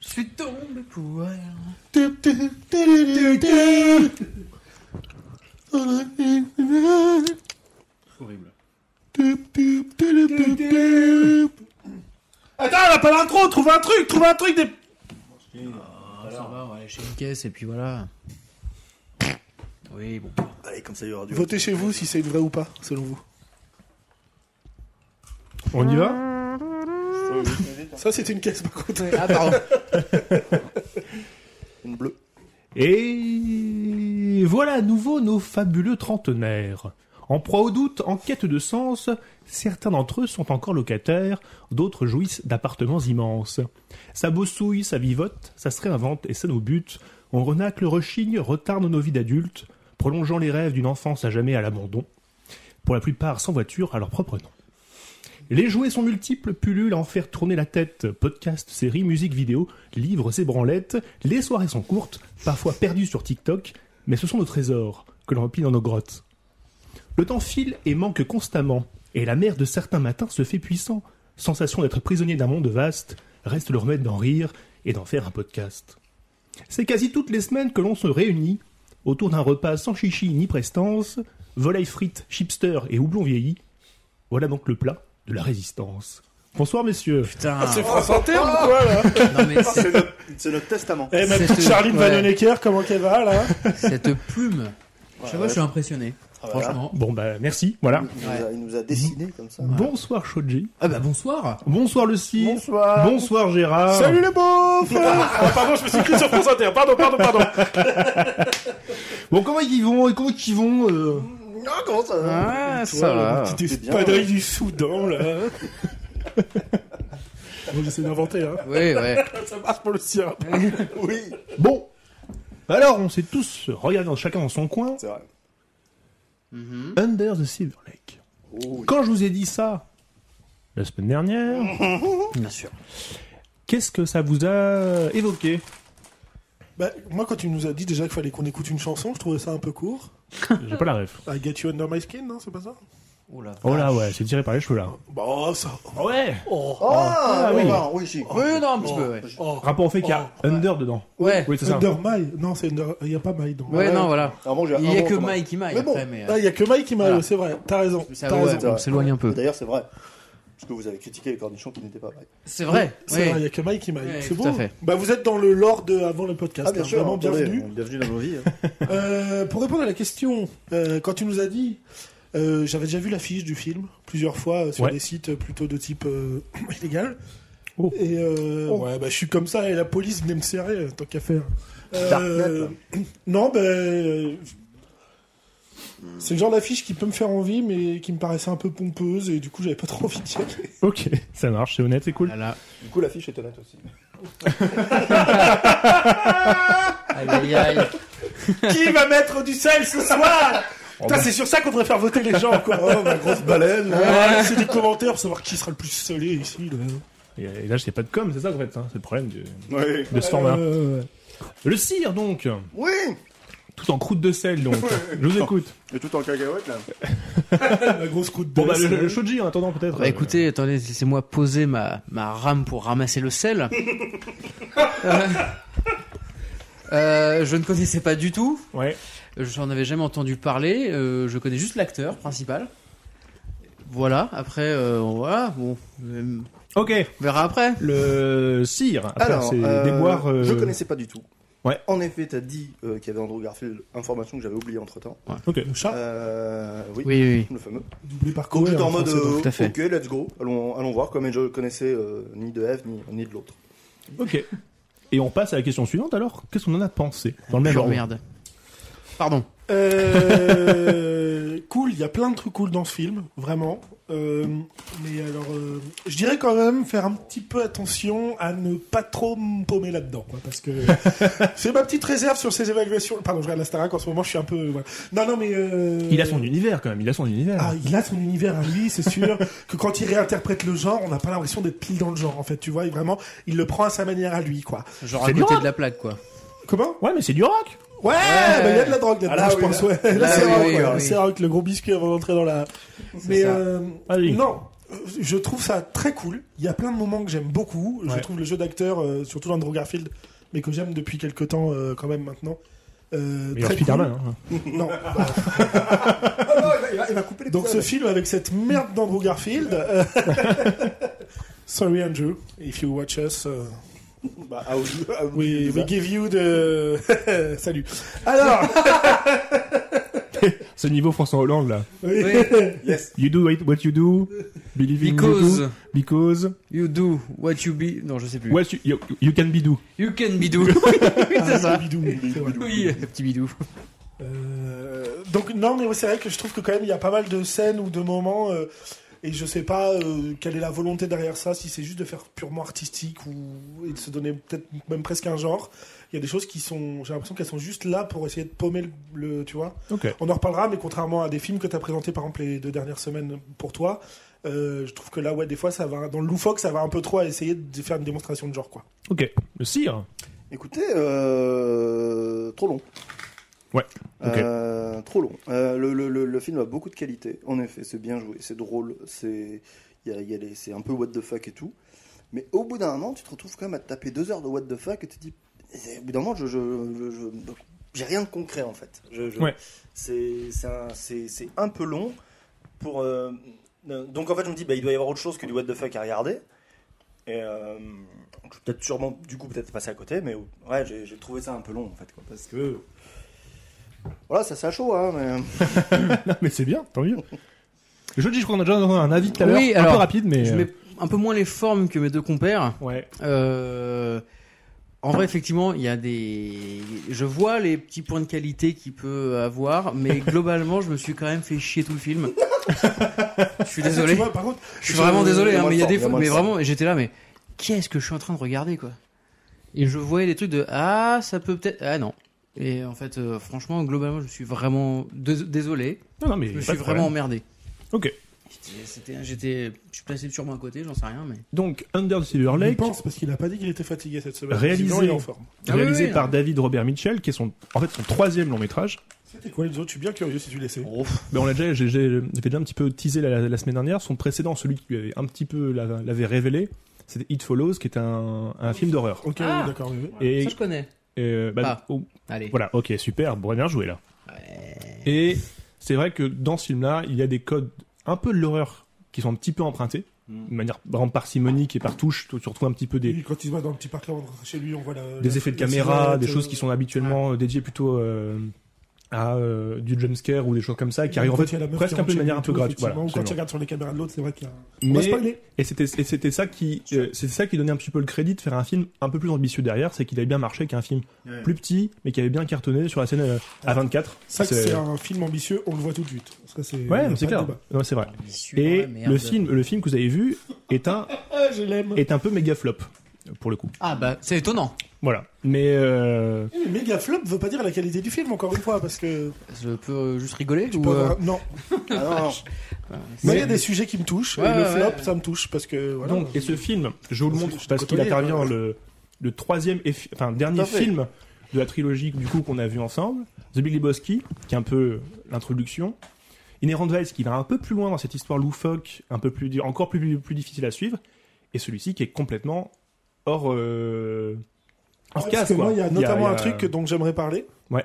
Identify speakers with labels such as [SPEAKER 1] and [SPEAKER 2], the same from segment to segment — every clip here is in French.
[SPEAKER 1] Je suis tombé pour rien.
[SPEAKER 2] Horrible.
[SPEAKER 3] Attends, on a pas l'intro, trouve un truc, trouve un truc des.
[SPEAKER 1] Ah, ça va, on va aller chez une caisse et puis voilà. Oui, bon.
[SPEAKER 4] Allez, comme ça, il y aura du.
[SPEAKER 3] Votez chez vous si c'est une vraie ou pas, selon vous.
[SPEAKER 2] On y va
[SPEAKER 3] Ça, c'est une caisse, par contre.
[SPEAKER 1] Ah, pardon.
[SPEAKER 4] Une bleue.
[SPEAKER 2] Et voilà à nouveau nos fabuleux trentenaires. En proie au doute, en quête de sens, certains d'entre eux sont encore locataires, d'autres jouissent d'appartements immenses. Ça bossouille, ça vivote, ça se réinvente et ça nous bute. On renacle, rechigne, retarde nos vies d'adultes, prolongeant les rêves d'une enfance à jamais à l'abandon. Pour la plupart sans voiture à leur propre nom. Les jouets sont multiples, pullulent à en faire tourner la tête. Podcasts, séries, musique, vidéo, livres et branlettes. Les soirées sont courtes, parfois perdues sur TikTok, mais ce sont nos trésors que l'on remplit dans nos grottes. Le temps file et manque constamment, et la mer de certains matins se fait puissant. Sensation d'être prisonnier d'un monde vaste, reste le remède d'en rire et d'en faire un podcast. C'est quasi toutes les semaines que l'on se réunit autour d'un repas sans chichi ni prestance, volaille frite, chipster et houblon vieilli. Voilà donc le plat de la résistance. Bonsoir messieurs.
[SPEAKER 1] Putain.
[SPEAKER 3] C'est Ah, France Inter ou quoi, là
[SPEAKER 1] non, mais c'est-
[SPEAKER 4] C'est notre, c'est notre testament.
[SPEAKER 3] Eh, ma
[SPEAKER 1] C'est
[SPEAKER 3] petite
[SPEAKER 1] ce-
[SPEAKER 3] Charline
[SPEAKER 1] ouais.
[SPEAKER 3] Vanhoenacker, comment qu'elle va, là
[SPEAKER 1] cette plume. Je sais pas, je suis impressionné.
[SPEAKER 4] Voilà.
[SPEAKER 1] Franchement.
[SPEAKER 2] Bon bah merci, voilà.
[SPEAKER 4] Il, nous a, il nous a dessiné comme ça.
[SPEAKER 2] Bonsoir Shoji.
[SPEAKER 1] Ah bah bonsoir.
[SPEAKER 2] Bonsoir Lucie.
[SPEAKER 4] Bonsoir.
[SPEAKER 2] Bonsoir Gérard.
[SPEAKER 3] Salut les beaufs Ah, Pardon, je me suis écrit sur France Inter. Pardon, pardon, pardon.
[SPEAKER 2] Bon comment ils vont et comment ils vont euh
[SPEAKER 4] Ah, comment ça va
[SPEAKER 1] Ah,
[SPEAKER 3] Voilà, petite
[SPEAKER 4] C'est bien,
[SPEAKER 3] espadrille
[SPEAKER 4] ouais.
[SPEAKER 3] du Soudan, là. bon, j'essaie d'inventer, hein.
[SPEAKER 1] Oui, ouais.
[SPEAKER 3] Ça marche pour le sien.
[SPEAKER 4] Oui,
[SPEAKER 2] Bon. Alors on s'est tous regardés dans- chacun dans son coin.
[SPEAKER 4] c'est vrai.
[SPEAKER 2] Under the Silver Lake.
[SPEAKER 4] Oh, oui.
[SPEAKER 2] Quand je vous ai dit ça la semaine dernière,
[SPEAKER 1] Bien sûr.
[SPEAKER 2] qu'est-ce que ça vous a évoqué
[SPEAKER 3] Bah, moi, quand tu nous as dit déjà qu'il fallait qu'on écoute une chanson, je trouvais ça un peu court.
[SPEAKER 2] J'ai pas la ref.
[SPEAKER 3] I get you under my skin, non, c'est pas ça
[SPEAKER 1] Oh la
[SPEAKER 2] Oh là
[SPEAKER 1] vache.
[SPEAKER 2] ouais, c'est tiré par les cheveux là.
[SPEAKER 3] Bah, ça.
[SPEAKER 2] Ouais.
[SPEAKER 3] Oh,
[SPEAKER 4] Ah,
[SPEAKER 2] Ah, oui.
[SPEAKER 4] oui. oui, si.
[SPEAKER 1] Oui, non, un petit peu, ouais.
[SPEAKER 3] oh.
[SPEAKER 2] Rapport au fait qu'il y a Under dedans.
[SPEAKER 1] Ouais.
[SPEAKER 2] Oui, Ah, c'est ça.
[SPEAKER 3] Under my. Non, c'est under... il n'y a pas my dans.
[SPEAKER 1] Ouais,
[SPEAKER 4] Ouais.
[SPEAKER 1] non, voilà.
[SPEAKER 4] Ah bon, j'ai
[SPEAKER 1] Il
[SPEAKER 4] un
[SPEAKER 1] y a
[SPEAKER 4] bon
[SPEAKER 1] que
[SPEAKER 4] commun.
[SPEAKER 1] Mike qui maille
[SPEAKER 3] Mais bon,
[SPEAKER 1] après,
[SPEAKER 3] là,
[SPEAKER 1] mais. euh, bah,
[SPEAKER 3] il n'y a que my qui m'a,
[SPEAKER 1] Voilà.
[SPEAKER 3] c'est vrai. T'as raison.
[SPEAKER 1] Ça,
[SPEAKER 3] t'as
[SPEAKER 1] ouais,
[SPEAKER 3] raison.
[SPEAKER 1] on s'éloigne un peu.
[SPEAKER 4] D'ailleurs, c'est vrai. Parce que vous avez critiqué les cornichons qui n'étaient pas vrais.
[SPEAKER 1] C'est vrai.
[SPEAKER 3] C'est vrai, il
[SPEAKER 1] oui.
[SPEAKER 3] n'y a que Mike qui m'a.
[SPEAKER 1] Ouais,
[SPEAKER 3] c'est
[SPEAKER 1] tout
[SPEAKER 3] beau.
[SPEAKER 1] à fait.
[SPEAKER 3] Bah, vous êtes dans le lore de avant le podcast. hein. Vraiment
[SPEAKER 4] attendez,
[SPEAKER 3] bienvenue.
[SPEAKER 4] Ah, Bienvenue dans nos vies. hein.
[SPEAKER 3] Euh, pour répondre à la question, euh, quand tu nous as dit, euh, j'avais déjà vu l'affiche du film plusieurs fois euh, sur
[SPEAKER 2] Ouais.
[SPEAKER 3] des sites plutôt de type euh, illégal.
[SPEAKER 2] Oh.
[SPEAKER 3] Et euh,
[SPEAKER 2] Oh.
[SPEAKER 3] ouais, bah, je suis comme ça et la police venait me serrer, euh, tant qu'à faire. Euh,
[SPEAKER 4] Darknet,
[SPEAKER 3] non, ben. euh, c'est le genre d'affiche qui peut me faire envie, mais qui me paraissait un peu pompeuse, et du coup, j'avais pas trop envie d'y aller.
[SPEAKER 2] Ok, ça marche, c'est honnête, c'est cool.
[SPEAKER 1] Ah là.
[SPEAKER 4] Du coup, l'affiche est honnête aussi.
[SPEAKER 1] Aïe, aïe, aïe.
[SPEAKER 3] qui va mettre du sel ce soir Putain, c'est sur ça qu'on devrait faire voter les gens, quoi.
[SPEAKER 4] Oh, ma grosse baleine
[SPEAKER 3] Ouais, c'est des commentaires pour savoir qui sera le plus salé ici. là.
[SPEAKER 2] Et, et là, c'est pas de com, c'est ça en fait, hein, c'est le problème du- de,
[SPEAKER 4] Oui.
[SPEAKER 2] ce format.
[SPEAKER 3] Euh, ouais.
[SPEAKER 2] Le cire donc,
[SPEAKER 4] Oui
[SPEAKER 2] tout en croûte de sel donc. Je vous écoute.
[SPEAKER 4] Et tout en cacahuète, là.
[SPEAKER 3] La grosse croûte de
[SPEAKER 2] Bon bah le,
[SPEAKER 3] sel.
[SPEAKER 2] le shoji en attendant peut-être.
[SPEAKER 1] Bah
[SPEAKER 2] euh,
[SPEAKER 1] écoutez, attendez, laissez-moi poser ma, ma rame pour ramasser le sel. Euh, euh, je ne connaissais pas du tout,
[SPEAKER 2] euh, Ouais.
[SPEAKER 1] je n'en avais jamais entendu parler, euh, je connais juste l'acteur principal. Voilà, après, euh, voilà, bon, on
[SPEAKER 2] Ok.
[SPEAKER 1] verra après.
[SPEAKER 2] Le cire. Après,
[SPEAKER 4] Alors,
[SPEAKER 2] c'est
[SPEAKER 4] euh,
[SPEAKER 2] des boires. euh,
[SPEAKER 4] je connaissais pas du tout.
[SPEAKER 2] Ouais.
[SPEAKER 4] En effet, t'as dit euh, qu'il y avait Andrew Garfield, information que j'avais oubliée entre temps.
[SPEAKER 2] Ok.
[SPEAKER 3] Le chat,
[SPEAKER 4] Euh, oui,
[SPEAKER 1] Oui, oui, oui.
[SPEAKER 4] le fameux.
[SPEAKER 3] doublé par
[SPEAKER 4] Donc
[SPEAKER 3] Coé,
[SPEAKER 4] j'étais en
[SPEAKER 3] hein,
[SPEAKER 4] mode,
[SPEAKER 3] français, donc.
[SPEAKER 4] euh,
[SPEAKER 1] tout à fait.
[SPEAKER 4] ok, let's go, allons, allons voir, comme je ne connaissais euh, ni de Eve ni, ni de l'autre.
[SPEAKER 2] Ok. Et on passe à la question suivante alors. Qu'est-ce qu'on en a pensé dans le même
[SPEAKER 1] Pure
[SPEAKER 2] ordre
[SPEAKER 1] merde. Pardon.
[SPEAKER 3] Euh, cool, il y a plein de trucs cool dans ce film, vraiment. Euh, mais alors, euh, je dirais quand même faire un petit peu attention à ne pas trop me paumer là-dedans, quoi, parce que c'est ma petite réserve sur ces évaluations. Pardon, je regarde la Starac en ce moment, je suis un peu. voilà. Non, non, mais euh,
[SPEAKER 2] Il a son univers quand même. Il a son univers.
[SPEAKER 3] Ah, il a son univers à lui, c'est sûr. que quand il réinterprète le genre, on n'a pas l'impression d'être pile dans le genre, en fait. Tu vois, il, vraiment, il le prend à sa manière à lui, quoi.
[SPEAKER 1] Genre à
[SPEAKER 2] C'est
[SPEAKER 1] côté
[SPEAKER 2] dur.
[SPEAKER 1] de la plaque, quoi.
[SPEAKER 3] Comment
[SPEAKER 2] Ouais, mais c'est du rock.
[SPEAKER 3] Ouais, bah, il y a de la drogue là-dedans,
[SPEAKER 4] Ah là,
[SPEAKER 3] je
[SPEAKER 4] oui,
[SPEAKER 3] pense.
[SPEAKER 4] là.
[SPEAKER 3] Ouais. Là,
[SPEAKER 1] Là,
[SPEAKER 3] c'est
[SPEAKER 1] oui,
[SPEAKER 3] rock,
[SPEAKER 1] oui,
[SPEAKER 3] ouais.
[SPEAKER 1] oui.
[SPEAKER 3] C'est rock, le gros biscuit avant d'entrer dans la. Mais
[SPEAKER 1] ça.
[SPEAKER 3] euh,
[SPEAKER 2] Allez.
[SPEAKER 3] non, je trouve ça très cool. Il y a plein de moments que j'aime beaucoup. Je
[SPEAKER 2] Ouais.
[SPEAKER 3] trouve le jeu d'acteur, euh, surtout l'Andrew Garfield, mais que j'aime depuis quelques temps euh, quand même maintenant. euh,
[SPEAKER 2] Meilleur
[SPEAKER 3] très
[SPEAKER 2] Spider-Man. hein.
[SPEAKER 3] cool. Non.
[SPEAKER 5] Ah non, il va- il va, il va couper les
[SPEAKER 3] Donc ce film avec cette merde d'Andrew Garfield. euh, Sorry Andrew, if you watch us, euh,
[SPEAKER 4] Bah, ah, oui, ah
[SPEAKER 3] we,
[SPEAKER 4] oui,
[SPEAKER 5] bah.
[SPEAKER 3] we give you the... Salut. Alors,
[SPEAKER 2] Ce niveau François Hollande là.
[SPEAKER 3] oui.
[SPEAKER 4] yes.
[SPEAKER 2] You do what you do, believe in you do,
[SPEAKER 1] Because
[SPEAKER 2] because
[SPEAKER 1] you do what you be. Non, je sais plus.
[SPEAKER 2] what you, you, you can be do.
[SPEAKER 1] You can be do. oui,
[SPEAKER 2] Ah,
[SPEAKER 1] c'est ça.
[SPEAKER 3] Bidou, c'est vrai.
[SPEAKER 1] Oui, le petit bidou.
[SPEAKER 3] Euh, donc non, mais c'est vrai que je trouve que quand même il y a pas mal de scènes ou de moments euh, et je sais pas euh, quelle est la volonté derrière ça, si c'est juste de faire purement artistique ou et de se donner peut-être même presque un genre. Il y a des choses qui sont, j'ai l'impression qu'elles sont juste là pour essayer de paumer le, le- tu vois.
[SPEAKER 2] Ok.
[SPEAKER 3] On en reparlera, mais contrairement à des films que t'as présentés par exemple les deux dernières semaines pour toi, euh, je trouve que là ouais des fois ça va dans le loufoque ça va un peu trop à essayer de faire une démonstration de genre quoi.
[SPEAKER 2] Ok. Le cire.
[SPEAKER 4] Écoutez, euh, trop long.
[SPEAKER 2] Ouais, ok.
[SPEAKER 4] Euh, trop long. Euh, le, le- le- le film a beaucoup de qualité. En effet, c'est bien joué, c'est drôle, c'est il y a- il y a les- c'est un peu what the fuck et tout. Mais au bout d'un moment, tu te retrouves quand même à te taper deux heures de what the fuck et tu te dis, Et au bout d'un moment, je je- je- je- j'ai rien de concret en fait. Je- je-
[SPEAKER 2] Ouais.
[SPEAKER 4] C'est c'est un, c'est- c'est un peu long pour. euh, euh, donc en fait, je me dis, bah, il doit y avoir autre chose que du what the fuck à regarder. Et euh, je vais peut-être sûrement, du coup, peut-être passer à côté, mais ouais, j'ai j'ai trouvé ça un peu long en fait, quoi, parce que voilà, ça c'est à chaud, hein, mais
[SPEAKER 2] Non Ah, mais c'est bien, tant mieux. Je dis, je crois qu'on a déjà donné un avis tout à l'heure,
[SPEAKER 1] Oui,
[SPEAKER 2] un peu
[SPEAKER 1] alors,
[SPEAKER 2] rapide, mais
[SPEAKER 1] Je
[SPEAKER 2] euh,
[SPEAKER 1] mets un peu moins les formes que mes deux compères.
[SPEAKER 2] ouais.
[SPEAKER 1] Euh, en vrai, effectivement, il y a des. Je vois les petits points de qualité qu'il peut avoir, mais globalement, je me suis quand même fait chier tout le film. je suis désolé.
[SPEAKER 3] Tu vois, par contre,
[SPEAKER 1] Je suis vraiment
[SPEAKER 4] Je- il
[SPEAKER 1] désolé,
[SPEAKER 4] y a
[SPEAKER 1] hein,
[SPEAKER 4] moins
[SPEAKER 1] mais il y a
[SPEAKER 4] de
[SPEAKER 1] des
[SPEAKER 4] forme,
[SPEAKER 1] fois,
[SPEAKER 4] il y
[SPEAKER 1] mais
[SPEAKER 4] a moins de
[SPEAKER 1] vraiment, j'étais là, mais qu'est-ce que je suis en train de regarder, quoi Et je voyais des trucs de ah, ça peut peut-être, ah non. Et en fait, euh, franchement, globalement, je suis vraiment dés- désolé.
[SPEAKER 2] Non, non, mais
[SPEAKER 1] Je me
[SPEAKER 2] pas
[SPEAKER 1] suis
[SPEAKER 2] de problème.
[SPEAKER 1] vraiment emmerdé.
[SPEAKER 2] Ok.
[SPEAKER 1] J'étais- c'était- J'étais, je suis placé sûrement à côté, j'en sais rien, mais.
[SPEAKER 2] Donc Under the Silver
[SPEAKER 3] il
[SPEAKER 2] Lake,
[SPEAKER 3] pense parce qu'il a pas dit qu'il était fatigué cette semaine.
[SPEAKER 2] Réalisé.
[SPEAKER 3] Sinon, il est en forme.
[SPEAKER 1] Ah oui,
[SPEAKER 2] réalisé
[SPEAKER 1] oui, oui.
[SPEAKER 2] par David Robert Mitchell, qui est son en fait son troisième long métrage.
[SPEAKER 3] C'était quoi les autres Je suis bien curieux si tu laissais.
[SPEAKER 2] Ben on l'a déjà, j'ai, j'ai- j'avais déjà un petit peu teasé la, la- la semaine dernière. Son précédent, celui qui lui avait un petit peu la- l'avait révélé, c'était It Follows, qui est un, un film d'horreur.
[SPEAKER 3] Ok,
[SPEAKER 1] Ah.
[SPEAKER 3] oui, d'accord. oui, oui.
[SPEAKER 2] Et,
[SPEAKER 1] Ça, je connais.
[SPEAKER 2] euh, ben,
[SPEAKER 1] Ah.
[SPEAKER 2] oh,
[SPEAKER 1] Allez.
[SPEAKER 2] voilà, ok, super, bon, bien joué là. Et c'est vrai que dans ce film-là, il y a des codes un peu de l'horreur qui sont un petit peu empruntés, de manière vraiment parcimonique et par touche. Tu tu retrouves un petit peu des,
[SPEAKER 3] Oui, quand il se bat dans le petit parc là, on rentre chez lui, on voit la,
[SPEAKER 2] des
[SPEAKER 3] la-
[SPEAKER 2] effets de
[SPEAKER 3] la
[SPEAKER 2] caméra,
[SPEAKER 3] silhouette,
[SPEAKER 2] des
[SPEAKER 3] euh,
[SPEAKER 2] choses qui sont habituellement euh, dédiées plutôt euh, à euh, du jumpscare ou des choses comme ça, qui arrivent en
[SPEAKER 3] quand il y
[SPEAKER 2] fait
[SPEAKER 3] a la meuf
[SPEAKER 2] presque
[SPEAKER 3] qui
[SPEAKER 2] un peu
[SPEAKER 3] rentre chez
[SPEAKER 2] de manière
[SPEAKER 3] lui
[SPEAKER 2] un
[SPEAKER 3] et
[SPEAKER 2] peu
[SPEAKER 3] tout,
[SPEAKER 2] gratuite.
[SPEAKER 3] effectivement,
[SPEAKER 2] Voilà,
[SPEAKER 3] ou quand tu
[SPEAKER 2] absolument.
[SPEAKER 3] regardes sur les caméras de l'autre, c'est vrai qu'il y a. On va
[SPEAKER 2] Mais-
[SPEAKER 3] spoiler.
[SPEAKER 2] et c'était et c'était ça qui euh, c'est ça qui donnait un petit peu le crédit de faire un film un peu plus ambitieux derrière, c'est qu'il avait bien marché qu'un film
[SPEAKER 4] Ouais.
[SPEAKER 2] plus petit mais qui avait bien cartonné sur la scène euh, à 24.
[SPEAKER 3] Ça,
[SPEAKER 2] C'est-
[SPEAKER 3] c'est un film ambitieux, on le voit tout de suite. Ça, c'est.
[SPEAKER 2] Ouais,
[SPEAKER 3] y a pas de
[SPEAKER 2] c'est clair.
[SPEAKER 3] débat.
[SPEAKER 2] Non, c'est vrai.
[SPEAKER 1] Ambitieux dans
[SPEAKER 2] Et
[SPEAKER 1] la merde.
[SPEAKER 2] le film le film que vous avez vu est un
[SPEAKER 3] Ah, je l'aime.
[SPEAKER 2] est un peu méga flop pour le coup.
[SPEAKER 1] Ah bah, c'est étonnant.
[SPEAKER 2] Voilà. Mais euh,
[SPEAKER 3] Eh, mais Méga flop veut pas dire la qualité du film, encore une fois, parce que.
[SPEAKER 1] Je peux euh, juste rigoler
[SPEAKER 3] tu
[SPEAKER 1] ou,
[SPEAKER 3] peux
[SPEAKER 1] euh,
[SPEAKER 3] avoir- Non.
[SPEAKER 4] Ah, non, non.
[SPEAKER 3] Moi, il y
[SPEAKER 1] c'est-
[SPEAKER 3] a des sujets qui me touchent,
[SPEAKER 1] Ouais,
[SPEAKER 3] et le
[SPEAKER 1] ouais,
[SPEAKER 3] flop,
[SPEAKER 1] ouais.
[SPEAKER 3] ça me touche, parce que. Voilà,
[SPEAKER 2] donc et ce film, je vous le
[SPEAKER 3] Parce que
[SPEAKER 2] montre
[SPEAKER 3] je hein. suis
[SPEAKER 2] parce qu'il
[SPEAKER 3] cotonné,
[SPEAKER 2] intervient dans
[SPEAKER 3] quoi.
[SPEAKER 2] le le troisième et fi- enfin dernier
[SPEAKER 4] à fait.
[SPEAKER 2] film de la trilogie du coup qu'on a vu ensemble, The Big Lebowski, qui est un peu l'introduction. Inherent Vice qui va un peu plus loin dans cette histoire loufoque, un peu plus dur- encore plus plus difficile à suivre, et celui-ci qui est complètement hors euh, hors
[SPEAKER 3] Parce
[SPEAKER 2] case,
[SPEAKER 3] que
[SPEAKER 2] quoi.
[SPEAKER 3] moi, il y a notamment
[SPEAKER 2] il y
[SPEAKER 3] un
[SPEAKER 2] a-
[SPEAKER 3] truc dont j'aimerais parler.
[SPEAKER 2] Ouais.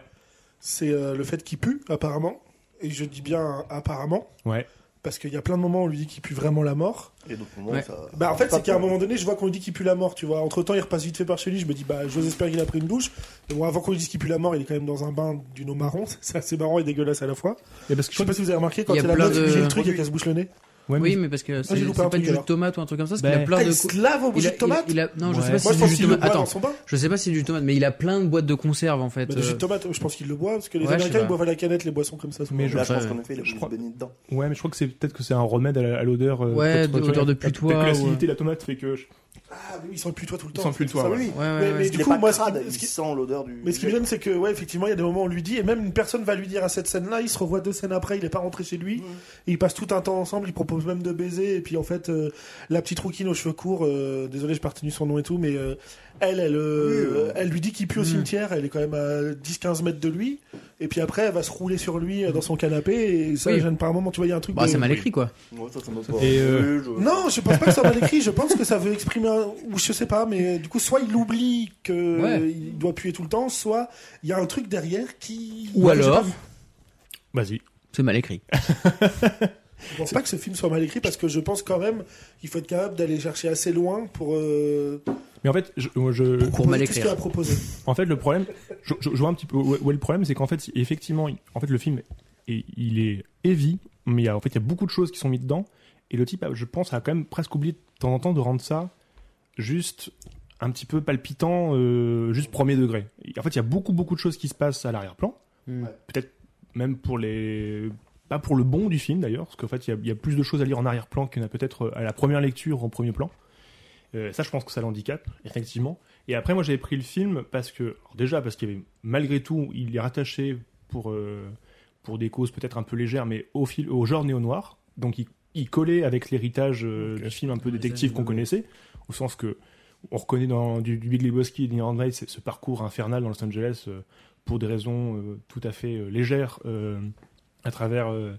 [SPEAKER 3] C'est euh, le fait qu'il pue, apparemment. Et je dis bien apparemment,
[SPEAKER 2] Ouais.
[SPEAKER 3] parce qu'il y a plein de moments où on lui dit qu'il pue vraiment la mort.
[SPEAKER 4] Et donc, au moment,
[SPEAKER 1] Ouais.
[SPEAKER 4] ça-
[SPEAKER 3] Bah en fait
[SPEAKER 4] ça-
[SPEAKER 3] c'est qu'à un moment donné je vois qu'on lui dit qu'il pue la mort tu vois entre temps il repasse vite fait par chez lui je me dis bah j'ose espérer qu'il a pris une douche mais bon avant qu'on lui dise qu'il pue la mort il est quand même dans un bain d'une eau marron c'est assez marrant et dégueulasse à la fois
[SPEAKER 2] Et parce que
[SPEAKER 3] je sais pas si vous avez remarqué quand
[SPEAKER 1] Il y
[SPEAKER 3] il
[SPEAKER 1] a
[SPEAKER 3] a la
[SPEAKER 1] plein
[SPEAKER 3] meuf qui
[SPEAKER 1] de-
[SPEAKER 3] fait le truc et qu'elle se bouche le nez
[SPEAKER 2] ouais, mais-
[SPEAKER 1] Oui, mais parce que c'est
[SPEAKER 3] j'ai loupé
[SPEAKER 1] c'est
[SPEAKER 3] un
[SPEAKER 1] pas
[SPEAKER 3] truc,
[SPEAKER 1] du jus de
[SPEAKER 3] alors.
[SPEAKER 1] tomate ou un truc comme ça, parce
[SPEAKER 2] Ben,
[SPEAKER 1] qu'il a plein
[SPEAKER 3] ah,
[SPEAKER 1] de.
[SPEAKER 3] il se lave au bout
[SPEAKER 1] il
[SPEAKER 3] de
[SPEAKER 1] a-
[SPEAKER 3] tomate
[SPEAKER 1] il a- il a- non, je
[SPEAKER 2] Ouais.
[SPEAKER 1] sais pas
[SPEAKER 3] moi
[SPEAKER 1] si
[SPEAKER 3] je
[SPEAKER 1] c'est du
[SPEAKER 3] pense
[SPEAKER 1] jus
[SPEAKER 3] qu'il
[SPEAKER 1] de
[SPEAKER 3] le
[SPEAKER 1] tomate.
[SPEAKER 3] boit dans
[SPEAKER 1] Attends,
[SPEAKER 3] son bain
[SPEAKER 1] je sais pas si c'est du jus de tomate, mais il a plein de boîtes de conserve en fait.
[SPEAKER 3] bah, du jus
[SPEAKER 1] euh,
[SPEAKER 3] de tomate je pense qu'il le boit parce que les
[SPEAKER 1] Ouais, je sais
[SPEAKER 3] américains
[SPEAKER 1] pas.
[SPEAKER 3] ils boivent à la canette les boissons comme ça souvent. Ah
[SPEAKER 2] Mais
[SPEAKER 4] Là, je
[SPEAKER 1] Ouais.
[SPEAKER 4] pense qu'en effet, il a
[SPEAKER 2] Je
[SPEAKER 4] plus
[SPEAKER 2] crois-
[SPEAKER 4] baigné dedans.
[SPEAKER 2] Ouais, mais je crois que c'est peut-être que c'est un remède à la- à l'odeur. euh,
[SPEAKER 1] Ouais,
[SPEAKER 2] peut-être-
[SPEAKER 1] de- odeur de putois,
[SPEAKER 2] Peut-être que
[SPEAKER 1] ouais.
[SPEAKER 2] l'acidité de la tomate fait que. je-
[SPEAKER 3] ah mais ils sont plus toi tout le temps
[SPEAKER 2] sent plus le toit,
[SPEAKER 3] Ça,
[SPEAKER 2] ouais.
[SPEAKER 3] oui.
[SPEAKER 1] Ouais, ouais,
[SPEAKER 3] mais,
[SPEAKER 1] ouais.
[SPEAKER 3] mais
[SPEAKER 4] Il
[SPEAKER 3] du
[SPEAKER 4] est
[SPEAKER 3] coup
[SPEAKER 4] pas
[SPEAKER 3] moi ce
[SPEAKER 4] crade,
[SPEAKER 3] qui- ce
[SPEAKER 4] il
[SPEAKER 3] qui-
[SPEAKER 4] sent l'odeur du.
[SPEAKER 3] Mais ce qui me gêne, c'est que, ouais, effectivement, il y a des moments où on lui dit, et même une personne va lui dire à cette scène-là, il se revoit deux scènes après, il est pas rentré chez lui, et ils passent tout un temps ensemble, ils proposent même de baiser, et puis en fait, euh, la petite rouquine aux cheveux courts, euh, désolé, je partenue son nom et tout, mais euh, elle, elle, euh,
[SPEAKER 4] Oui, euh. hmm.
[SPEAKER 3] elle lui dit qu'il pue au
[SPEAKER 1] Mm.
[SPEAKER 3] cimetière, elle est quand même à 10-15 mètres de lui, et puis après elle va se rouler sur lui euh, dans son canapé et ça
[SPEAKER 1] Oui.
[SPEAKER 3] gêne pas un moment tu vois il y a un truc
[SPEAKER 1] Bah,
[SPEAKER 3] de-
[SPEAKER 1] c'est mal écrit, quoi.
[SPEAKER 4] Mmh.
[SPEAKER 5] Ouais, ça, ça m'a pas-
[SPEAKER 2] Et, euh,
[SPEAKER 5] Oui, je-
[SPEAKER 3] non je pense pas que ça va l'écrit je pense que ça veut exprimer un- ou je sais pas mais euh, du coup soit il oublie que
[SPEAKER 1] Ouais.
[SPEAKER 3] euh, il doit puer tout le temps soit il y a un truc derrière qui
[SPEAKER 1] Ou
[SPEAKER 3] Ouais, j'ai
[SPEAKER 1] alors-
[SPEAKER 3] pas vu.
[SPEAKER 2] Vas-y.
[SPEAKER 1] C'est mal écrit.
[SPEAKER 3] Je pense pas que ce film soit mal écrit parce que je pense quand même qu'il faut être capable d'aller chercher assez loin pour, euh,
[SPEAKER 2] Mais en fait, je, moi, je-
[SPEAKER 1] Pour mal
[SPEAKER 3] proposer tout ce qu'il
[SPEAKER 1] écrire.
[SPEAKER 3] a proposé.
[SPEAKER 2] en fait, le problème, je, je- je vois un petit peu où est où est le problème, c'est qu'en fait, effectivement, il- en fait, le film, est- il est heavy, mais il y a, en fait, il y a beaucoup de choses qui sont mises dedans, et le type, je pense, a quand même presque oublié de temps en temps de rendre ça juste un petit peu palpitant, euh, juste premier degré. Et En fait, il y a beaucoup, beaucoup de choses qui se passent à l'arrière-plan, peut-être même pour les pas pour le bon du film d'ailleurs parce qu'en fait il y a- il y, a plus de choses à lire en arrière-plan qu'il y en a peut-être euh, à la première lecture en premier plan Euh, ça je pense que ça l'handicape effectivement et après moi j'avais pris le film parce que alors déjà parce qu'il y avait malgré tout il est rattaché pour euh, pour des causes peut-être un peu légères mais au fil au genre néo-noir donc il, il collait avec l'héritage euh, du film un peu détective qu'on connaissait au sens que on reconnaît dans du, du Big Lebowski et d'Inherent Vice ce parcours infernal dans Los Angeles euh, pour des raisons euh, tout à fait euh, légères euh, à travers euh,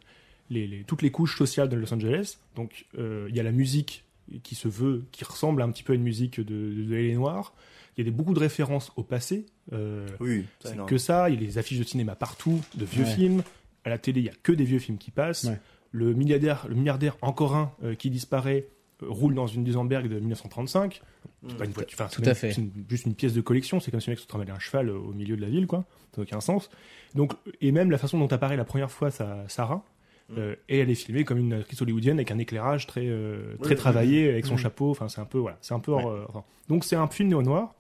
[SPEAKER 2] les, les- toutes les couches sociales de Los Angeles. Donc euh, il y a la musique qui se veut, qui ressemble un petit peu à une musique de, de, de L.A. Noire. Il y a des, beaucoup de références au passé. euh,
[SPEAKER 5] Oui,
[SPEAKER 2] c'est
[SPEAKER 5] c'est énorme.
[SPEAKER 2] que ça, il y a des affiches de cinéma partout, de vieux
[SPEAKER 1] Ouais.
[SPEAKER 2] films. À la télé, il y a que des vieux films qui passent.
[SPEAKER 1] Ouais.
[SPEAKER 2] Le milliardaire, le milliardaire encore un euh, qui disparaît, euh, roule dans une Duesenberg de 1935. C'est pas une voiture, enfin,
[SPEAKER 1] Mm.
[SPEAKER 2] c'est
[SPEAKER 1] Tout
[SPEAKER 2] même-
[SPEAKER 1] à fait.
[SPEAKER 2] c'est une- juste une pièce de collection. C'est comme si le mec se travaillait un cheval euh, au milieu de la ville, quoi. Ça n'a aucun sens. Donc, et même la façon dont apparaît la première fois sa, Sarah.
[SPEAKER 5] Mm.
[SPEAKER 2] euh, et elle est filmée comme une actrice hollywoodienne avec un éclairage très euh, très
[SPEAKER 5] Oui.
[SPEAKER 2] travaillé avec son chapeau. Enfin, c'est un peu voilà, c'est un peu. hors, euh, enfin. donc c'est un film néo noir.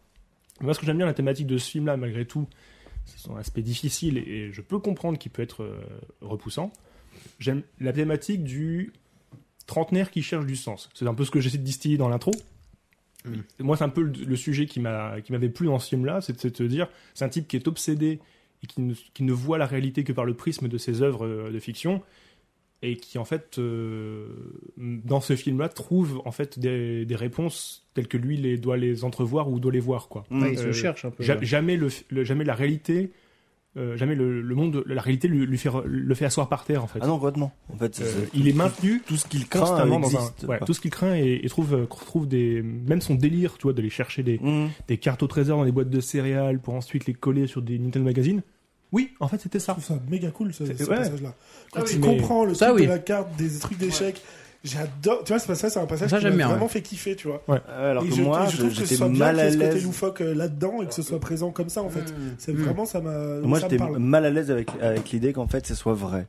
[SPEAKER 2] Moi, ce que j'aime bien la thématique de ce film-là, malgré tout, c'est son aspect difficile et je peux comprendre qu'il peut être euh, repoussant. J'aime la thématique du trentenaire qui cherche du sens. C'est un peu ce que j'essaie de distiller dans l'intro. Mm. Moi, c'est un peu le, le sujet qui m'a- qui m'avait plu dans ce film-là, c'est de se dire, c'est un type qui est obsédé et qui ne, qui ne voit la réalité que par le prisme de ses œuvres euh, de fiction et qui en fait euh, dans ce film-là trouve en fait des, des réponses telles que lui les doit les entrevoir ou doit les voir quoi.
[SPEAKER 5] Mm.
[SPEAKER 1] Ouais, il se
[SPEAKER 2] Euh,
[SPEAKER 1] cherche un peu.
[SPEAKER 2] Ja-
[SPEAKER 1] là.
[SPEAKER 2] jamais le, le- jamais la réalité euh, jamais le, le monde la réalité lui, lui fait re- le fait asseoir par terre en fait
[SPEAKER 5] Ah non, complètement. En fait,
[SPEAKER 2] Euh,
[SPEAKER 5] c'est-
[SPEAKER 2] il est maintenu
[SPEAKER 5] tout ce qu'il craint
[SPEAKER 2] constamment dans un
[SPEAKER 5] existe.
[SPEAKER 2] voilà, tout ce qu'il craint et, et trouve euh, trouve des même son délire tu vois de les chercher des,
[SPEAKER 4] Mmh.
[SPEAKER 5] Mm.
[SPEAKER 2] des cartes au trésor dans des boîtes de céréales pour ensuite les coller sur des Nintendo Magazine oui en fait c'était ça
[SPEAKER 3] Je trouve ça méga cool ce,
[SPEAKER 2] C'est-
[SPEAKER 3] ce
[SPEAKER 2] ouais.
[SPEAKER 3] passage-là. Quand
[SPEAKER 2] Ah oui.
[SPEAKER 3] il
[SPEAKER 2] Mais-
[SPEAKER 3] comprend le
[SPEAKER 1] Ça,
[SPEAKER 3] truc
[SPEAKER 1] oui.
[SPEAKER 3] de la carte, des trucs d'échecs, j'adore. Tu vois, c'est pas ça, c'est un passage
[SPEAKER 1] Ça,
[SPEAKER 3] qui
[SPEAKER 1] j'aime
[SPEAKER 3] m'a
[SPEAKER 1] bien,
[SPEAKER 3] vraiment
[SPEAKER 1] ouais.
[SPEAKER 3] fait kiffer, tu vois.
[SPEAKER 5] Ah, Alors
[SPEAKER 3] Et
[SPEAKER 5] que
[SPEAKER 3] je,
[SPEAKER 5] moi,
[SPEAKER 3] et je trouve que ce
[SPEAKER 5] j'étais
[SPEAKER 3] soit bien
[SPEAKER 5] mal
[SPEAKER 3] qu'il y
[SPEAKER 5] à
[SPEAKER 3] ait ce côté
[SPEAKER 5] l'aise.
[SPEAKER 3] loufoque euh, là-dedans et que ce soit présent comme ça, en fait. C'est
[SPEAKER 1] Mm.
[SPEAKER 3] vraiment, ça m'a.
[SPEAKER 2] Euh,
[SPEAKER 5] Moi,
[SPEAKER 3] ça me
[SPEAKER 5] j'étais
[SPEAKER 3] parle.
[SPEAKER 5] mal à l'aise avec, avec l'idée qu'en fait, ce soit vrai.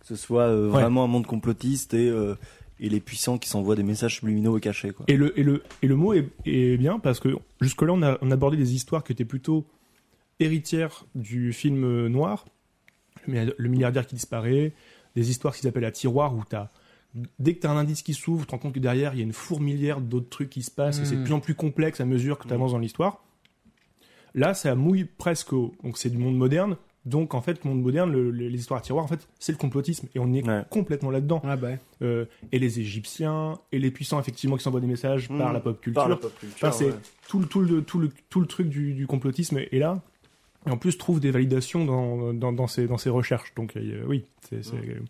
[SPEAKER 5] Que ce soit euh, vraiment un monde complotiste et, euh, et les puissants qui s'envoient des messages subliminaux au cachet, quoi.
[SPEAKER 2] Et le, et le, et le mot est, est bien parce que jusque-là, on, a- on abordait des histoires qui étaient plutôt héritières du film euh, noir, le milliardaire- le milliardaire qui disparaît, des histoires qui s'appellent à tiroir où t'as. Dès que tu as un indice qui s'ouvre, tu te rends compte que derrière, il y a une fourmilière d'autres trucs qui se passent et c'est de
[SPEAKER 5] Hmm.
[SPEAKER 1] Mm.
[SPEAKER 2] plus en plus complexe à mesure que tu avances dans l'histoire. Là, ça mouille presque au. Donc, c'est du monde moderne. Donc, en fait, le monde moderne, le- le- les histoires à tiroir, en fait, c'est le complotisme. Et on est
[SPEAKER 5] Ouais. Hmm.
[SPEAKER 2] complètement là-dedans.
[SPEAKER 1] Ah, bah.
[SPEAKER 2] Euh, et les Égyptiens, et les puissants, effectivement, qui s'envoient des messages
[SPEAKER 5] Mmh.
[SPEAKER 2] par la pop culture.
[SPEAKER 5] Par la pop culture,
[SPEAKER 2] Enfin, c'est
[SPEAKER 5] ouais.
[SPEAKER 2] tout, le, tout, le, tout, le, tout le truc du, du complotisme est là. Et en plus, trouve des validations dans, dans, dans, ses, dans ses recherches. Donc, euh, oui. c'est c'est-
[SPEAKER 5] Hmm.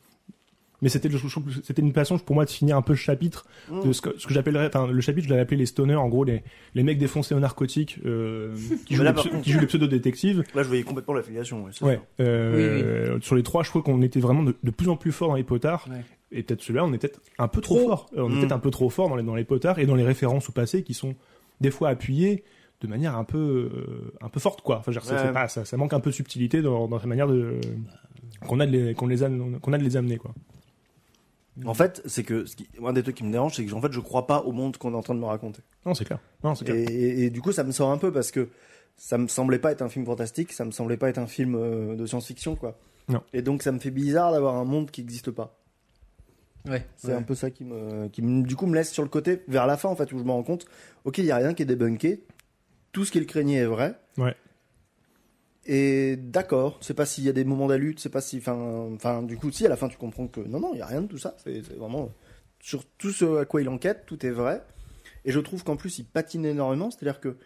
[SPEAKER 2] Mais c'était, je trouve que c'était une façon pour moi de finir un peu le chapitre
[SPEAKER 5] Hmm.
[SPEAKER 2] de ce que, ce que j'appellerais, enfin, le chapitre, je l'avais appelé les stoners, en gros, les, les mecs défoncés aux narcotiques, euh, qui,
[SPEAKER 5] Mais
[SPEAKER 2] jouent
[SPEAKER 5] là,
[SPEAKER 2] les
[SPEAKER 5] par
[SPEAKER 2] pse-
[SPEAKER 5] contre-
[SPEAKER 2] qui jouent les pseudo-détectives.
[SPEAKER 5] Là, je voyais complètement l'affiliation. Ouais, c'est
[SPEAKER 2] Ouais,
[SPEAKER 5] ça.
[SPEAKER 2] euh, sur les trois, je crois qu'on était vraiment de, de plus en plus fort dans les potards.
[SPEAKER 1] Ouais.
[SPEAKER 2] Et peut-être celui-là, on était un peu trop, fort. Euh, on
[SPEAKER 5] Mm.
[SPEAKER 2] était un peu trop fort dans les, dans les potards et dans les références au passé qui sont des fois appuyées de manière un peu, euh, un peu forte, quoi. Enfin, je veux dire, c'est-
[SPEAKER 5] Ouais.
[SPEAKER 2] c'est pas- ça, ça manque un peu de subtilité dans, dans la manière de qu'on a de les, qu'on les am- qu'on a de les amener, quoi.
[SPEAKER 5] En fait, c'est que ce qui- un des trucs qui me dérange, c'est que en fait, je crois pas au monde qu'on est en train de me raconter.
[SPEAKER 2] Non, c'est clair. Non, c'est
[SPEAKER 5] Et,
[SPEAKER 2] clair.
[SPEAKER 5] et- et du coup, ça me sort un peu parce que ça me semblait pas être un film fantastique, ça me semblait pas être un film euh, de science-fiction, quoi.
[SPEAKER 2] Non.
[SPEAKER 5] Et donc, ça me fait bizarre d'avoir un monde qui n'existe pas.
[SPEAKER 1] Ouais.
[SPEAKER 5] C'est un peu ça qui me, qui me- du coup me laisse sur le côté vers la fin en fait où je me rends compte, ok il y a rien qui est débunké, tout ce qu'il craignait est vrai.
[SPEAKER 2] Ouais.
[SPEAKER 5] Et d'accord, c'est pas s'il y a des moments d'allude, c'est pas si, enfin, enfin du coup si à la fin tu comprends que non non il y a rien de tout ça, c'est c'est vraiment sur tout ce à quoi il enquête tout est vrai. Et je trouve qu'en plus il patine énormément, c'est-à-dire que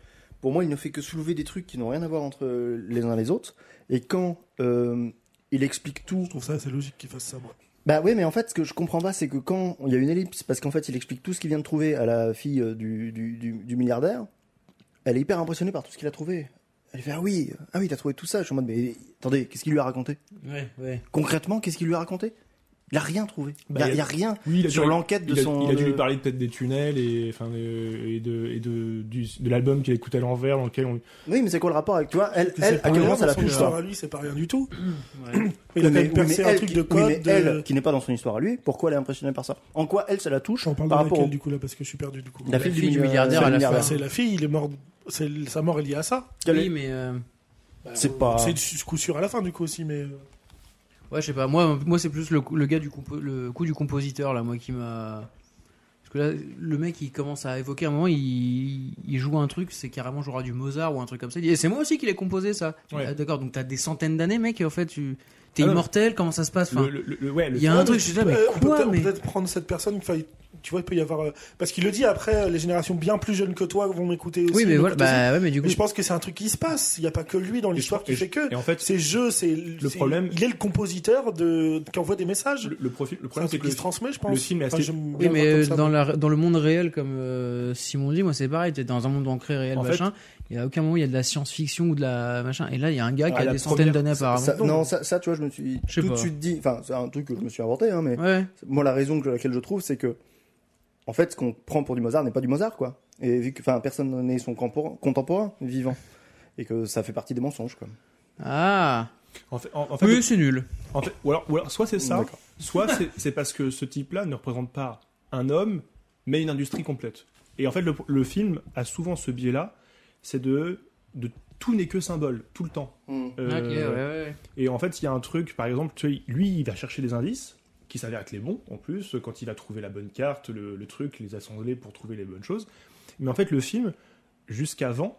[SPEAKER 5] pour moi, il ne fait que soulever des trucs qui n'ont rien à voir entre les uns les autres. Et quand euh, il explique tout
[SPEAKER 3] Je trouve ça assez logique qu'il fasse ça, moi.
[SPEAKER 5] bah oui, mais en fait, ce que je comprends pas, c'est que quand il y a une ellipse, parce qu'en fait, il explique tout ce qu'il vient de trouver à la fille euh, du, du- du- du milliardaire, elle est hyper impressionnée par tout ce qu'il a trouvé. Elle fait Ah oui, ah oui, t'as trouvé tout ça. Je suis en mode Mais attendez, qu'est-ce qu'il lui a raconté
[SPEAKER 1] Ouais, ouais.
[SPEAKER 5] Concrètement, qu'est-ce qu'il lui a raconté Il a rien trouvé. Il
[SPEAKER 2] Bah,
[SPEAKER 5] y a,
[SPEAKER 2] il a-
[SPEAKER 5] il y a rien
[SPEAKER 2] Oui, il a
[SPEAKER 5] sur
[SPEAKER 2] dû-
[SPEAKER 5] l'enquête de
[SPEAKER 2] il a,
[SPEAKER 5] son. euh,
[SPEAKER 2] il a dû lui
[SPEAKER 5] de-
[SPEAKER 2] parler peut-être des tunnels et, enfin, euh, et de, et de, du- de l'album qu'il écoutait à l'envers dans lequel on.
[SPEAKER 5] Oui, mais c'est quoi le rapport avec toi Elle,
[SPEAKER 3] C'est
[SPEAKER 5] elle
[SPEAKER 3] pas
[SPEAKER 5] à quel
[SPEAKER 3] rien
[SPEAKER 5] moment ça
[SPEAKER 3] dans
[SPEAKER 5] l'a
[SPEAKER 3] son
[SPEAKER 5] touché
[SPEAKER 3] histoire à lui, c'est pas rien du tout.
[SPEAKER 1] Mm. ouais.
[SPEAKER 3] Il a quand
[SPEAKER 5] mais,
[SPEAKER 3] même percé
[SPEAKER 5] mais
[SPEAKER 3] un
[SPEAKER 5] elle
[SPEAKER 3] truc
[SPEAKER 5] qui-
[SPEAKER 3] de
[SPEAKER 5] oui,
[SPEAKER 3] code. euh,
[SPEAKER 5] mais
[SPEAKER 3] de-
[SPEAKER 5] elle, qui n'est pas dans son histoire à lui, pourquoi elle est impressionnée par ça En quoi elle, ça la touche
[SPEAKER 3] J'en parle
[SPEAKER 5] par
[SPEAKER 3] de
[SPEAKER 5] rapport
[SPEAKER 3] laquelle
[SPEAKER 5] au...
[SPEAKER 3] du coup là parce que je suis perdu du coup.
[SPEAKER 5] la
[SPEAKER 1] La
[SPEAKER 5] fille
[SPEAKER 1] fille
[SPEAKER 5] du
[SPEAKER 1] du milliardaire à la
[SPEAKER 5] milliardaire.
[SPEAKER 1] fin.
[SPEAKER 3] C'est la fille, il est mort. c'est- Sa mort est liée à ça.
[SPEAKER 5] Quel
[SPEAKER 1] Oui,
[SPEAKER 5] est-
[SPEAKER 1] mais euh,
[SPEAKER 5] C'est pas.
[SPEAKER 3] C'est ce coup sûr à la fin du coup aussi, mais.
[SPEAKER 1] ouais, je sais pas. Moi, moi, c'est plus le, coup- le gars du compo- le coup du compositeur là, moi qui m'a. Parce que là, le mec, il commence à évoquer à un moment, il, il joue un truc, c'est carrément jouera du Mozart ou un truc comme ça. Il dit, Eh, c'est moi aussi qui l'ai composé ça.
[SPEAKER 2] Ouais.
[SPEAKER 1] Ah, D'accord, donc t'as des centaines d'années, mec, et en fait, tu t'es
[SPEAKER 2] Ah non,
[SPEAKER 1] immortel. Comment ça se passe Enfin,
[SPEAKER 2] Le, le- le- ouais, le-
[SPEAKER 1] il y a un
[SPEAKER 3] Ouais,
[SPEAKER 1] truc,
[SPEAKER 3] mais
[SPEAKER 1] je
[SPEAKER 3] tu
[SPEAKER 1] sais pas, mais
[SPEAKER 3] peux- on peut
[SPEAKER 1] quoi,
[SPEAKER 3] peut-être-
[SPEAKER 1] mais-
[SPEAKER 3] peut-être prendre cette personne. enfin, il- Tu vois, il peut y avoir. euh, Parce qu'il le dit après, les générations bien plus jeunes que toi vont m'écouter aussi.
[SPEAKER 1] Oui, mais
[SPEAKER 3] m'écoutent
[SPEAKER 1] voilà.
[SPEAKER 3] aussi.
[SPEAKER 1] Bah ouais, mais du coup,
[SPEAKER 3] Mais je pense que c'est un truc qui se passe. Il n'y a pas que lui dans
[SPEAKER 2] je
[SPEAKER 3] l'histoire
[SPEAKER 2] pense-
[SPEAKER 3] qui
[SPEAKER 2] et je-
[SPEAKER 3] fait que.
[SPEAKER 2] Et en fait,
[SPEAKER 3] Ces jeux, c'est le
[SPEAKER 2] problème-
[SPEAKER 3] Il est le compositeur de qui envoie des messages.
[SPEAKER 2] le, le profil- le
[SPEAKER 3] C'est un
[SPEAKER 2] problème, c'est
[SPEAKER 3] truc
[SPEAKER 2] que
[SPEAKER 3] qui se transmet, je pense.
[SPEAKER 2] le film est
[SPEAKER 3] Enfin,
[SPEAKER 2] assez-
[SPEAKER 3] j'aime
[SPEAKER 1] Oui,
[SPEAKER 3] bien voir
[SPEAKER 1] mais
[SPEAKER 3] comme
[SPEAKER 1] euh,
[SPEAKER 3] ça,
[SPEAKER 1] dans, la- dans le monde réel, comme euh, Simon dit, moi c'est pareil, t'es dans un monde ancré réel,
[SPEAKER 2] En fait-
[SPEAKER 1] machin. Il y a aucun moment où il y a de la science-fiction ou de la machin. Et là, il y a un gars
[SPEAKER 2] Ah,
[SPEAKER 1] qui a
[SPEAKER 2] la
[SPEAKER 1] des centaines
[SPEAKER 2] première-
[SPEAKER 1] d'années apparemment.
[SPEAKER 5] Ça- non, ça, ça, tu vois, je me suis
[SPEAKER 1] Je sais
[SPEAKER 5] tout de
[SPEAKER 1] pas.
[SPEAKER 5] suite dit. Enfin, c'est un truc que je me suis inventé, hein, mais
[SPEAKER 1] Ouais.
[SPEAKER 5] moi, la raison que- laquelle je trouve, c'est que, en fait, ce qu'on prend pour du Mozart n'est pas du Mozart, quoi. Et vu que, enfin, personne n'est son compor- contemporain vivant. Et que ça fait partie des mensonges, quoi.
[SPEAKER 1] Ah.
[SPEAKER 2] en fait, en- en fait,
[SPEAKER 1] Oui, c'est nul.
[SPEAKER 2] En fait, ou, alors, ou alors, soit c'est ça,
[SPEAKER 5] D'accord.
[SPEAKER 2] soit c'est- c'est parce que ce type-là ne représente pas un homme, mais une industrie complète. Et en fait, le, le film a souvent ce biais-là, c'est de, de tout n'est que symbole, tout le temps.
[SPEAKER 5] Hmm.
[SPEAKER 2] Euh,
[SPEAKER 1] Ok, ouais, ouais.
[SPEAKER 2] Et en fait, il y a un truc, par exemple, tu sais, lui, il va chercher des indices, qui s'avèrent être les bons, en plus, quand il a trouvé la bonne carte, le, le truc, les assembler pour trouver les bonnes choses. Mais en fait, le film, jusqu'avant,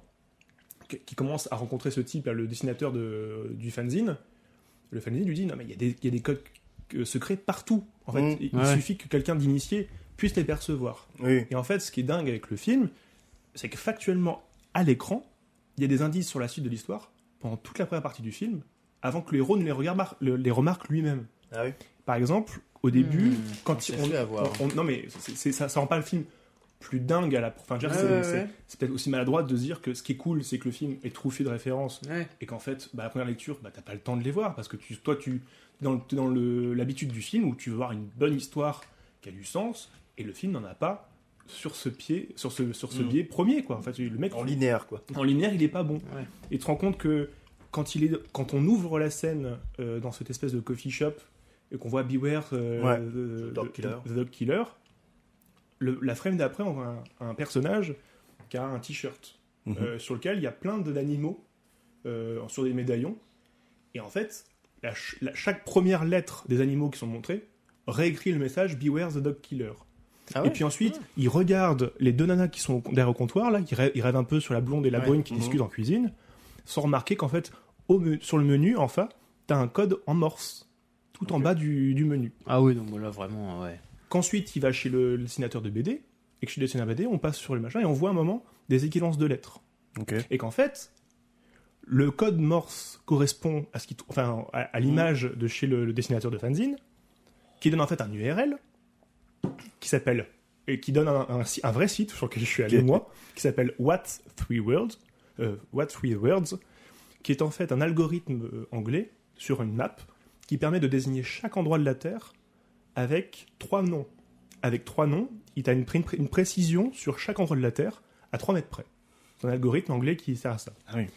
[SPEAKER 2] qu- qui commence à rencontrer ce type, là, le dessinateur de, du fanzine, le fanzine lui dit, non mais il y, a des- il y a des codes euh, secrets partout. En fait,
[SPEAKER 5] Mm.
[SPEAKER 2] il il
[SPEAKER 1] Ouais.
[SPEAKER 2] suffit que quelqu'un d'initié puisse les percevoir.
[SPEAKER 5] Oui.
[SPEAKER 2] Et en fait, ce qui est dingue avec le film, c'est que factuellement, à l'écran, il y a des indices sur la suite de l'histoire pendant toute la première partie du film, avant que le héros ne les, regarde- le- les remarque lui-même.
[SPEAKER 5] Ah oui.
[SPEAKER 2] Par exemple, au début,
[SPEAKER 1] Hmm,
[SPEAKER 2] quand
[SPEAKER 1] on
[SPEAKER 2] il-
[SPEAKER 1] s'est fait avoir.
[SPEAKER 5] hein.
[SPEAKER 2] on- non mais c'est- c'est- ça, ça rend pas le film plus dingue à la. Enfin, je veux dire,
[SPEAKER 1] Ouais,
[SPEAKER 2] c'est-
[SPEAKER 1] ouais,
[SPEAKER 2] c'est
[SPEAKER 1] ouais.
[SPEAKER 2] c'est peut-être aussi maladroit de dire que ce qui est cool, c'est que le film est truffé de références
[SPEAKER 1] Ouais.
[SPEAKER 2] et qu'en fait, bah, à la première lecture, bah, t'as pas le temps de les voir parce que tu, toi, tu t'es dans, le- t'es dans le- l'habitude du film où tu veux voir une bonne histoire qui a du sens et le film n'en a pas sur ce pied, sur ce, sur ce
[SPEAKER 5] Mm.
[SPEAKER 2] biais premier quoi. En fait, le mec
[SPEAKER 5] En linéaire, quoi.
[SPEAKER 2] en linéaire, il est pas bon.
[SPEAKER 1] Ouais.
[SPEAKER 2] Et tu te rends compte que quand il est, quand on ouvre la scène euh, dans cette espèce de coffee shop et qu'on voit Beware, euh,
[SPEAKER 5] Ouais.
[SPEAKER 2] euh,
[SPEAKER 5] The Dog Killer.
[SPEAKER 2] The Dog Killer, le- la frame d'après, on voit un, un personnage qui a un t-shirt
[SPEAKER 5] Mhm.
[SPEAKER 2] euh, sur lequel il y a plein de- d'animaux euh, sur des médaillons. Et en fait, la ch- la- chaque première lettre des animaux qui sont montrés réécrit le message Beware the Dog Killer.
[SPEAKER 5] Ah
[SPEAKER 2] Et puis ensuite, il regarde les deux nanas qui sont au- derrière au comptoir, là, il rêve, il rêve un peu sur la blonde et la
[SPEAKER 1] Ouais.
[SPEAKER 2] brune qui
[SPEAKER 5] Mhm.
[SPEAKER 2] discutent en cuisine, sans remarquer qu'en fait, au me- sur le menu, enfin, t'as un code en morse, tout en bas du, du menu.
[SPEAKER 1] Ah oui, donc là vraiment, ouais.
[SPEAKER 2] Qu'ensuite, il va chez le, le dessinateur de BD, et que chez le dessinateur BD, on passe sur le machin, et on voit un moment des équivalences de lettres.
[SPEAKER 5] Ok.
[SPEAKER 2] Et qu'en fait, le code morse correspond à, ce qui, enfin, à,
[SPEAKER 5] Mhm.
[SPEAKER 2] à l'image de chez le, le dessinateur de fanzine, qui donne en fait un URL qui s'appelle et qui donne un, un si- un vrai site sur lequel je suis allé
[SPEAKER 5] Ok.
[SPEAKER 2] moi, qui s'appelle What Three Words, euh, What Three Words, qui est en fait un algorithme euh, anglais sur une map qui permet de désigner chaque endroit de la Terre avec trois noms. Avec trois noms, il a une, pré- une pré- une précision sur chaque endroit de la Terre à 3 mètres près. C'est un algorithme anglais qui sert à ça.
[SPEAKER 5] Ah oui.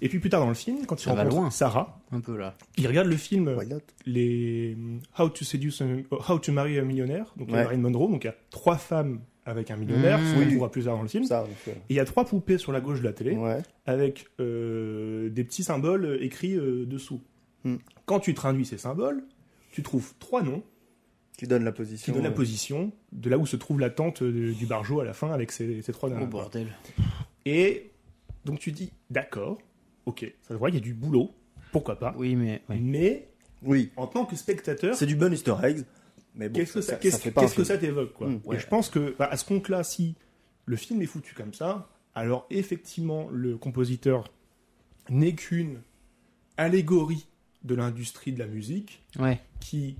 [SPEAKER 2] Et puis plus tard dans le film, quand il
[SPEAKER 1] Ça va
[SPEAKER 2] rencontre
[SPEAKER 1] loin.
[SPEAKER 2] Sarah,
[SPEAKER 1] Un peu là.
[SPEAKER 2] il regarde le film euh,
[SPEAKER 5] Why not
[SPEAKER 2] les How to Seduce a- How to Marry a Millionaire, donc il y a
[SPEAKER 5] Ouais.
[SPEAKER 2] Marilyn Monroe, donc il y a trois femmes avec un millionnaire,
[SPEAKER 1] Mmh.
[SPEAKER 2] ce qu'on
[SPEAKER 5] Oui.
[SPEAKER 2] voit plus tard dans le film.
[SPEAKER 5] Ça, donc, euh,
[SPEAKER 2] Et il y a trois poupées sur la gauche de la télé
[SPEAKER 5] Ouais.
[SPEAKER 2] avec euh, des petits symboles euh, écrits euh, dessous.
[SPEAKER 5] Hmm.
[SPEAKER 2] Quand tu traduis ces symboles, tu trouves trois noms
[SPEAKER 5] Tu donnes la
[SPEAKER 2] qui
[SPEAKER 5] position.
[SPEAKER 2] donnent la
[SPEAKER 5] euh,
[SPEAKER 2] position de là où se trouve la tente euh, du barjot à la fin avec ces, ces trois
[SPEAKER 1] Oh
[SPEAKER 2] derniers.
[SPEAKER 1] bordel.
[SPEAKER 2] Et donc tu dis, d'accord, ok, ça se voit, il y a du boulot, pourquoi pas.
[SPEAKER 1] Oui, mais. ouais.
[SPEAKER 2] Mais
[SPEAKER 5] Oui.
[SPEAKER 2] en tant que spectateur,
[SPEAKER 5] C'est du bon easter egg. Mais bon,
[SPEAKER 2] Qu'est-ce que ça,
[SPEAKER 5] ça,
[SPEAKER 2] qu'est-ce-
[SPEAKER 5] fait pas un
[SPEAKER 2] qu'est-ce que
[SPEAKER 5] film.
[SPEAKER 2] ça t'évoque quoi
[SPEAKER 5] Mm.
[SPEAKER 2] Et je pense que bah, à ce compte-là, si le film est foutu comme ça, Alors effectivement, le compositeur n'est qu'une allégorie de l'industrie de la musique
[SPEAKER 1] Ouais.
[SPEAKER 2] qui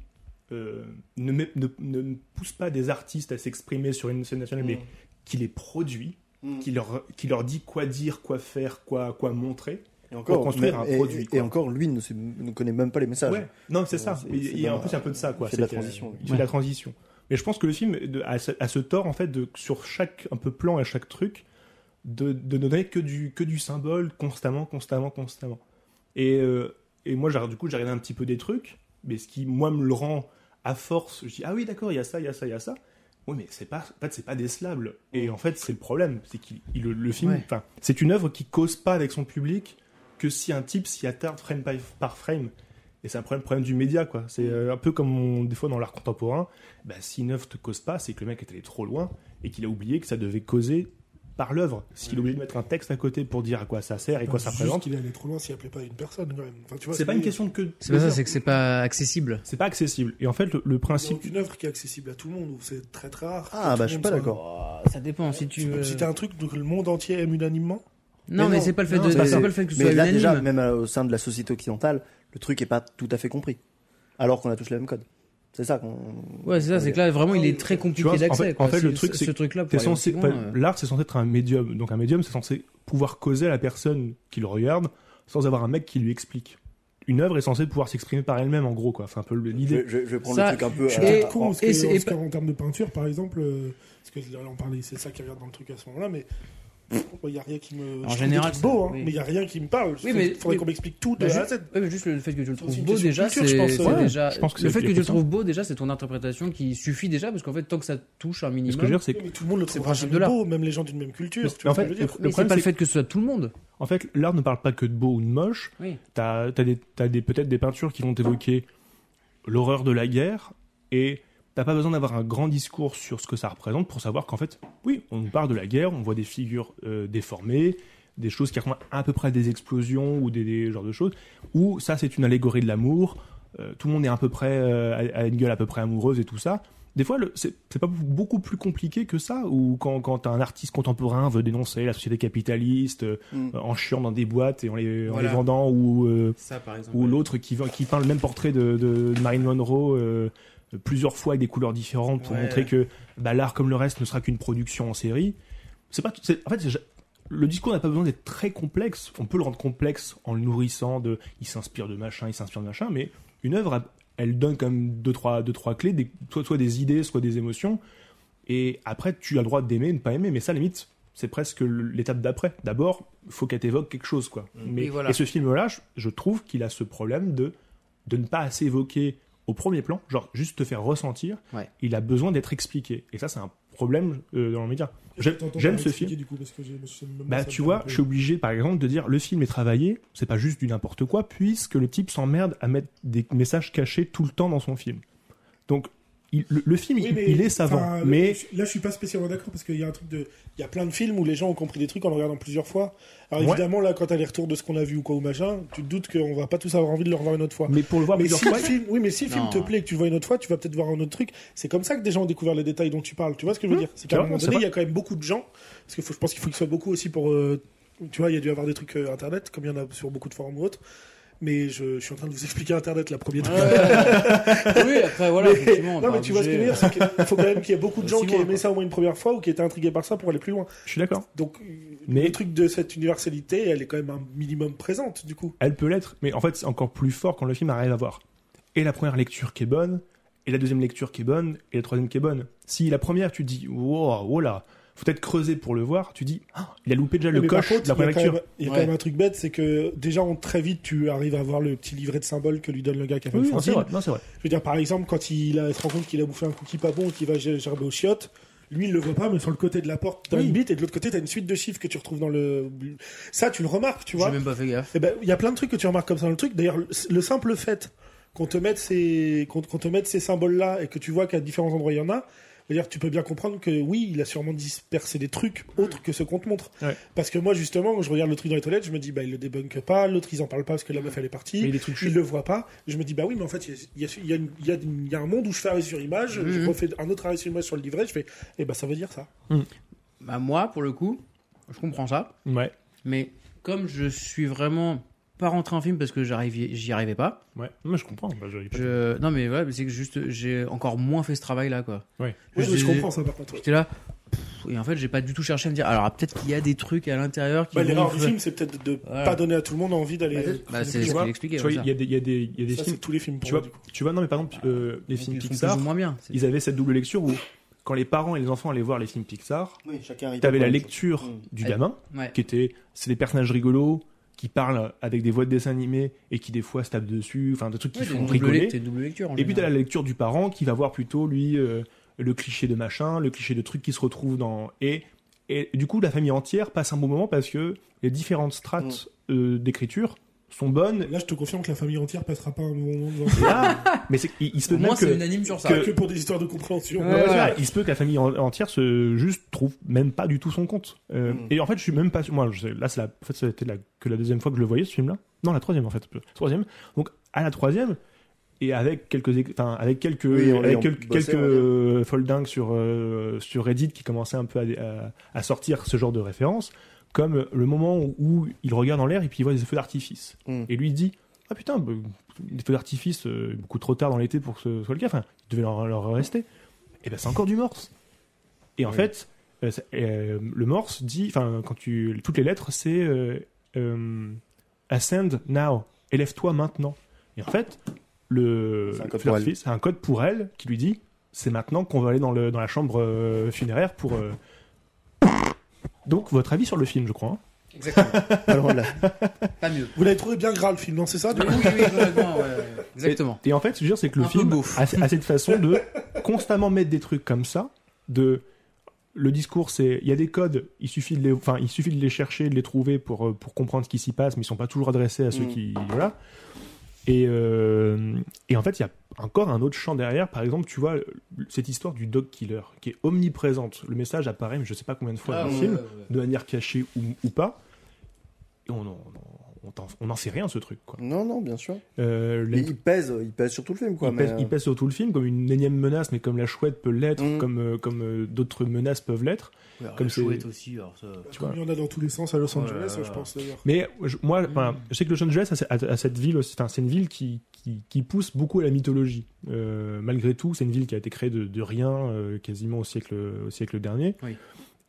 [SPEAKER 2] euh, ne, met- ne- ne pousse pas des artistes à s'exprimer sur une scène nationale, mais qui les produit,
[SPEAKER 4] Mm.
[SPEAKER 2] qui, leur, qui leur dit quoi dire, quoi faire, quoi, quoi montrer.
[SPEAKER 5] Et
[SPEAKER 2] Pour construire un
[SPEAKER 5] et-
[SPEAKER 2] produit,
[SPEAKER 5] Et,
[SPEAKER 2] quoi.
[SPEAKER 5] encore, lui ne, sait- ne connaît même pas les messages.
[SPEAKER 2] Ouais. Non, c'est
[SPEAKER 5] C'est-
[SPEAKER 2] ça.
[SPEAKER 5] Euh, c'est-
[SPEAKER 2] Il-
[SPEAKER 5] c'est
[SPEAKER 2] il y a en
[SPEAKER 5] dommage.
[SPEAKER 2] plus un peu de ça, quoi.
[SPEAKER 5] C'est de la
[SPEAKER 2] que, euh,
[SPEAKER 5] transition, oui.
[SPEAKER 2] C'est de la transition. Mais je pense que le film de- a, ce- a ce tort, en fait, de, sur chaque un peu plan et chaque truc, de, de ne donner que du, que du symbole constamment, constamment, constamment. Et, euh, et moi, j'ai- du coup, j'ai regardé un petit peu des trucs, mais ce qui, moi, me le rend à force, je dis, ah oui, d'accord, il y a ça, il y a ça, il y a ça. Oui, mais c'est pas, en fait, c'est pas décelable. Et en fait, c'est le problème. C'est qu'il, il- le, le film,
[SPEAKER 1] Ouais.
[SPEAKER 2] enfin, c'est une œuvre qui cause pas avec son public que si un type s'y attarde frame by- par frame. Et c'est un problème, problème du média, quoi. C'est euh, un peu comme on- des fois dans l'art contemporain. Bah, si une œuvre te cause pas, c'est que le mec est allé trop loin et qu'il a oublié que ça devait causer par l'œuvre. S'il est obligé de mettre un texte à côté pour dire à quoi ça sert et quoi ça
[SPEAKER 3] Juste
[SPEAKER 2] représente,
[SPEAKER 3] qu'il allait trop loin s'il appelait pas une personne quand même. Enfin, tu vois,
[SPEAKER 2] c'est pas une question de que.
[SPEAKER 1] C'est pas ça, c'est que c'est pas accessible.
[SPEAKER 2] C'est pas accessible. Et en fait, le, le
[SPEAKER 3] Il y a
[SPEAKER 2] principe.
[SPEAKER 3] aucune œuvre qui est accessible à tout le monde ou c'est très très rare. que
[SPEAKER 5] Ah,
[SPEAKER 3] tout
[SPEAKER 5] bah,
[SPEAKER 3] le
[SPEAKER 5] je suis
[SPEAKER 3] monde
[SPEAKER 5] pas
[SPEAKER 3] soit-
[SPEAKER 5] d'accord.
[SPEAKER 1] Ça dépend si tu. veux-
[SPEAKER 3] Si t'as un truc que le monde entier aime unanimement,
[SPEAKER 1] Non,
[SPEAKER 5] Mais
[SPEAKER 1] mais
[SPEAKER 5] non,
[SPEAKER 1] c'est pas le fait
[SPEAKER 2] non,
[SPEAKER 1] de.
[SPEAKER 2] c'est pas
[SPEAKER 1] C'est
[SPEAKER 2] ça.
[SPEAKER 1] pas le fait que ce soit
[SPEAKER 5] Mais là, déjà,
[SPEAKER 1] unanime.
[SPEAKER 5] même euh, au sein de la société occidentale, le truc est pas tout à fait compris. Alors qu'on a tous les mêmes codes. C'est ça qu'on.
[SPEAKER 1] Ouais, c'est ça, c'est que là vraiment il est très
[SPEAKER 2] Tu vois,
[SPEAKER 1] compliqué
[SPEAKER 2] en
[SPEAKER 1] d'accès.
[SPEAKER 2] fait-
[SPEAKER 1] quoi.
[SPEAKER 2] en fait, le
[SPEAKER 1] C'est-
[SPEAKER 2] truc,
[SPEAKER 1] ce-
[SPEAKER 2] c'est
[SPEAKER 1] ce truc-là.
[SPEAKER 2] T'es
[SPEAKER 1] pour aller
[SPEAKER 2] censé-
[SPEAKER 1] aussi
[SPEAKER 2] pas-
[SPEAKER 1] loin, euh,
[SPEAKER 2] L'art, c'est censé être un médium. Donc un médium, c'est censé pouvoir causer à la personne qui le regarde sans avoir un mec qui lui explique. Une œuvre est censée pouvoir s'exprimer par elle-même, en gros, quoi. C'est un peu le-
[SPEAKER 5] Je,
[SPEAKER 2] l'idée.
[SPEAKER 5] je- je vais prendre
[SPEAKER 1] Ça,
[SPEAKER 5] le truc un peu. euh,
[SPEAKER 3] je suis
[SPEAKER 1] Et-
[SPEAKER 3] peut-être con parce que
[SPEAKER 1] et c'est- et
[SPEAKER 3] Oscar, en termes de peinture par exemple, euh, parce que là, on parlait, c'est ça qui revient dans le truc à ce moment-là, mais il y a rien qui me. je trouve
[SPEAKER 1] général,
[SPEAKER 3] des trucs beaux,
[SPEAKER 1] ça,
[SPEAKER 3] hein,
[SPEAKER 1] oui.
[SPEAKER 3] mais il y a rien qui me parle. Il
[SPEAKER 1] mais-
[SPEAKER 3] faudrait
[SPEAKER 1] oui.
[SPEAKER 3] qu'on m'explique tout de
[SPEAKER 1] Bah,
[SPEAKER 3] A à
[SPEAKER 1] juste-
[SPEAKER 3] Z.
[SPEAKER 1] ouais, mais juste le fait que tu le trouves
[SPEAKER 3] C'est une
[SPEAKER 1] beau
[SPEAKER 3] question de
[SPEAKER 1] déjà,
[SPEAKER 3] culture,
[SPEAKER 1] c'est
[SPEAKER 3] je pense,
[SPEAKER 1] c'est
[SPEAKER 2] ouais.
[SPEAKER 1] déjà.
[SPEAKER 2] Je pense que
[SPEAKER 1] le
[SPEAKER 2] c'est
[SPEAKER 1] fait que tu le
[SPEAKER 2] important.
[SPEAKER 1] trouves beau déjà, c'est ton interprétation qui suffit déjà parce qu'en fait tant que ça te touche un
[SPEAKER 2] Ce que je
[SPEAKER 1] minimum.
[SPEAKER 2] veux dire, c'est que.
[SPEAKER 3] Mais tout le monde le
[SPEAKER 1] C'est le
[SPEAKER 3] trouve
[SPEAKER 1] principe de l'art.
[SPEAKER 3] beau, même les gens d'une même
[SPEAKER 2] Mais-
[SPEAKER 3] culture. Tu
[SPEAKER 2] mais en
[SPEAKER 3] vois ce que
[SPEAKER 2] fait,
[SPEAKER 3] je veux
[SPEAKER 2] le,
[SPEAKER 3] dire
[SPEAKER 2] le
[SPEAKER 1] Mais c'est
[SPEAKER 2] problème,
[SPEAKER 1] pas le
[SPEAKER 2] c'est
[SPEAKER 1] fait que ce soit tout le monde.
[SPEAKER 2] que- en fait, l'art ne parle pas que de beau ou de moche.
[SPEAKER 1] Oui.
[SPEAKER 2] T'as t'as des, t'as des- peut-être des peintures qui vont évoquer l'horreur de la guerre et t'as pas besoin d'avoir un grand discours sur ce que ça représente pour savoir qu'en fait, oui, on nous parle de la guerre, on voit des figures euh, déformées, des choses qui ressemblent à peu près à des explosions ou des, des genres de choses, ou ça c'est une allégorie de l'amour, euh, tout le monde est à peu près, euh, à, à une gueule à peu près amoureuse et tout ça. Des fois, le- c'est c'est pas beaucoup plus compliqué que ça, ou quand, quand un artiste contemporain veut dénoncer la société capitaliste euh,
[SPEAKER 5] Mm.
[SPEAKER 2] en chiant dans des boîtes et en les, en
[SPEAKER 1] Voilà.
[SPEAKER 2] les vendant, ou euh,
[SPEAKER 1] Ça par exemple.
[SPEAKER 2] ou l'autre qui, veut- qui peint le même portrait de, de Marilyn Monroe euh, plusieurs fois avec des couleurs différentes pour
[SPEAKER 1] Ouais.
[SPEAKER 2] montrer que bah, l'art comme le reste ne sera qu'une production en série. C'est pas, tout- c'est- en fait, c'est ja- le discours n'a pas besoin d'être très complexe. On peut le rendre complexe en le nourrissant de, il s'inspire de machin, il s'inspire de machin, mais une œuvre, elle donne quand même deux trois, deux, trois clés, des, soit, soit des idées, soit des émotions. Et après, tu as le droit d'aimer, de ne pas aimer, mais ça, à la limite, c'est presque l'étape d'après. D'abord, il faut qu'elle t'évoque quelque chose, quoi. Mais,
[SPEAKER 1] Mm. Oui, voilà.
[SPEAKER 2] Et ce film-là, je, je trouve qu'il a ce problème de, de ne pas assez évoquer au premier plan, genre juste te faire ressentir.
[SPEAKER 1] Ouais.
[SPEAKER 2] Il a besoin d'être expliqué. Et ça, c'est un problème euh, dans le média. J'aime
[SPEAKER 3] T'entends
[SPEAKER 2] j'aime
[SPEAKER 3] pas
[SPEAKER 2] ce
[SPEAKER 3] m'expliquer,
[SPEAKER 2] film.
[SPEAKER 3] Du coup, parce que je me suis même pas
[SPEAKER 2] Bah,
[SPEAKER 3] ça
[SPEAKER 2] tu
[SPEAKER 3] me
[SPEAKER 2] vois,
[SPEAKER 3] parle un
[SPEAKER 2] je suis obligé, par exemple, de dire le film est travaillé, c'est pas juste du n'importe quoi, puisque le type s'emmerde à mettre des messages cachés tout le temps dans son film. Donc, il- le, le film,
[SPEAKER 3] Oui,
[SPEAKER 2] il,
[SPEAKER 3] mais,
[SPEAKER 2] il est savant,
[SPEAKER 3] enfin,
[SPEAKER 2] mais
[SPEAKER 3] je- là je suis pas spécialement d'accord parce qu'il y a un truc de il y a plein de films où les gens ont compris des trucs en le regardant plusieurs fois. Alors
[SPEAKER 2] Ouais.
[SPEAKER 3] évidemment là quand t'as les retours de ce qu'on a vu ou quoi ou machin, tu te doutes qu'on va pas tous avoir envie de le revoir une autre fois.
[SPEAKER 2] mais pour le voir
[SPEAKER 3] Mais
[SPEAKER 2] plusieurs
[SPEAKER 3] si le
[SPEAKER 2] fois,
[SPEAKER 3] film, oui, mais si le film
[SPEAKER 1] Non.
[SPEAKER 3] te plaît et que tu le vois une autre fois, tu vas peut-être voir un autre truc. C'est comme ça que des gens ont découvert les détails dont tu parles. Tu vois ce que je veux
[SPEAKER 2] Mmh,
[SPEAKER 3] dire C'est
[SPEAKER 2] tu
[SPEAKER 3] qu'à un
[SPEAKER 2] vois,
[SPEAKER 3] moment
[SPEAKER 2] c'est
[SPEAKER 3] donné, il
[SPEAKER 2] vrai.
[SPEAKER 3] y a quand même beaucoup de gens. Parce que faut- je pense qu'il faut que ce soit beaucoup aussi pour. euh, tu vois, il y a dû avoir des trucs euh, internet, comme il y en a sur beaucoup de forums ou autres. Mais je, je suis en train de vous expliquer internet, la première truc.
[SPEAKER 1] oui, après voilà, effectivement. on
[SPEAKER 3] non,
[SPEAKER 1] parle
[SPEAKER 3] mais tu vois ce que je veux
[SPEAKER 1] budget,
[SPEAKER 3] dire C'est qu'il faut quand même qu'il y ait beaucoup de
[SPEAKER 1] Euh,
[SPEAKER 3] gens
[SPEAKER 1] six
[SPEAKER 3] qui
[SPEAKER 1] mois,
[SPEAKER 3] aimaient
[SPEAKER 1] quoi.
[SPEAKER 3] ça au moins une première fois ou qui étaient intrigués par ça pour aller plus loin.
[SPEAKER 2] je suis d'accord.
[SPEAKER 3] Donc, euh,
[SPEAKER 2] Mais-
[SPEAKER 3] le truc de cette universalité, elle est quand même un minimum présente, du coup.
[SPEAKER 2] Elle peut l'être, mais en fait, c'est encore plus fort quand le film arrive à voir. Et la première lecture qui est bonne, et la deuxième lecture qui est bonne, et la troisième qui est bonne. Si la première, tu dis, wow, wow là, faut peut-être creuser pour le voir, tu dis, Ah, il a loupé déjà le
[SPEAKER 3] Mais par
[SPEAKER 2] coche
[SPEAKER 3] contre,
[SPEAKER 2] de la première
[SPEAKER 3] il y a quand
[SPEAKER 2] lecture.
[SPEAKER 3] même- Il y a quand
[SPEAKER 1] Ouais.
[SPEAKER 3] même un truc bête, c'est que déjà, on, très vite, tu arrives à voir le petit livret de symboles que lui donne le gars qui a fait
[SPEAKER 2] Oui,
[SPEAKER 3] le
[SPEAKER 2] non, c'est
[SPEAKER 3] fanzine.
[SPEAKER 2] vrai, non, c'est vrai.
[SPEAKER 3] Je veux dire, par exemple, quand il, a- il se rend compte qu'il a bouffé un cookie pas bon et qu'il va ger- gerber aux chiottes, lui, il le voit pas, mais sur le côté de la porte, t'as
[SPEAKER 2] Oui.
[SPEAKER 3] une bite, et de l'autre côté, t'as une suite de chiffres que tu retrouves dans le... Ça, tu le remarques, tu
[SPEAKER 1] J'ai
[SPEAKER 3] vois.
[SPEAKER 1] même pas fait gaffe.
[SPEAKER 3] Eh ben, il y a plein de trucs que tu remarques comme ça dans le truc. D'ailleurs, le- le simple fait qu'on te mette ces, qu'on, qu'on te mette ces symboles-là et que tu vois qu'à différents endroits il y en a, dire tu peux bien comprendre que oui, il a sûrement dispersé des trucs autres que ce qu'on te montre.
[SPEAKER 2] Ouais.
[SPEAKER 3] Parce que moi, justement, quand je regarde le truc dans les toilettes, je me dis, bah, il le débunk pas, l'autre, ils en parlent pas parce que la meuf, elle est partie.
[SPEAKER 2] Mais il y a des trucs
[SPEAKER 3] Il le voit pas. Je me dis, bah oui, mais en fait, il y a, il y a- il y a- il y a un monde où je fais arrêt sur image,
[SPEAKER 2] Mhm.
[SPEAKER 3] je refais un autre arrêt sur image sur le livret, je fais, eh ben, ça veut dire ça.
[SPEAKER 1] Bah moi, pour le coup, je comprends ça.
[SPEAKER 2] Ouais.
[SPEAKER 1] Mais comme je suis vraiment pas rentré en film parce que j'arrivais, j'y arrivais pas.
[SPEAKER 2] Ouais. Moi, je comprends. Bah, je-
[SPEAKER 1] Je... Non mais voilà, mais c'est que juste j'ai encore moins fait ce travail là quoi.
[SPEAKER 2] Ouais.
[SPEAKER 3] Oui,
[SPEAKER 1] Juste,
[SPEAKER 3] mais je
[SPEAKER 1] j'ai-
[SPEAKER 3] comprends ça par contre.
[SPEAKER 1] J'étais là pff, et en fait j'ai pas du tout cherché à me dire alors ah, peut-être qu'il y a des trucs à l'intérieur qui
[SPEAKER 3] Bah, L'erreur
[SPEAKER 1] vont-
[SPEAKER 3] du film, c'est peut-être de
[SPEAKER 1] Voilà.
[SPEAKER 3] pas donner à tout le monde envie
[SPEAKER 1] Bah,
[SPEAKER 3] d'aller.
[SPEAKER 1] c'est- bah, c'est
[SPEAKER 2] Tu
[SPEAKER 1] ce
[SPEAKER 2] vois,
[SPEAKER 1] qu'il expliquait.
[SPEAKER 2] Tu vois,
[SPEAKER 1] ouais,
[SPEAKER 2] il
[SPEAKER 1] ça.
[SPEAKER 2] y a des, il y a des, il y a des
[SPEAKER 3] Ça,
[SPEAKER 2] films.
[SPEAKER 3] c'est tous les films pour
[SPEAKER 2] Tu vois,
[SPEAKER 3] moi, du coup.
[SPEAKER 2] tu vois, non, mais par exemple, euh, les
[SPEAKER 1] Ils
[SPEAKER 2] films
[SPEAKER 1] font
[SPEAKER 2] Pixar,
[SPEAKER 1] plus ou moins bien. c'est-
[SPEAKER 2] ils avaient cette double lecture où, quand les parents et les enfants allaient voir les films Pixar,
[SPEAKER 5] Oui, chacun arrive.
[SPEAKER 2] tu avais
[SPEAKER 5] à
[SPEAKER 2] la
[SPEAKER 5] prendre-
[SPEAKER 2] lecture
[SPEAKER 3] Mmh.
[SPEAKER 5] Mm.
[SPEAKER 2] du
[SPEAKER 1] Ouais.
[SPEAKER 2] gamin,
[SPEAKER 1] Ouais.
[SPEAKER 2] qui était, c'est des personnages rigolos, qui parlent avec des voix de dessin animé et qui des fois se tapent dessus, enfin des trucs qui
[SPEAKER 1] Ouais, t'as
[SPEAKER 2] font
[SPEAKER 1] une double
[SPEAKER 2] rigoler.
[SPEAKER 1] lec- t'as une double lecture. en
[SPEAKER 2] Et puis t'as la
[SPEAKER 1] général.
[SPEAKER 2] lecture du parent qui va voir plutôt lui euh, le cliché de machin, le cliché de truc qui se retrouve dans et et du coup la famille entière passe un bon moment parce que les différentes strates
[SPEAKER 3] Mmh.
[SPEAKER 2] euh, d'écriture sont bonnes.
[SPEAKER 3] Là, je te confirme que la famille entière passera pas un bon moment devant ça.
[SPEAKER 2] Là, mais c'est il, il se peut
[SPEAKER 1] Au moins
[SPEAKER 2] même que
[SPEAKER 1] c'est unanime sur ça.
[SPEAKER 3] que pour des histoires de compréhension.
[SPEAKER 1] Ouais,
[SPEAKER 2] Ouais,
[SPEAKER 1] ouais.
[SPEAKER 2] voilà, il se peut que la famille en- entière se juste trouve même pas du tout son compte. Euh,
[SPEAKER 5] Mm.
[SPEAKER 2] Et en fait, je suis même pas sûr. Moi, je sais- là, c'est la, en fait, c'était la, que la deuxième fois que je le voyais ce film-là. Non, la troisième en fait. Euh, Troisième. Donc à la troisième et avec quelques, éc- enfin avec quelques,
[SPEAKER 5] Oui, on-
[SPEAKER 2] avec
[SPEAKER 5] on
[SPEAKER 2] quelques,
[SPEAKER 5] bossait,
[SPEAKER 2] quelques
[SPEAKER 5] on va dire.
[SPEAKER 2] euh, foldings sur euh, sur Reddit qui commençaient un peu à, à- à sortir ce genre de références, comme le moment où, où il regarde en l'air et puis il voit des feux d'artifice
[SPEAKER 5] Mm.
[SPEAKER 2] et lui il dit. Ah putain, bah, les feux d'artifice, euh, beaucoup trop tard dans l'été pour que ce soit le cas. Enfin, il devait leur, leur rester et ben c'est encore du morse. Et en
[SPEAKER 5] Oui.
[SPEAKER 2] fait, euh, ça- euh, le morse dit, enfin, quand tu, toutes les lettres, c'est euh, euh, ascend now, élève-toi maintenant. Et en fait, le
[SPEAKER 5] C'est un code
[SPEAKER 2] le
[SPEAKER 5] pour elle.
[SPEAKER 2] fils- c'est un code pour elle qui lui dit, c'est maintenant qu'on va aller dans, le, dans la chambre euh, funéraire pour. euh, Donc, votre avis sur le film, je crois. hein.
[SPEAKER 1] Exactement.
[SPEAKER 5] Pas loin de là.
[SPEAKER 1] Pas mieux.
[SPEAKER 3] Vous l'avez trouvé bien gras le film, non C'est ça du
[SPEAKER 1] Oui,
[SPEAKER 3] coup
[SPEAKER 1] oui, oui, complètement, ouais, ouais. Exactement.
[SPEAKER 2] Et en fait, ce que je veux dire, c'est que le
[SPEAKER 1] Un peu
[SPEAKER 2] film
[SPEAKER 1] beauf.
[SPEAKER 2] a, a cette façon de constamment mettre des trucs comme ça, de le discours, c'est il y a des codes, il suffit de les, enfin, il suffit de les chercher, de les trouver pour euh, pour comprendre ce qui s'y passe, mais ils sont pas toujours adressés à ceux
[SPEAKER 5] Mm.
[SPEAKER 2] qui voilà. Et euh, et en fait, il y a encore un autre champ derrière. Par exemple, tu vois cette histoire du dog killer qui est omniprésente. Le message apparaît, mais je sais pas combien de fois
[SPEAKER 1] Ah,
[SPEAKER 2] dans le film, de manière cachée ou, ou pas. Et on en- on t'en- on n'en sait rien de ce truc quoi.
[SPEAKER 5] Non, non, bien sûr.
[SPEAKER 2] Euh, la-
[SPEAKER 5] Mais il pèse, il pèse sur tout le film, quoi.
[SPEAKER 2] il,
[SPEAKER 5] mais,
[SPEAKER 2] pèse,
[SPEAKER 1] euh,
[SPEAKER 2] il pèse sur tout le film comme une énième menace, mais comme la chouette peut l'être,
[SPEAKER 5] Mm.
[SPEAKER 2] comme, euh, comme euh, d'autres menaces peuvent l'être.
[SPEAKER 1] Comme
[SPEAKER 2] Comme c'est-
[SPEAKER 1] chouette aussi. alors ça-
[SPEAKER 2] Tu vois.
[SPEAKER 3] Il y en a dans tous les sens à Los Angeles,
[SPEAKER 1] Ouais.
[SPEAKER 3] je pense d'ailleurs.
[SPEAKER 2] Mais je- moi, enfin,
[SPEAKER 1] Mm.
[SPEAKER 2] je sais que Los Angeles a, a- a cette ville, aussi- enfin, c'est une ville qui, qui, qui pousse beaucoup à la mythologie. Euh, malgré tout, c'est une ville qui a été créée de, de rien euh, quasiment au siècle, au siècle dernier.
[SPEAKER 1] Oui.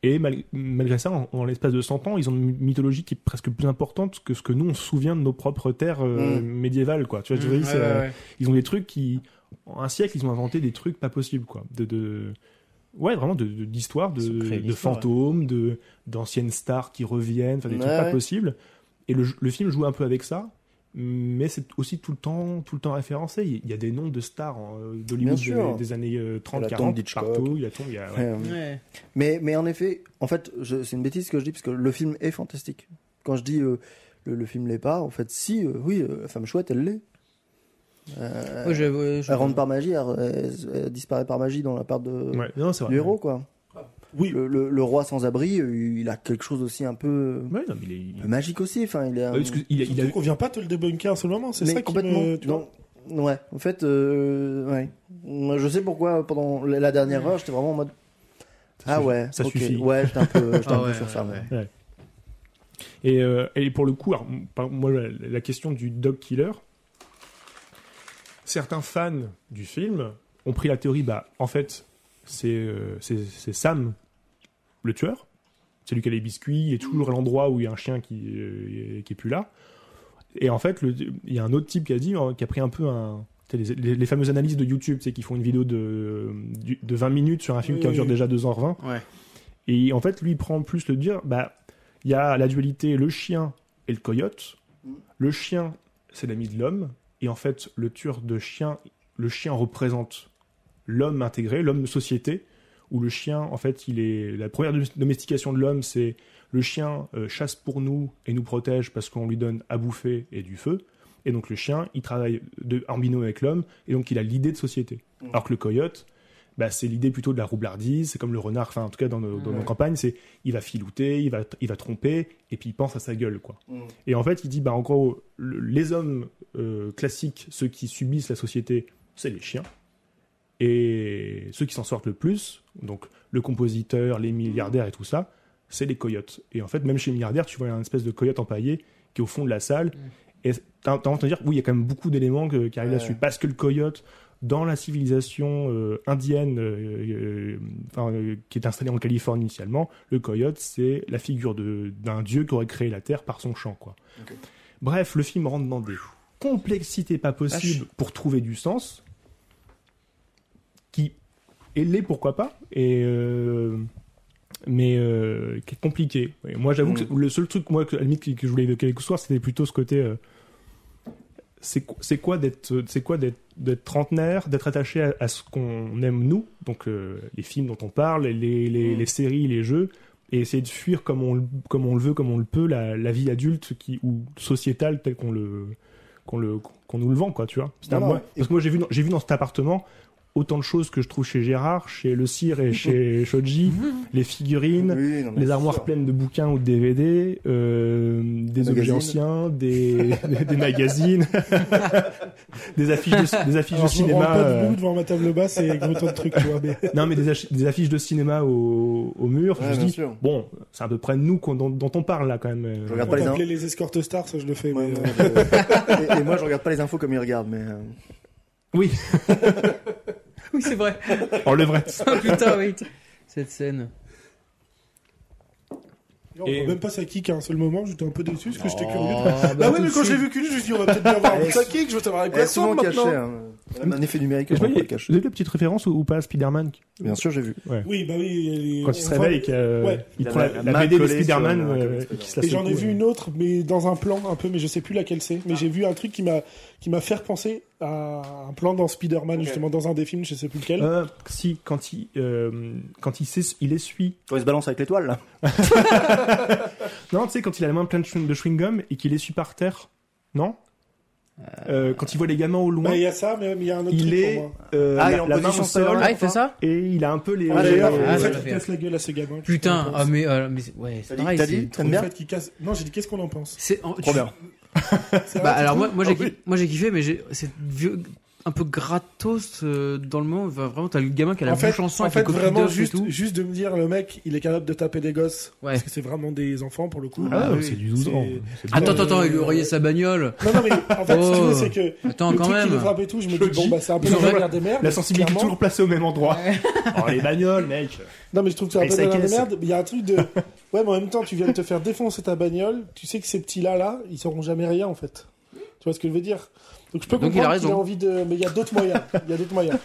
[SPEAKER 2] Et mal- malgré ça, en, en l'espace de 100 ans, ils ont une mythologie qui est presque plus importante que ce que nous on se souvient de nos propres terres euh,
[SPEAKER 5] Mm.
[SPEAKER 2] médiévales. Quoi. Tu vois, je veux
[SPEAKER 1] Mmh,
[SPEAKER 2] dire, c'est,
[SPEAKER 1] ouais,
[SPEAKER 2] euh,
[SPEAKER 1] ouais, ouais.
[SPEAKER 2] ils ont des trucs qui en un siècle ils ont inventé des trucs pas possibles quoi de, de- ouais vraiment de- de- d'histoires de,
[SPEAKER 1] Ils ont créé
[SPEAKER 2] de,
[SPEAKER 1] l'histoire,
[SPEAKER 2] fantômes de d'anciennes stars qui reviennent enfin des
[SPEAKER 5] Ouais,
[SPEAKER 2] trucs pas
[SPEAKER 5] ouais.
[SPEAKER 2] possibles et le, le film joue un peu avec ça mais c'est aussi tout le temps tout le temps référencé il y- il y a des noms de stars en, euh, d'Hollywood
[SPEAKER 5] Bien sûr.
[SPEAKER 2] des, des années euh, 30
[SPEAKER 5] Il y a la
[SPEAKER 2] 40
[SPEAKER 5] tombe d'Hitchcock.
[SPEAKER 2] partout il y a tombe il y a- ouais.
[SPEAKER 5] euh,
[SPEAKER 1] Ouais.
[SPEAKER 5] mais, mais en effet, en fait, je- c'est une bêtise ce que je dis parce que le film est fantastique. Quand je dis euh, le, le film l'est pas, en fait, si, euh, oui, euh, la femme chouette, elle l'est. Euh,
[SPEAKER 1] Ouais, je- ouais, je-
[SPEAKER 5] elle rentre par magie, elle, elle- elle disparaît par magie dans la part de,
[SPEAKER 2] Ouais, non, c'est vrai.
[SPEAKER 5] du héros, quoi.
[SPEAKER 3] Oui.
[SPEAKER 5] Le, le- le roi sans abri, euh, il a quelque chose aussi un peu,
[SPEAKER 2] Ouais, non, mais il est- il-
[SPEAKER 5] un peu magique aussi. Enfin, il a.
[SPEAKER 2] Ah oui, parce que il a- il a-
[SPEAKER 3] Surtout qu'on vient pas te le débunker à un seul moment, c'est
[SPEAKER 5] Mais
[SPEAKER 3] ça qui
[SPEAKER 5] complètement.
[SPEAKER 3] me- tu vois.
[SPEAKER 5] non. Ouais, en fait, euh, ouais. Moi, Je sais pourquoi euh, pendant la la dernière heure, j'étais vraiment en mode. ah
[SPEAKER 2] suffit.
[SPEAKER 5] ouais,
[SPEAKER 2] Ça
[SPEAKER 5] ok.
[SPEAKER 2] suffit.
[SPEAKER 5] Ouais, j'étais un peu, j'étais
[SPEAKER 1] Ah
[SPEAKER 5] un peu
[SPEAKER 1] ouais,
[SPEAKER 5] sur
[SPEAKER 1] ouais,
[SPEAKER 5] ça.
[SPEAKER 1] ouais.
[SPEAKER 5] ouais.
[SPEAKER 2] Et, euh, et pour le coup, alors, par- moi, la, la question du dog killer, certains fans du film ont pris la théorie, bah, en fait, c'est euh, c'est- c'est Sam, le tueur. C'est lui qui a les biscuits, il est toujours à l'endroit où il y a un chien qui, euh, qui est plus là. Et en fait, le- il y a un autre type qui a dit, hein, qui a pris un peu un. tu sais, Les, les- les fameuses analyses de YouTube, c'est qu'ils font une vidéo de, du- de 20 minutes sur un film qui
[SPEAKER 3] Oui,
[SPEAKER 2] en dure
[SPEAKER 3] oui.
[SPEAKER 2] déjà 2h20.
[SPEAKER 1] Ouais.
[SPEAKER 2] Et en fait, lui, il prend plus le dire, bah, il y a la dualité, le chien et le coyote.
[SPEAKER 3] Mm.
[SPEAKER 2] Le chien, c'est l'ami de l'homme. Et en fait, le tueur de chien, le chien représente l'homme intégré, l'homme de société, où le chien, en fait, il est... La première dom- domestication de l'homme, c'est le chien euh, chasse pour nous et nous protège parce qu'on lui donne à bouffer et du feu. Et donc le chien, il travaille de, en binôme avec l'homme, et donc il a l'idée de société. Alors que le coyote, bah, c'est l'idée plutôt de la roublardise, c'est comme le renard, enfin en tout cas dans nos, dans nos campagnes, c'est il va filouter, il va, il va tromper, et puis il pense à sa gueule. quoi. Et en fait, il dit, bah, en gros, le- les hommes euh, classiques, ceux qui subissent la société, c'est les chiens. Et ceux qui s'en sortent le plus, donc le compositeur, les milliardaires et tout ça, c'est les coyotes. Et en fait, même chez Milliardaire, tu vois un espèce de coyote empaillé qui est au fond de la salle. Et t'as t'as envie de te dire, oui, il y a quand même beaucoup d'éléments que- qui arrivent
[SPEAKER 5] Ouais.
[SPEAKER 2] là-dessus. Parce que le coyote, dans la civilisation euh, indienne euh, euh, enfin, euh, qui est installée en Californie initialement, le coyote, c'est la figure de- d'un dieu qui aurait créé la terre par son chant. Quoi.
[SPEAKER 4] Ok.
[SPEAKER 2] Bref, le film rentre dans des complexités pas possibles pour trouver du sens, qui est l'est pourquoi pas, et euh, mais euh, qui est compliqué. Et moi, j'avoue que le seul truc, moi, que, à la limite, que, que je voulais évoquer avec soir, c'était plutôt ce côté. euh, c'est qu- c'est quoi d'être euh, c'est quoi d'être d'être trentenaire d'être attaché à, à ce qu'on aime nous donc euh, les films dont on parle les, les,
[SPEAKER 4] Mm.
[SPEAKER 2] les séries les jeux et essayer de fuir comme on le- comme on le veut comme on le peut la, la vie adulte qui ou sociétale telle qu'on le qu'on le qu'on nous le vend quoi tu vois C'est-à-dire,
[SPEAKER 5] Voilà.
[SPEAKER 2] moi- parce que moi j'ai vu dans- j'ai vu dans cet appartement autant de choses que je trouve chez Gérard chez Le Cire et chez Shoji les figurines
[SPEAKER 5] Oui, non, mais
[SPEAKER 2] les
[SPEAKER 5] c'est
[SPEAKER 2] armoires
[SPEAKER 5] sûr.
[SPEAKER 2] pleines de bouquins ou de DVD, euh, des
[SPEAKER 5] Des
[SPEAKER 2] objets
[SPEAKER 5] magazines.
[SPEAKER 2] anciens, des, des, des magazines, des affiches de, des
[SPEAKER 3] Alors, je me
[SPEAKER 2] affiches de
[SPEAKER 3] rends
[SPEAKER 2] cinéma.
[SPEAKER 3] pas
[SPEAKER 2] euh, Ah,
[SPEAKER 3] debout devant ma table basse et avec autant de trucs, tu vois. Mais...
[SPEAKER 2] non, mais des, affi- des affiches de cinéma au, au mur.
[SPEAKER 5] Ouais,
[SPEAKER 2] je me
[SPEAKER 5] bien
[SPEAKER 2] dis,
[SPEAKER 5] sûr.
[SPEAKER 2] bon, c'est à peu près nous qu'on- dont, dont on parle là quand même. euh.
[SPEAKER 5] Je regarde
[SPEAKER 3] On
[SPEAKER 5] pas les
[SPEAKER 3] t'appelait les escortes stars, ça je le fais.
[SPEAKER 5] Ouais,
[SPEAKER 3] mais,
[SPEAKER 5] non,
[SPEAKER 3] euh,
[SPEAKER 5] je- et, et moi, je regarde pas les infos comme ils regardent, mais euh,
[SPEAKER 1] Oui, c'est vrai.
[SPEAKER 2] Enlèverait.
[SPEAKER 1] Ah, putain, oui. Cette scène.
[SPEAKER 3] euh, non,
[SPEAKER 2] Et-
[SPEAKER 3] Même pas ça kick à un seul moment, j'étais un peu déçu parce que j'étais curieux.
[SPEAKER 1] Oh, bah,
[SPEAKER 3] Bah ouais,
[SPEAKER 1] tout
[SPEAKER 3] mais
[SPEAKER 1] de
[SPEAKER 3] quand j'ai
[SPEAKER 1] suite.
[SPEAKER 3] vu qu'une, je me suis dit, on va peut-être bien avoir
[SPEAKER 5] Elle
[SPEAKER 3] un
[SPEAKER 5] est-
[SPEAKER 3] ça kick, je vais savoir avec
[SPEAKER 5] elle est
[SPEAKER 3] la
[SPEAKER 5] souvent
[SPEAKER 3] somme
[SPEAKER 5] cachée.
[SPEAKER 3] maintenant.
[SPEAKER 5] Hein. Même un effet numérique,
[SPEAKER 2] Je
[SPEAKER 5] on
[SPEAKER 2] sais pas,
[SPEAKER 5] peut le
[SPEAKER 2] Vous
[SPEAKER 5] cacher.
[SPEAKER 2] avez des petites références ou, ou pas à Spider-Man qui-
[SPEAKER 5] Bien sûr, j'ai vu.
[SPEAKER 3] Oui, bah oui. elle est-
[SPEAKER 2] Quand il se
[SPEAKER 3] on va-
[SPEAKER 2] réveille et qu'il
[SPEAKER 3] Ouais.
[SPEAKER 2] il
[SPEAKER 4] Il a
[SPEAKER 2] prend la,
[SPEAKER 4] la-
[SPEAKER 2] la
[SPEAKER 5] main
[SPEAKER 2] BD de
[SPEAKER 5] collée sur
[SPEAKER 2] Spider-Man
[SPEAKER 5] la-
[SPEAKER 2] euh,
[SPEAKER 5] sur la-
[SPEAKER 2] et qu'il se la
[SPEAKER 3] Et j'en ai
[SPEAKER 2] secoue,
[SPEAKER 3] vu
[SPEAKER 2] ouais.
[SPEAKER 3] une autre, mais dans un plan un peu, mais je sais plus laquelle c'est.
[SPEAKER 1] Ah.
[SPEAKER 3] Mais j'ai vu un truc qui m'a qui m'a fait repenser à un plan dans Spider-Man, justement, dans un des films, je sais plus lequel.
[SPEAKER 2] Euh, si, quand il, euh, quand il, s'ess- il essuie
[SPEAKER 5] Quand il se balance avec l'étoile, là.
[SPEAKER 2] Non, tu sais, quand il a la main pleine de chewing- de chewing-gum et qu'il essuie par terre, non Euh, Quand il voit les gamins au
[SPEAKER 3] Bah,
[SPEAKER 2] loin,
[SPEAKER 3] Il y a ça, mais mais il y a un autre
[SPEAKER 2] il
[SPEAKER 3] truc
[SPEAKER 2] est
[SPEAKER 3] pour moi.
[SPEAKER 2] euh,
[SPEAKER 5] Ah, il est
[SPEAKER 2] la,
[SPEAKER 5] en
[SPEAKER 2] la main
[SPEAKER 5] position
[SPEAKER 2] au sol
[SPEAKER 5] solaire.
[SPEAKER 1] Ah, il fait ça
[SPEAKER 2] et il a un peu les.
[SPEAKER 5] Ah,
[SPEAKER 3] d'ailleurs,
[SPEAKER 2] les-
[SPEAKER 1] Ah,
[SPEAKER 3] c'est
[SPEAKER 1] je
[SPEAKER 3] ça
[SPEAKER 1] l'ai
[SPEAKER 3] qui
[SPEAKER 1] fait.
[SPEAKER 3] casse la gueule à ce gamin.
[SPEAKER 1] Putain, ah, mais, euh, mais c'est- ouais,
[SPEAKER 5] T'as
[SPEAKER 1] c'est
[SPEAKER 5] dit-
[SPEAKER 1] pareil.
[SPEAKER 5] t'as
[SPEAKER 1] c'est-
[SPEAKER 5] dit, t'aimes
[SPEAKER 3] Le
[SPEAKER 5] bien
[SPEAKER 3] fait qu'il casse. Non, j'ai dit qu'est-ce qu'on en pense.
[SPEAKER 1] C'est en-
[SPEAKER 5] Trop
[SPEAKER 1] tu-
[SPEAKER 5] bien.
[SPEAKER 3] C'est
[SPEAKER 1] Bah
[SPEAKER 3] vrai,
[SPEAKER 1] alors moi, moi j'ai
[SPEAKER 2] Ah oui.
[SPEAKER 1] kiffé, moi j'ai kiffé mais j'ai c'est vieux un peu gratos euh, dans le moment Enfin, vraiment t'as le gamin qui a la
[SPEAKER 3] en fait,
[SPEAKER 1] bouche en sang
[SPEAKER 3] en
[SPEAKER 1] avec
[SPEAKER 3] fait
[SPEAKER 1] le coquille
[SPEAKER 3] vraiment
[SPEAKER 1] d'œuf et
[SPEAKER 3] juste,
[SPEAKER 1] tout.
[SPEAKER 3] juste de me dire le mec, il est capable de taper des gosses
[SPEAKER 1] Ouais.
[SPEAKER 3] parce que c'est vraiment des enfants pour le coup.
[SPEAKER 2] Ah,
[SPEAKER 1] Ah, oui.
[SPEAKER 2] c'est du 12
[SPEAKER 3] C'est-
[SPEAKER 2] ans. C'est du
[SPEAKER 1] Attends
[SPEAKER 3] Euh,
[SPEAKER 1] attends attends, il lui rayait sa bagnole.
[SPEAKER 3] Non, non, mais en fait, ce que je veux, c'est que
[SPEAKER 1] Attends
[SPEAKER 3] le
[SPEAKER 1] Oh. quand
[SPEAKER 3] truc qui le
[SPEAKER 1] même.
[SPEAKER 3] frappe et tout, je me
[SPEAKER 2] Je
[SPEAKER 3] dis bon
[SPEAKER 2] dis,
[SPEAKER 3] bah c'est un peu
[SPEAKER 1] ils
[SPEAKER 3] la
[SPEAKER 1] auraient-
[SPEAKER 3] galère des merdes.
[SPEAKER 2] La sensibilité
[SPEAKER 3] clairement.
[SPEAKER 2] toujours placée au même endroit. oh, les bagnoles, mec
[SPEAKER 3] Non, mais je trouve que c'est un
[SPEAKER 2] Et
[SPEAKER 3] peu
[SPEAKER 2] ça
[SPEAKER 3] la galère des
[SPEAKER 2] casse.
[SPEAKER 3] merdes. Il y a un truc de ouais, mais en même temps, tu viens de te faire défoncer ta bagnole. Tu sais que ces petits là là, ils sauront jamais rien en fait. Tu vois ce que je veux dire Donc je peux
[SPEAKER 1] Donc, il a
[SPEAKER 3] comprendre
[SPEAKER 1] raison.
[SPEAKER 3] qu'il a envie de, mais il y a d'autres moyens. Il y a d'autres moyens.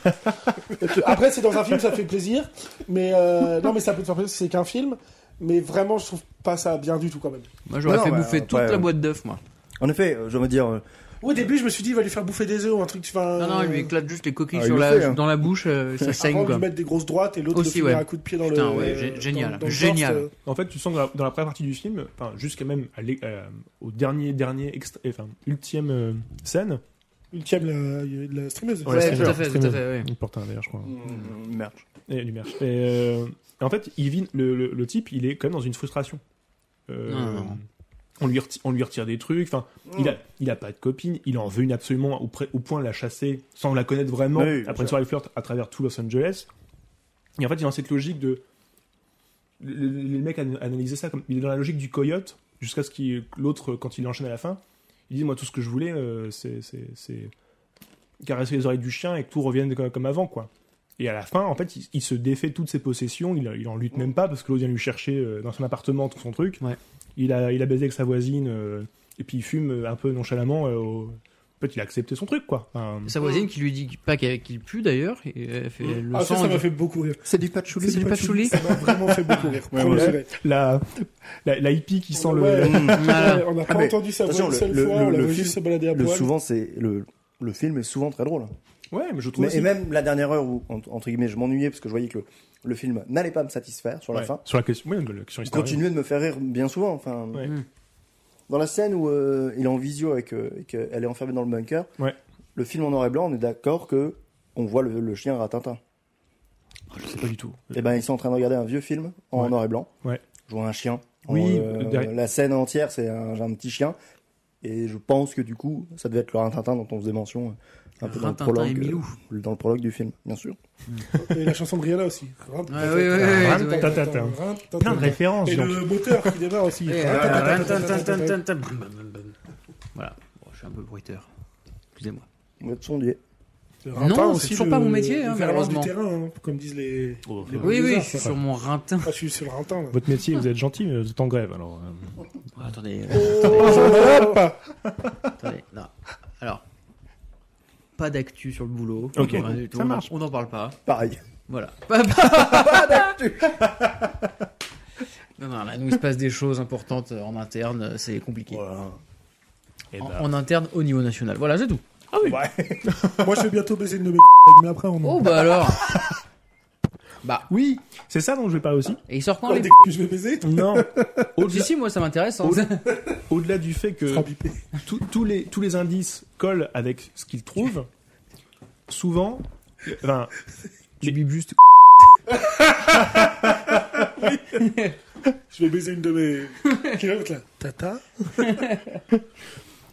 [SPEAKER 3] Après, c'est dans un film, ça fait plaisir, mais euh, non, mais ça peut te faire plaisir, parce que c'est qu'un film. Mais vraiment, je trouve pas ça bien du tout quand même.
[SPEAKER 1] Moi j'aurais
[SPEAKER 5] Non,
[SPEAKER 1] fait
[SPEAKER 5] bah,
[SPEAKER 1] bouffer
[SPEAKER 5] après,
[SPEAKER 1] toute la
[SPEAKER 5] euh,
[SPEAKER 1] boîte d'œufs moi.
[SPEAKER 5] En effet, euh, je veux dire, euh,
[SPEAKER 3] Au début, je me suis dit, il va lui faire bouffer des œufs ou un truc. Enfin,
[SPEAKER 1] Non non, il lui éclate juste les coquilles
[SPEAKER 5] Ah, il
[SPEAKER 1] sur
[SPEAKER 5] le
[SPEAKER 1] la
[SPEAKER 5] fait, hein.
[SPEAKER 1] dans la bouche, euh, ça
[SPEAKER 3] Avant
[SPEAKER 1] saigne
[SPEAKER 3] de
[SPEAKER 1] quoi.
[SPEAKER 3] lui mettre des grosses droites et l'autre de
[SPEAKER 1] Aussi,
[SPEAKER 3] finir
[SPEAKER 1] ouais.
[SPEAKER 3] un coup de pied dans
[SPEAKER 1] Putain,
[SPEAKER 3] le.
[SPEAKER 1] ouais, gé- génial,
[SPEAKER 3] le
[SPEAKER 1] génial.
[SPEAKER 3] torse, euh.
[SPEAKER 2] En fait, tu sens que dans la- dans la première partie du film, enfin, jusqu'à même à l'é- euh, au dernier, dernier, extra- enfin, ultime euh, scène.
[SPEAKER 3] Ultime, la, la streameuse.
[SPEAKER 2] Ouais,
[SPEAKER 1] Ouais,
[SPEAKER 2] c'est
[SPEAKER 1] tout
[SPEAKER 2] sûr,
[SPEAKER 1] à fait,
[SPEAKER 2] c'est
[SPEAKER 1] tout à
[SPEAKER 2] bien.
[SPEAKER 1] fait, ouais.
[SPEAKER 2] Il porte un, d'ailleurs, je crois.
[SPEAKER 5] mm, merde.
[SPEAKER 2] Et du merch. Et, euh, et en fait, il vit, le, le- le type, il est quand même dans une frustration. Euh,
[SPEAKER 1] Non, non, non.
[SPEAKER 2] On, lui reti- on lui retire des trucs. Enfin, il, a, il a pas de copine. Il en veut une absolument au, pré- au point de la chasser sans la connaître vraiment.
[SPEAKER 5] Oui, oui, bien
[SPEAKER 2] après une
[SPEAKER 5] sûr.
[SPEAKER 2] soirée flirt à travers tout Los Angeles. Et en fait, il est dans cette logique de. Le, le- le mec a analysé ça comme. Il est dans la logique du coyote jusqu'à ce qu'il l'autre, quand il enchaîne à la fin, il dit Moi, tout ce que je voulais, euh, c'est- c'est c'est caresser les oreilles du chien et que tout revienne comme, comme avant, quoi. Et à la fin, en fait, il, il se défait toutes ses possessions. Il, il en lutte même pas parce que l'autre vient lui chercher euh, dans son appartement tout son truc.
[SPEAKER 1] Ouais.
[SPEAKER 2] Il, a, il a baisé avec sa voisine euh, et puis il fume euh, un peu nonchalamment. euh, au- En fait, il a accepté son truc, quoi. Enfin,
[SPEAKER 1] Sa voisine qui lui dit pas qu'elle- qu'il pue d'ailleurs et elle fait le
[SPEAKER 3] Ah, ça,
[SPEAKER 1] sang.
[SPEAKER 3] ça m'a fait beaucoup rire.
[SPEAKER 5] C'est du patchouli.
[SPEAKER 1] C'est du patchouli.
[SPEAKER 3] Ça m'a vraiment fait beaucoup rire.
[SPEAKER 5] Ouais,
[SPEAKER 3] Premier
[SPEAKER 5] ouais.
[SPEAKER 3] degré.
[SPEAKER 2] la, la, la hippie qui sent
[SPEAKER 3] Ouais.
[SPEAKER 2] le.
[SPEAKER 1] Voilà.
[SPEAKER 3] Ouais, on n'a pas
[SPEAKER 5] Ah, mais,
[SPEAKER 3] entendu sa voix
[SPEAKER 5] attention,
[SPEAKER 3] une
[SPEAKER 5] le-
[SPEAKER 3] seule
[SPEAKER 5] le-
[SPEAKER 3] fois,
[SPEAKER 5] le-
[SPEAKER 3] on l'a
[SPEAKER 5] le
[SPEAKER 3] vu
[SPEAKER 5] film-
[SPEAKER 3] juste se balader à
[SPEAKER 5] Le
[SPEAKER 3] poil.
[SPEAKER 5] souvent, c'est le le film est souvent très drôle.
[SPEAKER 2] Ouais, mais je trouve
[SPEAKER 5] Mais,
[SPEAKER 2] aussi-
[SPEAKER 5] et même la dernière heure où entre entre guillemets, je m'ennuyais parce que je voyais que le, le film n'allait pas me satisfaire sur la
[SPEAKER 2] Ouais,
[SPEAKER 5] fin.
[SPEAKER 2] Sur la question, ouais, la question
[SPEAKER 5] Il
[SPEAKER 2] historique.
[SPEAKER 5] continuait de me faire rire bien souvent. Enfin,
[SPEAKER 2] Ouais.
[SPEAKER 1] Mm.
[SPEAKER 5] dans la scène où euh, il est en visio avec, euh, et qu'elle est enfermée dans le bunker,
[SPEAKER 2] Ouais.
[SPEAKER 5] le film en noir et blanc, on est d'accord que on voit le, le chien Ratintin.
[SPEAKER 2] Ah, je sais pas du tout.
[SPEAKER 5] Et ben ils sont en train de regarder un vieux film en
[SPEAKER 2] Ouais.
[SPEAKER 5] noir et blanc.
[SPEAKER 2] Ouais.
[SPEAKER 5] Je vois un chien.
[SPEAKER 2] Oui,
[SPEAKER 5] En, euh,
[SPEAKER 2] derrière-
[SPEAKER 5] la scène entière, c'est un, un petit chien. Et je pense que du coup, ça devait être le Rintintin dont on faisait mention euh, un peu dans le,
[SPEAKER 1] Rintintin
[SPEAKER 5] prologue,
[SPEAKER 1] et Milou.
[SPEAKER 5] euh, dans le prologue du film, bien sûr.
[SPEAKER 3] Et la chanson de Rihanna aussi.
[SPEAKER 1] ouais, ouais.
[SPEAKER 2] Plein de références.
[SPEAKER 3] Et
[SPEAKER 2] donc.
[SPEAKER 3] le moteur qui démarre aussi.
[SPEAKER 1] Et, euh, tan, tan, tan, tan, tan, tan. Voilà, Bon, je suis un peu bruiteur. Excusez-moi.
[SPEAKER 5] Votre sondier.
[SPEAKER 1] Non, c'est toujours pas mon métier, hein,
[SPEAKER 3] Faire du
[SPEAKER 1] malheureusement.
[SPEAKER 3] terrain, hein, comme disent les.
[SPEAKER 2] Oh,
[SPEAKER 3] les
[SPEAKER 2] enfin,
[SPEAKER 1] Oui, oui,
[SPEAKER 3] bulldozers,
[SPEAKER 1] je suis
[SPEAKER 3] euh, ça.
[SPEAKER 1] sur mon rintin.
[SPEAKER 3] Ah, je suis sur le rentin. là.
[SPEAKER 2] Votre métier, vous êtes gentil, mais vous êtes en grève. Alors, euh,
[SPEAKER 1] Oh, attendez, Oh. attendez. Non. Alors, pas d'actu sur le boulot.
[SPEAKER 2] Ok,
[SPEAKER 1] rien du tout.
[SPEAKER 2] ça marche.
[SPEAKER 1] On n'en parle pas.
[SPEAKER 5] Pareil.
[SPEAKER 1] Voilà. Pas, pas- pas d'actu. Non, non, là, nous, il se passe des choses importantes euh, en interne, c'est compliqué.
[SPEAKER 2] eh
[SPEAKER 1] En,
[SPEAKER 2] ben,
[SPEAKER 1] en interne, au niveau national. Voilà, c'est tout.
[SPEAKER 3] Moi, je vais bientôt baiser une de mes mais après, on
[SPEAKER 1] Oh,
[SPEAKER 3] en.
[SPEAKER 1] bah alors. Bah,
[SPEAKER 2] Oui, c'est ça dont je vais parler aussi.
[SPEAKER 1] et il sort quand
[SPEAKER 3] Quoi,
[SPEAKER 1] les.
[SPEAKER 3] des
[SPEAKER 1] p-
[SPEAKER 3] c***** que je vais baiser
[SPEAKER 2] Non,
[SPEAKER 1] Si, si, moi, ça m'intéresse. hein.
[SPEAKER 2] au-delà du fait que
[SPEAKER 3] Sera bipé.
[SPEAKER 2] tous- tous les, tous les indices collent avec ce qu'ils trouvent, souvent, enfin,
[SPEAKER 1] Tu bibes juste.
[SPEAKER 3] Je vais baiser une de mes. Qui est l'autre là Tata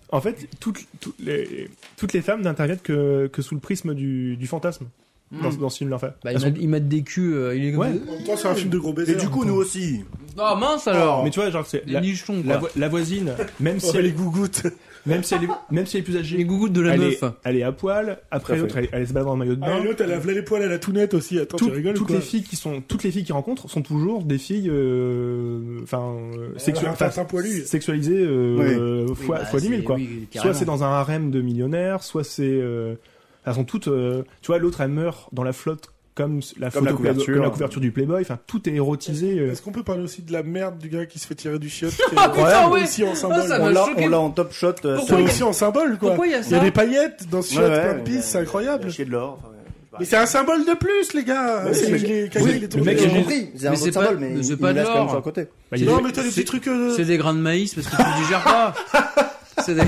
[SPEAKER 2] en fait, toutes, toutes les, toutes les femmes n'interviennent que, que sous le prisme du, du fantasme dans, dans ce film-là. en fait.
[SPEAKER 1] Bah,
[SPEAKER 2] Elles
[SPEAKER 1] ils,
[SPEAKER 2] sont-
[SPEAKER 1] mettent, ils mettent des culs, euh, il est comme
[SPEAKER 2] Ouais.
[SPEAKER 1] ça.
[SPEAKER 3] En même temps, c'est un film de gros
[SPEAKER 4] Et
[SPEAKER 3] baiser.
[SPEAKER 4] du coup, nous aussi.
[SPEAKER 1] Oh mince alors
[SPEAKER 2] Mais tu vois, genre, c'est
[SPEAKER 1] Des
[SPEAKER 2] la,
[SPEAKER 1] nichons
[SPEAKER 2] la
[SPEAKER 1] quoi.
[SPEAKER 2] vo- la voisine, même si
[SPEAKER 3] Oh,
[SPEAKER 2] elle
[SPEAKER 3] les
[SPEAKER 2] est,
[SPEAKER 3] gougouttes.
[SPEAKER 2] même si elle est, même si elle est plus âgée,
[SPEAKER 1] Les gougouttes de la
[SPEAKER 2] elle
[SPEAKER 1] meuf.
[SPEAKER 2] est, elle est à poil. Après
[SPEAKER 5] Tout à
[SPEAKER 2] l'autre, elle, elle se balade dans le maillot de
[SPEAKER 3] Ah,
[SPEAKER 2] bain.
[SPEAKER 3] et l'autre, elle a v'là les poils à la tounette aussi. Attends,
[SPEAKER 2] Tout-
[SPEAKER 3] tu rigoles ou
[SPEAKER 2] toutes
[SPEAKER 3] quoi
[SPEAKER 2] les filles qui sont toutes les filles qui rencontrent sont toujours des filles euh, enfin euh, sexu-
[SPEAKER 3] un
[SPEAKER 2] enfin,
[SPEAKER 3] tartin poilu.
[SPEAKER 2] sexualisées euh,
[SPEAKER 5] Oui.
[SPEAKER 2] euh,
[SPEAKER 1] Oui,
[SPEAKER 2] fois
[SPEAKER 1] bah,
[SPEAKER 2] fois dix mille,
[SPEAKER 1] c'est-
[SPEAKER 2] quoi
[SPEAKER 1] oui,
[SPEAKER 2] soit
[SPEAKER 1] carrément.
[SPEAKER 2] c'est dans un harem de millionnaires soit c'est euh, elles sont toutes euh, tu vois l'autre elle meurt dans la flotte comme la,
[SPEAKER 5] Comme la
[SPEAKER 2] photo-
[SPEAKER 5] couverture.
[SPEAKER 2] comme la couverture du Playboy enfin tout est érotisé euh.
[SPEAKER 3] Est-ce qu'on peut parler aussi de la merde du gars qui se fait tirer du chiot
[SPEAKER 1] putain, ouais.
[SPEAKER 3] aussi en
[SPEAKER 1] Ah, ça
[SPEAKER 3] symbole.
[SPEAKER 1] m'a
[SPEAKER 5] On l'a
[SPEAKER 1] choqué.
[SPEAKER 5] on l'a en top shot. euh,
[SPEAKER 1] Pourquoi
[SPEAKER 3] C'est
[SPEAKER 1] il
[SPEAKER 5] sur-
[SPEAKER 1] y a-
[SPEAKER 3] aussi en symbole quoi.
[SPEAKER 1] Pourquoi il y a
[SPEAKER 3] Il y a
[SPEAKER 1] ça
[SPEAKER 3] des paillettes dans ce
[SPEAKER 5] Ouais,
[SPEAKER 3] shot
[SPEAKER 5] ouais,
[SPEAKER 3] plein de
[SPEAKER 5] ouais,
[SPEAKER 3] pisse,
[SPEAKER 5] ouais.
[SPEAKER 3] c'est incroyable.
[SPEAKER 4] Lâcher de l'or. enfin,
[SPEAKER 3] Mais c'est un symbole de plus, les gars.
[SPEAKER 5] Oui,
[SPEAKER 3] c'est
[SPEAKER 5] mais-
[SPEAKER 3] les
[SPEAKER 5] Oui,
[SPEAKER 3] cahiers, les
[SPEAKER 5] le
[SPEAKER 3] tournées.
[SPEAKER 5] mec
[SPEAKER 1] Mais
[SPEAKER 5] j'ai
[SPEAKER 1] j'ai-
[SPEAKER 5] compris, c'est un
[SPEAKER 1] mais
[SPEAKER 5] autre
[SPEAKER 1] c'est pas-
[SPEAKER 5] symbole, mais
[SPEAKER 1] mais
[SPEAKER 5] il
[SPEAKER 1] c'est
[SPEAKER 5] il
[SPEAKER 1] pas
[SPEAKER 5] me laisse
[SPEAKER 1] de
[SPEAKER 5] quand même
[SPEAKER 1] l'or.
[SPEAKER 5] sur le côté.
[SPEAKER 2] Bah, il y a
[SPEAKER 3] Non,
[SPEAKER 2] des-
[SPEAKER 3] mais t'as des petits trucs.
[SPEAKER 1] C'est
[SPEAKER 3] euh,
[SPEAKER 1] des grains de maïs parce que tu ne digères pas. C'est des-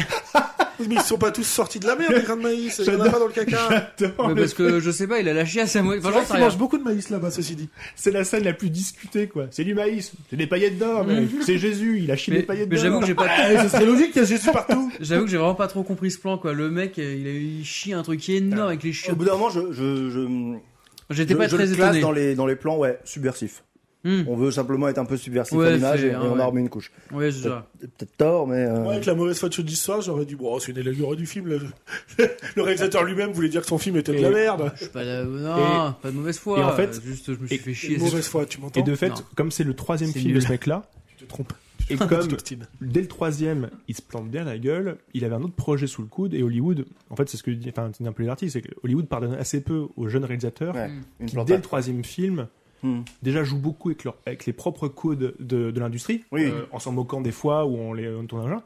[SPEAKER 3] Mais ils sont pas tous sortis de la merde, les grains de maïs. Il y en a
[SPEAKER 2] J'adore.
[SPEAKER 3] pas dans le caca.
[SPEAKER 1] Mais
[SPEAKER 2] J'adore le-
[SPEAKER 1] parce que je sais pas, il a la chiasse à moi. Enfin,
[SPEAKER 3] C'est
[SPEAKER 1] j'en
[SPEAKER 3] vrai
[SPEAKER 1] sais
[SPEAKER 3] qu'ils
[SPEAKER 1] rien.
[SPEAKER 3] mangent beaucoup de maïs là-bas, ceci dit.
[SPEAKER 2] c'est la scène la plus discutée quoi c'est du maïs c'est des paillettes d'or mais c'est Jésus il a chié des
[SPEAKER 1] Mais,
[SPEAKER 2] paillettes
[SPEAKER 1] mais
[SPEAKER 2] d'or
[SPEAKER 1] j'avoue que j'ai pas,
[SPEAKER 3] Ah, ce serait logique qu'il y a Jésus partout.
[SPEAKER 1] j'avoue que j'ai vraiment pas trop compris ce plan quoi. Le mec, euh, il, a, il chie un truc énorme avec les
[SPEAKER 4] Au
[SPEAKER 1] chiottes.
[SPEAKER 4] bout d'un moment, je, je, je-
[SPEAKER 1] J'étais
[SPEAKER 5] Oh, Je-
[SPEAKER 1] pas
[SPEAKER 5] je
[SPEAKER 1] très
[SPEAKER 5] le classe
[SPEAKER 1] étonné.
[SPEAKER 5] dans les dans les plans ouais subversifs.
[SPEAKER 1] Hmm.
[SPEAKER 5] On veut simplement être un peu subversif
[SPEAKER 1] Ouais,
[SPEAKER 5] à l'image
[SPEAKER 1] c'est-
[SPEAKER 5] et, et
[SPEAKER 1] hein,
[SPEAKER 5] on
[SPEAKER 1] ouais.
[SPEAKER 5] a remis une couche.
[SPEAKER 1] Ouais, c'est ça.
[SPEAKER 5] Peut-être tort mais euh,
[SPEAKER 3] Moi, avec la mauvaise faute de l'histoire, j'aurais dit, bon, c'est une allégorie du film. là. Le réalisateur lui-même voulait dire que son film était de la
[SPEAKER 2] Et-
[SPEAKER 3] merde.
[SPEAKER 1] Je suis pas, de- non, pas de mauvaise foi.
[SPEAKER 2] et en fait-
[SPEAKER 1] juste, je me suis
[SPEAKER 2] et-
[SPEAKER 1] fait chier. c'est
[SPEAKER 3] Mauvaise foi, tu m'entends
[SPEAKER 2] et de fait
[SPEAKER 1] Non.
[SPEAKER 2] comme c'est le troisième
[SPEAKER 1] C'est
[SPEAKER 2] film de
[SPEAKER 1] nul.
[SPEAKER 2] ce mec là
[SPEAKER 3] Tu te trompes. Tu
[SPEAKER 2] et comme
[SPEAKER 3] t'obstines.
[SPEAKER 2] dès le troisième, il se plante bien la gueule. Il avait un autre projet sous le coude et Hollywood, en fait, c'est ce que dit, enfin, c'est un peu l'article, c'est que Hollywood pardonne assez peu aux jeunes réalisateurs
[SPEAKER 5] ouais,
[SPEAKER 1] Mm.
[SPEAKER 5] une
[SPEAKER 2] qui,
[SPEAKER 5] plantade.
[SPEAKER 2] dès le troisième film,
[SPEAKER 5] Hmm.
[SPEAKER 2] déjà jouent beaucoup avec, leur- avec les propres codes de, de l'industrie, euh,
[SPEAKER 5] Oui.
[SPEAKER 2] en s'en moquant des fois ou en les en tournant un genre,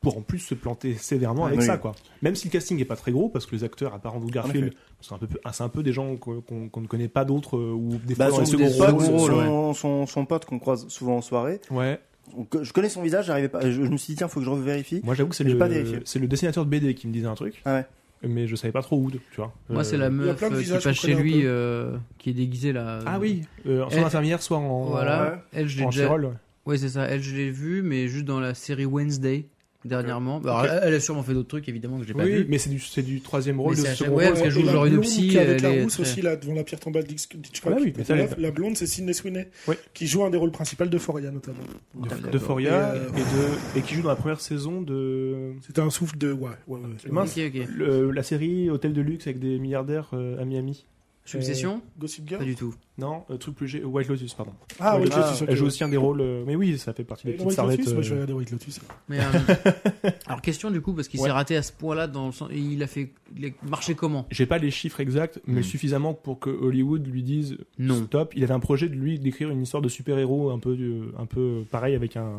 [SPEAKER 2] pour en plus se planter sévèrement avec
[SPEAKER 5] Oui.
[SPEAKER 2] ça, quoi. Même si le casting est pas très gros, parce que les acteurs, à part Andrew Garfield, sont un peu, ah, c'est un peu des gens qu'on qu'on- qu'on ne connaît pas d'autres euh, ou des fois
[SPEAKER 5] Bah,
[SPEAKER 2] dans
[SPEAKER 5] son,
[SPEAKER 2] les seconds
[SPEAKER 5] son-
[SPEAKER 2] rôles,
[SPEAKER 5] son-
[SPEAKER 2] ouais.
[SPEAKER 5] son- son- son pote qu'on croise souvent en soirée,
[SPEAKER 2] Ouais.
[SPEAKER 5] on co- je connais son visage, j'arrivais pas, je, je me suis dit tiens faut que je revérifie.
[SPEAKER 2] Moi, j'avoue que c'est
[SPEAKER 5] J'ai
[SPEAKER 2] le,
[SPEAKER 5] pas vérifié.
[SPEAKER 2] c'est le dessinateur de BD qui me disait un truc.
[SPEAKER 5] Ah ouais.
[SPEAKER 2] Mais je savais pas trop où, tu vois.
[SPEAKER 1] Moi,
[SPEAKER 2] Euh,
[SPEAKER 1] c'est la meuf
[SPEAKER 3] plein de
[SPEAKER 1] euh, qui
[SPEAKER 3] visages
[SPEAKER 1] passe
[SPEAKER 3] qu'on
[SPEAKER 1] chez
[SPEAKER 3] connaît un
[SPEAKER 1] lui,
[SPEAKER 3] peu.
[SPEAKER 1] euh, qui est déguisée là.
[SPEAKER 2] Ah oui, euh, soit
[SPEAKER 1] Elle-
[SPEAKER 2] en infirmière, soit en,
[SPEAKER 1] Eh, Voilà.
[SPEAKER 5] Ouais.
[SPEAKER 1] Elle, je l'ai
[SPEAKER 2] en
[SPEAKER 1] déjà.
[SPEAKER 2] chirole.
[SPEAKER 1] Ouais, c'est ça. Elle, je l'ai vue, mais juste dans la série Wednesday dernièrement. Bah,
[SPEAKER 2] Ok.
[SPEAKER 1] alors, elle a sûrement fait d'autres trucs, évidemment, que j'ai pas
[SPEAKER 2] Oui,
[SPEAKER 1] vu.
[SPEAKER 2] mais c'est du, c'est du troisième
[SPEAKER 1] Mais
[SPEAKER 2] rôle de
[SPEAKER 1] c'est à
[SPEAKER 2] second
[SPEAKER 1] chaque- ouais,
[SPEAKER 2] rôle.
[SPEAKER 1] parce que
[SPEAKER 3] Et
[SPEAKER 1] je joue
[SPEAKER 3] la
[SPEAKER 1] genre une
[SPEAKER 3] blonde
[SPEAKER 1] psy,
[SPEAKER 3] qui est Avec
[SPEAKER 1] elle
[SPEAKER 3] la
[SPEAKER 1] est
[SPEAKER 3] rousse
[SPEAKER 1] très-
[SPEAKER 3] aussi, là, devant la pierre tombale d'Hitchcock.
[SPEAKER 2] Ah oui, mais ça,
[SPEAKER 3] la,
[SPEAKER 2] elle est-
[SPEAKER 3] la blonde, c'est Sidney Sweeney,
[SPEAKER 2] Oui.
[SPEAKER 3] qui joue un des rôles principaux de Foria, notamment.
[SPEAKER 2] de,
[SPEAKER 5] D'accord.
[SPEAKER 2] de Foria
[SPEAKER 3] Et,
[SPEAKER 2] et,
[SPEAKER 3] euh,
[SPEAKER 2] de, et qui joue dans la première saison de
[SPEAKER 3] C'était un souffle de. Ouais, ouais, ouais.
[SPEAKER 2] Le mince. Euh,
[SPEAKER 1] Ok, ok.
[SPEAKER 2] le- la série Hôtel de luxe avec des milliardaires euh, à Miami.
[SPEAKER 1] Succession
[SPEAKER 3] Gossip
[SPEAKER 1] Pas
[SPEAKER 3] Girl
[SPEAKER 1] du tout.
[SPEAKER 2] Non, euh, truc plus gé- White Lotus, pardon.
[SPEAKER 3] Ah, oui,
[SPEAKER 2] White Lotus,
[SPEAKER 3] Lotus, ok.
[SPEAKER 2] Elle joue aussi un des rôles, euh, mais oui, ça fait partie des
[SPEAKER 3] White
[SPEAKER 2] petites
[SPEAKER 3] Lotus,
[SPEAKER 2] sardettes.
[SPEAKER 3] moi, je vais
[SPEAKER 2] euh,
[SPEAKER 3] regarder White Lotus.
[SPEAKER 1] Mais, euh, alors question du coup parce qu'il
[SPEAKER 2] Ouais.
[SPEAKER 1] s'est raté à ce point-là dans le sens, et il a fait il a marché comment
[SPEAKER 2] J'ai pas les chiffres exacts, mais
[SPEAKER 1] Hmm.
[SPEAKER 2] suffisamment pour que Hollywood lui dise
[SPEAKER 1] Non,
[SPEAKER 2] stop. Il avait un projet de lui d'écrire une histoire de super-héros un peu, euh, un peu pareil avec un,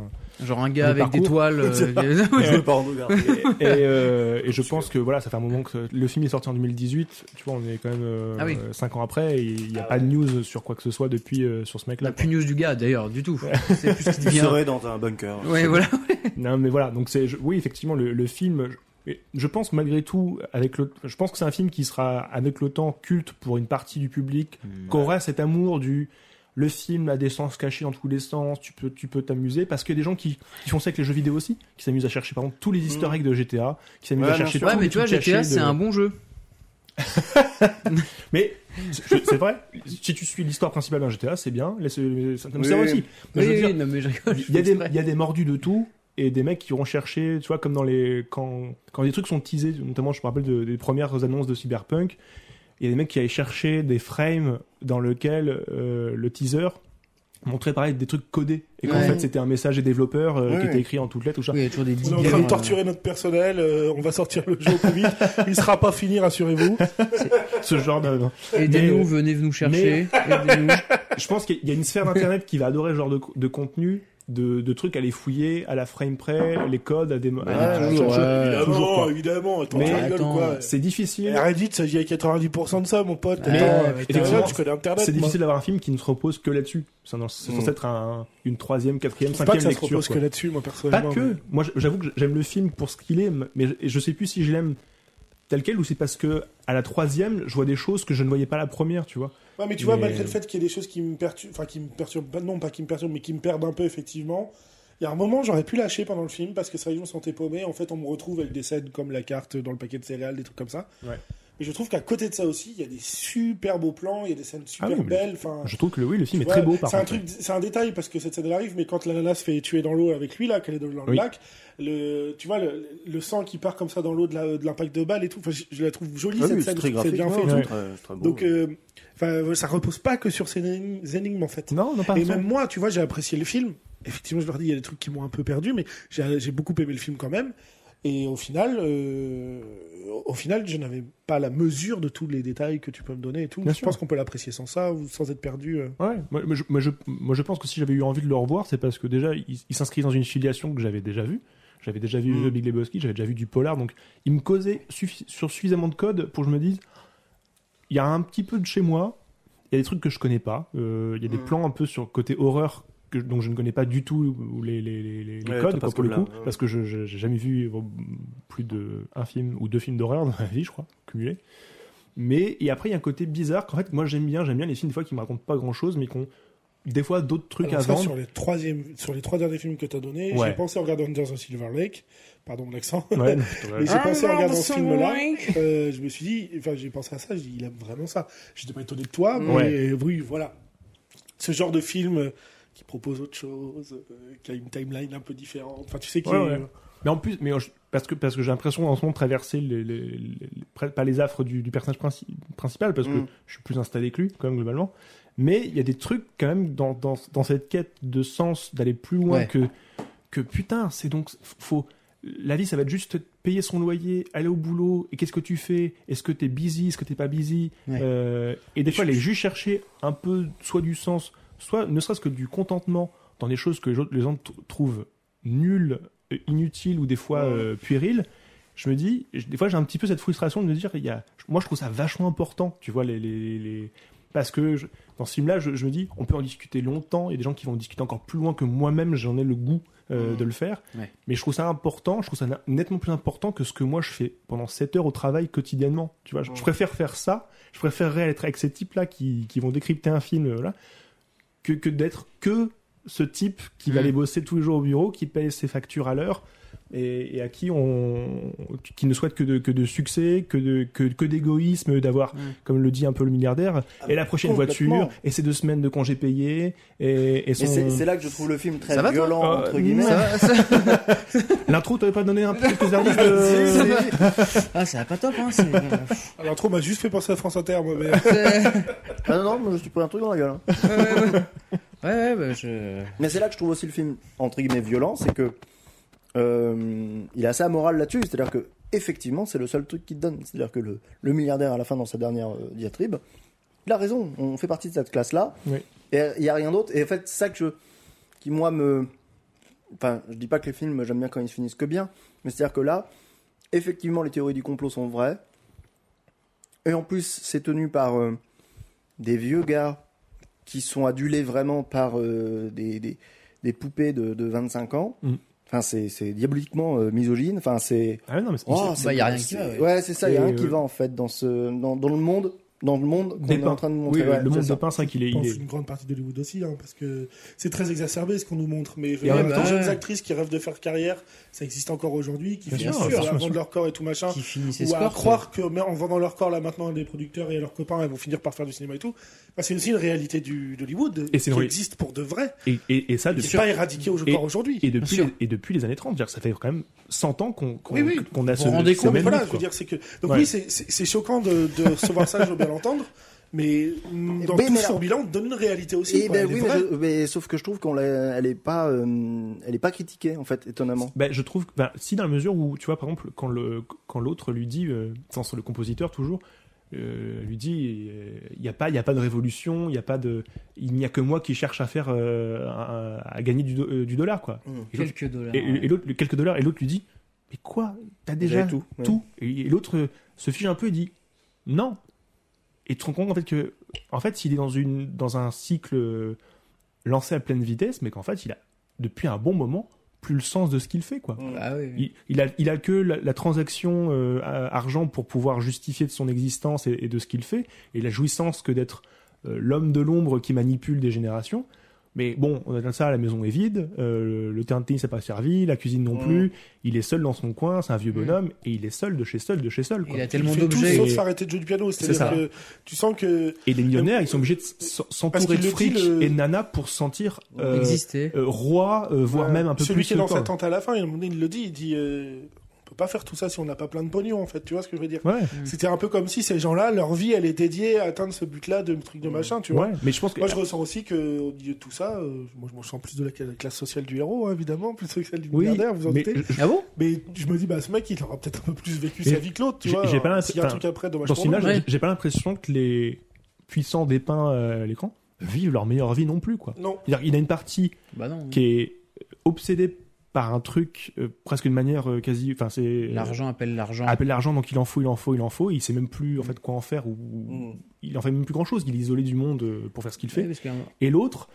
[SPEAKER 1] genre un gars
[SPEAKER 2] Le
[SPEAKER 1] avec des
[SPEAKER 2] parcours.
[SPEAKER 1] toiles. euh,
[SPEAKER 5] Je veux pas en regarder.
[SPEAKER 2] et, euh, et je pense que voilà, ça fait un moment que le film est sorti en 2018. Tu vois, on est quand même
[SPEAKER 1] Ah oui.
[SPEAKER 2] 5 ans après. et Il n'y a pas de news sur quoi que ce soit depuis euh, sur ce
[SPEAKER 1] la
[SPEAKER 2] mec-là.
[SPEAKER 1] plus news du gars d'ailleurs du tout. C'est plus ce qui
[SPEAKER 5] Il
[SPEAKER 1] devient.
[SPEAKER 5] serait dans un bunker.
[SPEAKER 1] Ouais voilà.
[SPEAKER 2] non, mais voilà. Donc c'est je- oui, effectivement, le, le film. Je, et je pense malgré tout, avec le, je pense que c'est
[SPEAKER 1] Hmm.
[SPEAKER 2] un film qui sera avec le temps culte pour une partie du public, qui aura cet amour du le film a des sens cachés dans tous les sens, tu peux tu peux t'amuser parce qu'il y a des gens qui, qui font ça avec les jeux vidéo aussi, qui s'amusent à chercher par exemple tous les easter eggs de GTA, qui s'amusent
[SPEAKER 4] Mm. Ouais,
[SPEAKER 2] à
[SPEAKER 4] bien
[SPEAKER 2] chercher
[SPEAKER 4] sûr.
[SPEAKER 2] tous
[SPEAKER 1] Ouais,
[SPEAKER 2] les
[SPEAKER 1] mais tu vois,
[SPEAKER 2] trucs
[SPEAKER 1] GTA,
[SPEAKER 2] cachés
[SPEAKER 1] c'est
[SPEAKER 2] de-
[SPEAKER 1] un bon jeu.
[SPEAKER 2] Mais je- c'est vrai, si tu suis l'histoire principale d'un GTA, c'est bien, laisse euh, ça me sert
[SPEAKER 4] Oui.
[SPEAKER 2] aussi. Mais
[SPEAKER 1] Oui,
[SPEAKER 2] je veux dire,
[SPEAKER 1] oui, non, mais je rigole, je
[SPEAKER 2] il y, a
[SPEAKER 1] fais
[SPEAKER 2] des,
[SPEAKER 1] exprès.
[SPEAKER 2] il y a des mordus de tout et des mecs qui auront cherché, tu vois, comme dans les. Quand, quand des trucs sont teasés, notamment je me rappelle de- des premières annonces de Cyberpunk, il y a des mecs qui allaient chercher des frames dans lesquels euh, le teaser montrait pareil des trucs codés et qu'en
[SPEAKER 1] Ouais.
[SPEAKER 2] fait c'était un message des développeurs euh,
[SPEAKER 4] Ouais,
[SPEAKER 2] qui
[SPEAKER 4] ouais.
[SPEAKER 2] était écrit en toutes lettres ou ça.
[SPEAKER 1] Oui, il y a toujours des
[SPEAKER 3] On est en
[SPEAKER 1] dealers,
[SPEAKER 3] train de
[SPEAKER 1] euh,
[SPEAKER 3] torturer notre personnel, euh, on va sortir le jeu au plus vite. Il sera pas fini, rassurez-vous.
[SPEAKER 2] Ce genre de.
[SPEAKER 1] Aidez-nous,
[SPEAKER 2] Mais- Ah,
[SPEAKER 1] venez nous chercher. Aidez-nous.
[SPEAKER 2] je pense qu'il y a une sphère d'internet qui va adorer ce genre de, co- de contenu, de, de trucs à les fouiller à la frame près, les codes, à des. à
[SPEAKER 1] Bah,
[SPEAKER 2] des-
[SPEAKER 1] toujours,
[SPEAKER 2] à-
[SPEAKER 1] ouais.
[SPEAKER 2] toujours,
[SPEAKER 3] Évidemment,
[SPEAKER 2] quoi.
[SPEAKER 3] évidemment. Attends,
[SPEAKER 2] Mais
[SPEAKER 3] tu rigoles ou quoi
[SPEAKER 1] attends,
[SPEAKER 2] C'est difficile.
[SPEAKER 3] Eh, Reddit, ça y est, 90% de ça, mon pote.
[SPEAKER 1] Mais-
[SPEAKER 3] Attends,
[SPEAKER 1] putain,
[SPEAKER 3] t'es
[SPEAKER 2] vraiment,
[SPEAKER 3] tu connais Internet. Ah bah,
[SPEAKER 2] C'est
[SPEAKER 3] moi.
[SPEAKER 2] difficile d'avoir un film qui ne se repose que là-dessus. C'est dans- c'est censé
[SPEAKER 4] Mm.
[SPEAKER 2] être un- une troisième, quatrième,
[SPEAKER 3] Je pense pas
[SPEAKER 2] cinquième
[SPEAKER 3] que ça se
[SPEAKER 2] lecture.
[SPEAKER 3] repose
[SPEAKER 2] quoi.
[SPEAKER 3] que là-dessus, moi,
[SPEAKER 2] Pas
[SPEAKER 3] personnellement.
[SPEAKER 2] que. Moi, j- j'avoue que j'aime le film pour ce qu'il est, mais je, et je sais plus si je l'aime tel quel ou c'est parce que à la troisième, je vois des choses que je ne voyais pas la première, tu vois.
[SPEAKER 3] Ouais, mais tu vois,
[SPEAKER 2] Mais-
[SPEAKER 3] malgré le fait qu'il y ait des choses qui me perturbent, enfin qui me perturbent, pas- non pas qui me perturbent, mais qui me perdent un peu effectivement. Il y a un moment, j'aurais pu lâcher pendant le film parce que c'est vrai que je me sentais paumé. En fait, on me retrouve avec des scènes comme la carte dans le paquet de céréales, des trucs comme ça.
[SPEAKER 2] Ouais.
[SPEAKER 3] Mais je trouve qu'à côté de ça aussi, il y a des super beaux plans, il y a des scènes super
[SPEAKER 2] Ah oui, mais-
[SPEAKER 3] belles. Enfin,
[SPEAKER 2] Je trouve que le, oui, le film est
[SPEAKER 3] Ouais,
[SPEAKER 2] très beau, par
[SPEAKER 3] C'est un
[SPEAKER 2] contre.
[SPEAKER 3] truc, c'est un détail parce que cette scène elle arrive, mais quand l'ananas se fait tuer dans l'eau avec lui là, qu'elle est dans le
[SPEAKER 2] Oui.
[SPEAKER 3] lac, le, tu vois le, le sang qui part comme ça dans l'eau de la- de l'impact de, balle et tout. Enfin, je, je la trouve
[SPEAKER 5] Ah
[SPEAKER 3] jolie
[SPEAKER 2] Ah
[SPEAKER 3] cette scène, je trouve que c'est bien fait. et tout.
[SPEAKER 2] ouais.
[SPEAKER 3] Donc, euh, enfin, ça repose pas que sur ces énigmes, ces énigmes, en fait.
[SPEAKER 2] Non, non, pas
[SPEAKER 3] Et
[SPEAKER 2] raison.
[SPEAKER 3] même moi, tu vois, j'ai apprécié le film. Effectivement, je leur dis, il y a des trucs qui m'ont un peu perdu, mais j'ai j'ai beaucoup aimé le film quand même. Et au final, euh, au final, je n'avais pas la mesure de tous les détails que tu peux me donner et tout.
[SPEAKER 2] Bien
[SPEAKER 3] je
[SPEAKER 2] sûr.
[SPEAKER 3] pense qu'on peut l'apprécier sans ça ou sans être perdu. euh.
[SPEAKER 2] Ouais, moi, moi, je, moi, je, moi, je pense que si j'avais eu envie de le revoir, c'est parce que déjà, il, il s'inscrit dans une filiation que j'avais déjà vue. J'avais déjà vu
[SPEAKER 4] Mm.
[SPEAKER 2] The Big Lebowski, j'avais déjà vu du Polar, donc il me causait suffi- sur suffisamment de codes pour que je me dise il y a un petit peu de chez moi, il y a des trucs que je connais pas, euh, il y a des
[SPEAKER 4] Mm.
[SPEAKER 2] plans un peu sur le côté horreur que, dont je ne connais pas du tout ou les, les, les, les- les
[SPEAKER 4] Ouais,
[SPEAKER 2] codes
[SPEAKER 4] t'as pas
[SPEAKER 2] quoi,
[SPEAKER 4] ce
[SPEAKER 2] pour le coup,
[SPEAKER 4] code-là, ouais.
[SPEAKER 2] parce que je je- j'ai jamais vu euh, plus de un film ou deux films d'horreur dans ma vie, je crois, cumulés. Mais et après, il y a un côté bizarre qu'en fait, moi j'aime bien, j'aime bien les films des fois qui me racontent pas grand chose, mais qui ont des fois d'autres
[SPEAKER 4] Ah,
[SPEAKER 2] trucs
[SPEAKER 3] Alors
[SPEAKER 2] à
[SPEAKER 3] ça,
[SPEAKER 2] vendre.
[SPEAKER 3] sur les troisième, sur les trois derniers films que tu as donné,
[SPEAKER 2] Ouais.
[SPEAKER 3] j'ai pensé en regardant Under the Silver Lake. Pardon l'accent.
[SPEAKER 2] Ouais, non,
[SPEAKER 3] Mais
[SPEAKER 2] putain,
[SPEAKER 1] Ah,
[SPEAKER 3] j'ai pensé en regardant ce film-là, euh, je me suis dit, enfin j'ai pensé à ça, j'ai dit, il aime vraiment ça. J'étais pas étonné de toi, mais euh,
[SPEAKER 2] Ouais.
[SPEAKER 3] oui, voilà. Ce genre de film euh, qui propose autre chose, euh, qui a une timeline un peu différente. Enfin, tu sais qui
[SPEAKER 2] Ouais,
[SPEAKER 3] est-
[SPEAKER 2] ouais. Mais en plus, mais je- parce que parce que j'ai l'impression en ce moment de traverser les, les- les- les- pre- pas les affres du, du personnage princi- principal parce que
[SPEAKER 4] Mm.
[SPEAKER 2] je suis plus installé que lui quand même globalement. Mais il y a des trucs quand même dans, dans, dans cette quête de sens d'aller plus loin
[SPEAKER 1] Ouais.
[SPEAKER 2] que que putain c'est donc faut la vie ça va être juste payer son loyer aller au boulot et qu'est-ce que tu fais est-ce que t'es busy est-ce que t'es pas busy
[SPEAKER 1] Ouais.
[SPEAKER 2] Euh, et des fois aller juste chercher un peu soit du sens soit ne serait-ce que du contentement dans des choses que les autres- les gens t- trouvent nulles, euh, inutiles ou des fois euh, puériles, je me dis, je- des fois j'ai un petit peu cette frustration de me dire, il y a, moi je trouve ça vachement important, tu vois, les, les, les- parce que je- dans ce film-là, je, je me dis, on peut en discuter longtemps, il y a des gens qui vont en discuter encore plus loin que moi-même, j'en ai le goût euh,
[SPEAKER 4] Mm.
[SPEAKER 2] de le faire,
[SPEAKER 1] Ouais.
[SPEAKER 2] mais je trouve ça important, je trouve ça na- nettement plus important que ce que moi je fais pendant 7 heures au travail quotidiennement, tu vois, je, je préfère faire ça, je préférerais être avec ces types-là qui, qui vont décrypter un film, euh, là, que, que d'être que ce type qui va
[SPEAKER 1] Mm.
[SPEAKER 2] aller bosser tous les jours au bureau, qui paye ses factures à l'heure et, et à qui on qui ne souhaite que de, que de succès, que de que, que d'égoïsme, d'avoir
[SPEAKER 1] Mm.
[SPEAKER 2] comme le dit un peu le milliardaire et la prochaine
[SPEAKER 4] complètement.
[SPEAKER 2] voiture et ses deux semaines de congés payés et, et
[SPEAKER 5] Mais c'est-
[SPEAKER 2] son
[SPEAKER 5] c'est là que je trouve le film très
[SPEAKER 1] Ça va, toi
[SPEAKER 5] violent,
[SPEAKER 2] Euh,
[SPEAKER 5] entre guillemets.
[SPEAKER 2] ouais. l'intro t'avais pas donné un peu quelques indices de-
[SPEAKER 1] Ah, ça va pas top, hein. c'est-
[SPEAKER 3] Alors trop m'a juste fait penser à France Inter, moi. Mais...
[SPEAKER 1] c'est-
[SPEAKER 5] Ah non, non, moi, je te pris un truc dans la gueule. hein.
[SPEAKER 1] Ouais, ouais, ouais. Ouais, ouais, bah, je.
[SPEAKER 5] Mais c'est là que je trouve aussi le film entre guillemets violent, c'est que euh, il est assez amoral là-dessus, c'est-à-dire que effectivement c'est le seul truc qui te donne, c'est-à-dire que le, le milliardaire à la fin dans sa dernière euh, diatribe, il a raison, on fait partie de cette classe-là,
[SPEAKER 2] Oui.
[SPEAKER 5] et il y a rien d'autre, et en fait c'est ça que je, qui moi me, enfin je dis pas que les films j'aime bien quand ils se finissent que bien, mais c'est-à-dire que là effectivement les théories du complot sont vraies, et en plus c'est tenu par euh, des vieux gars qui sont adulés vraiment par euh, des, des, des poupées de, de 25 ans.
[SPEAKER 2] Mm.
[SPEAKER 5] Enfin, c'est c'est diaboliquement euh, misogyne. Enfin, c'est.
[SPEAKER 2] Ah non mais c'est-
[SPEAKER 5] Oh,
[SPEAKER 1] bah,
[SPEAKER 5] c'est-
[SPEAKER 1] y a rien qui
[SPEAKER 5] c'est-
[SPEAKER 1] va, ouais.
[SPEAKER 5] Ouais, c'est ça, il n'y a
[SPEAKER 2] Et,
[SPEAKER 5] rien qui
[SPEAKER 2] euh,
[SPEAKER 5] va en fait dans, ce, dans, dans le monde dans le monde qu'on est
[SPEAKER 2] Dépeint.
[SPEAKER 5] en train de montrer.
[SPEAKER 2] Oui,
[SPEAKER 5] Ouais,
[SPEAKER 2] le
[SPEAKER 5] c'est
[SPEAKER 2] monde
[SPEAKER 5] ça.
[SPEAKER 2] de pince, hein, qu'il est,
[SPEAKER 3] Je pense
[SPEAKER 2] il est-
[SPEAKER 3] une grande partie d'Hollywood aussi, hein, parce que c'est très exacerbé ce qu'on nous montre. Mais
[SPEAKER 1] en
[SPEAKER 3] regarde,
[SPEAKER 1] même
[SPEAKER 3] les
[SPEAKER 1] temps,
[SPEAKER 3] jeunes
[SPEAKER 1] ouais.
[SPEAKER 3] actrices qui rêvent de faire carrière, ça existe encore aujourd'hui, qui
[SPEAKER 2] Bien
[SPEAKER 3] finissent
[SPEAKER 2] sûr,
[SPEAKER 3] sur-
[SPEAKER 2] bien
[SPEAKER 3] à
[SPEAKER 2] sûr, bien
[SPEAKER 3] vendre
[SPEAKER 2] sûr.
[SPEAKER 3] leur corps et tout machin.
[SPEAKER 1] qui finit ses
[SPEAKER 3] Ou à
[SPEAKER 1] scores.
[SPEAKER 3] croire que mais en vendant leur corps là maintenant à des producteurs et à leurs copains, elles vont finir par faire du cinéma et tout. Bah, c'est aussi une réalité du- d'Hollywood
[SPEAKER 2] Et
[SPEAKER 3] qui
[SPEAKER 2] c'est vrai.
[SPEAKER 3] existe pour de vrai,
[SPEAKER 2] et, et- et ça,
[SPEAKER 3] qui
[SPEAKER 2] depuis,
[SPEAKER 3] n'est pas éradiquée au-
[SPEAKER 2] Et-
[SPEAKER 3] encore aujourd'hui.
[SPEAKER 2] et, depuis
[SPEAKER 1] Bien
[SPEAKER 2] les, et depuis les années 30. C'est-à-dire que ça fait quand même 100 ans qu'on qu'on
[SPEAKER 3] Oui, oui.
[SPEAKER 2] qu'on a
[SPEAKER 1] Vous
[SPEAKER 2] ce,
[SPEAKER 1] vous rendez
[SPEAKER 2] ce
[SPEAKER 1] compte,
[SPEAKER 2] même
[SPEAKER 3] voilà,
[SPEAKER 2] mythe,
[SPEAKER 3] je
[SPEAKER 2] quoi.
[SPEAKER 3] veux dire, c'est que. Donc
[SPEAKER 2] Ouais.
[SPEAKER 3] oui, c'est- c'est c'est choquant de, de recevoir ça, je veux bien l'entendre, mais mm, dans
[SPEAKER 5] Ben,
[SPEAKER 3] tout
[SPEAKER 5] mais
[SPEAKER 3] ce
[SPEAKER 5] là-
[SPEAKER 3] bilan, donne une réalité aussi.
[SPEAKER 5] Et
[SPEAKER 3] quoi,
[SPEAKER 5] ben
[SPEAKER 3] elle est
[SPEAKER 5] oui, mais,
[SPEAKER 3] vraie.
[SPEAKER 5] je- mais sauf que je trouve qu'on l'a- elle est pas, euh, elle est pas critiquée en fait, étonnamment.
[SPEAKER 2] Ben, je trouve que ben, si dans la mesure où, tu vois, par exemple, quand le quand l'autre lui dit, euh, sans sur le compositeur toujours, euh, lui dit, il n'y a pas, il y a pas de révolution, il y a pas de, il n'y a que moi qui cherche à faire, euh, à, à gagner du, do- euh, du dollar, quoi.
[SPEAKER 5] Mm.
[SPEAKER 2] Et l'autre-
[SPEAKER 1] Quelques dollars.
[SPEAKER 2] et- et l'autre, quelques dollars, et l'autre lui dit, mais quoi, t'as déjà
[SPEAKER 5] J'avais tout. ouais.
[SPEAKER 2] tout. Et, et l'autre euh, se fiche un peu et dit non. Et tu te rends compte en fait que, en fait, il est dans, une, dans un cycle euh, lancé à pleine vitesse, mais qu'en fait, il a, depuis un bon moment, plus le sens de ce qu'il fait, quoi.
[SPEAKER 1] Ah oui, oui.
[SPEAKER 2] Il, il a, il a que la, la transaction euh, à- argent pour pouvoir justifier de son existence et, et de ce qu'il fait, et la jouissance que d'être euh, l'homme de l'ombre qui manipule des générations. Mais bon, on a ça, la maison est vide, euh, le terrain de tennis n'a pas servi, la cuisine non
[SPEAKER 5] Mm.
[SPEAKER 2] plus, il est seul dans son coin, c'est un vieux
[SPEAKER 1] Mm.
[SPEAKER 2] bonhomme, et il est seul de chez seul de chez seul. Quoi.
[SPEAKER 1] Il a
[SPEAKER 3] Il
[SPEAKER 1] tellement
[SPEAKER 3] fait tout
[SPEAKER 1] d'objets.
[SPEAKER 3] sauf
[SPEAKER 2] et-
[SPEAKER 3] s'arrêter de jouer du piano.
[SPEAKER 2] ça.
[SPEAKER 3] C'est-à-dire que tu sens que
[SPEAKER 2] Et les millionnaires, ils sont obligés de s- s'entourer
[SPEAKER 3] qu'il le
[SPEAKER 2] de fric
[SPEAKER 3] dit, le-
[SPEAKER 2] et de nana pour se sentir euh,
[SPEAKER 1] Exister.
[SPEAKER 2] euh, roi, euh, voire
[SPEAKER 3] Ouais.
[SPEAKER 2] même un peu
[SPEAKER 3] celui
[SPEAKER 2] plus
[SPEAKER 3] qui est dans
[SPEAKER 2] que toi.
[SPEAKER 3] sa tente à la fin, il, il le dit, il dit euh, on peut pas faire tout ça si on n'a pas plein de pognon en fait, tu vois ce que je veux dire
[SPEAKER 2] Ouais,
[SPEAKER 3] C'était un peu comme si ces gens-là, leur vie, elle est dédiée à atteindre ce but-là de truc de machin, tu vois.
[SPEAKER 2] Mm. ouais, mais je pense que
[SPEAKER 3] Moi, je ressens aussi que au milieu de tout ça, euh, moi, je m'en sens plus de la cla- classe sociale du héros, hein, évidemment, plutôt que celle du
[SPEAKER 2] Oui,
[SPEAKER 3] milliardaire, vous en
[SPEAKER 2] mais
[SPEAKER 3] doutez. Mais...
[SPEAKER 1] Ah bon
[SPEAKER 3] je me dis, bah, ce mec, il aura peut-être un peu plus vécu
[SPEAKER 2] Mais
[SPEAKER 3] sa vie que l'autre, tu
[SPEAKER 2] j'ai-
[SPEAKER 3] vois.
[SPEAKER 2] j'ai pas
[SPEAKER 3] Alors,
[SPEAKER 2] l'imp-
[SPEAKER 3] S'il y a un
[SPEAKER 2] enfin,
[SPEAKER 3] truc après, dommage
[SPEAKER 2] Dans
[SPEAKER 3] pour
[SPEAKER 2] ce
[SPEAKER 3] nous.
[SPEAKER 2] film-là,
[SPEAKER 1] ouais.
[SPEAKER 2] j'ai- j'ai pas l'impression que les puissants dépeints euh, à l'écran vivent leur meilleure vie non plus, quoi.
[SPEAKER 3] Non.
[SPEAKER 2] C'est-à-dire, il a une partie
[SPEAKER 1] Bah non.
[SPEAKER 2] qui est obsédée par un truc, euh, presque une manière euh, quasi, enfin, c'est euh,
[SPEAKER 1] L'argent appelle l'argent.
[SPEAKER 2] appelle l'argent, donc il en faut, il en faut, il en faut, et il sait même plus en fait quoi en faire ou
[SPEAKER 5] Mm.
[SPEAKER 2] il en fait même plus grand chose. Il est isolé du monde euh, pour faire ce qu'il fait.
[SPEAKER 1] Ouais, parce bah, que-
[SPEAKER 2] Et l'autre,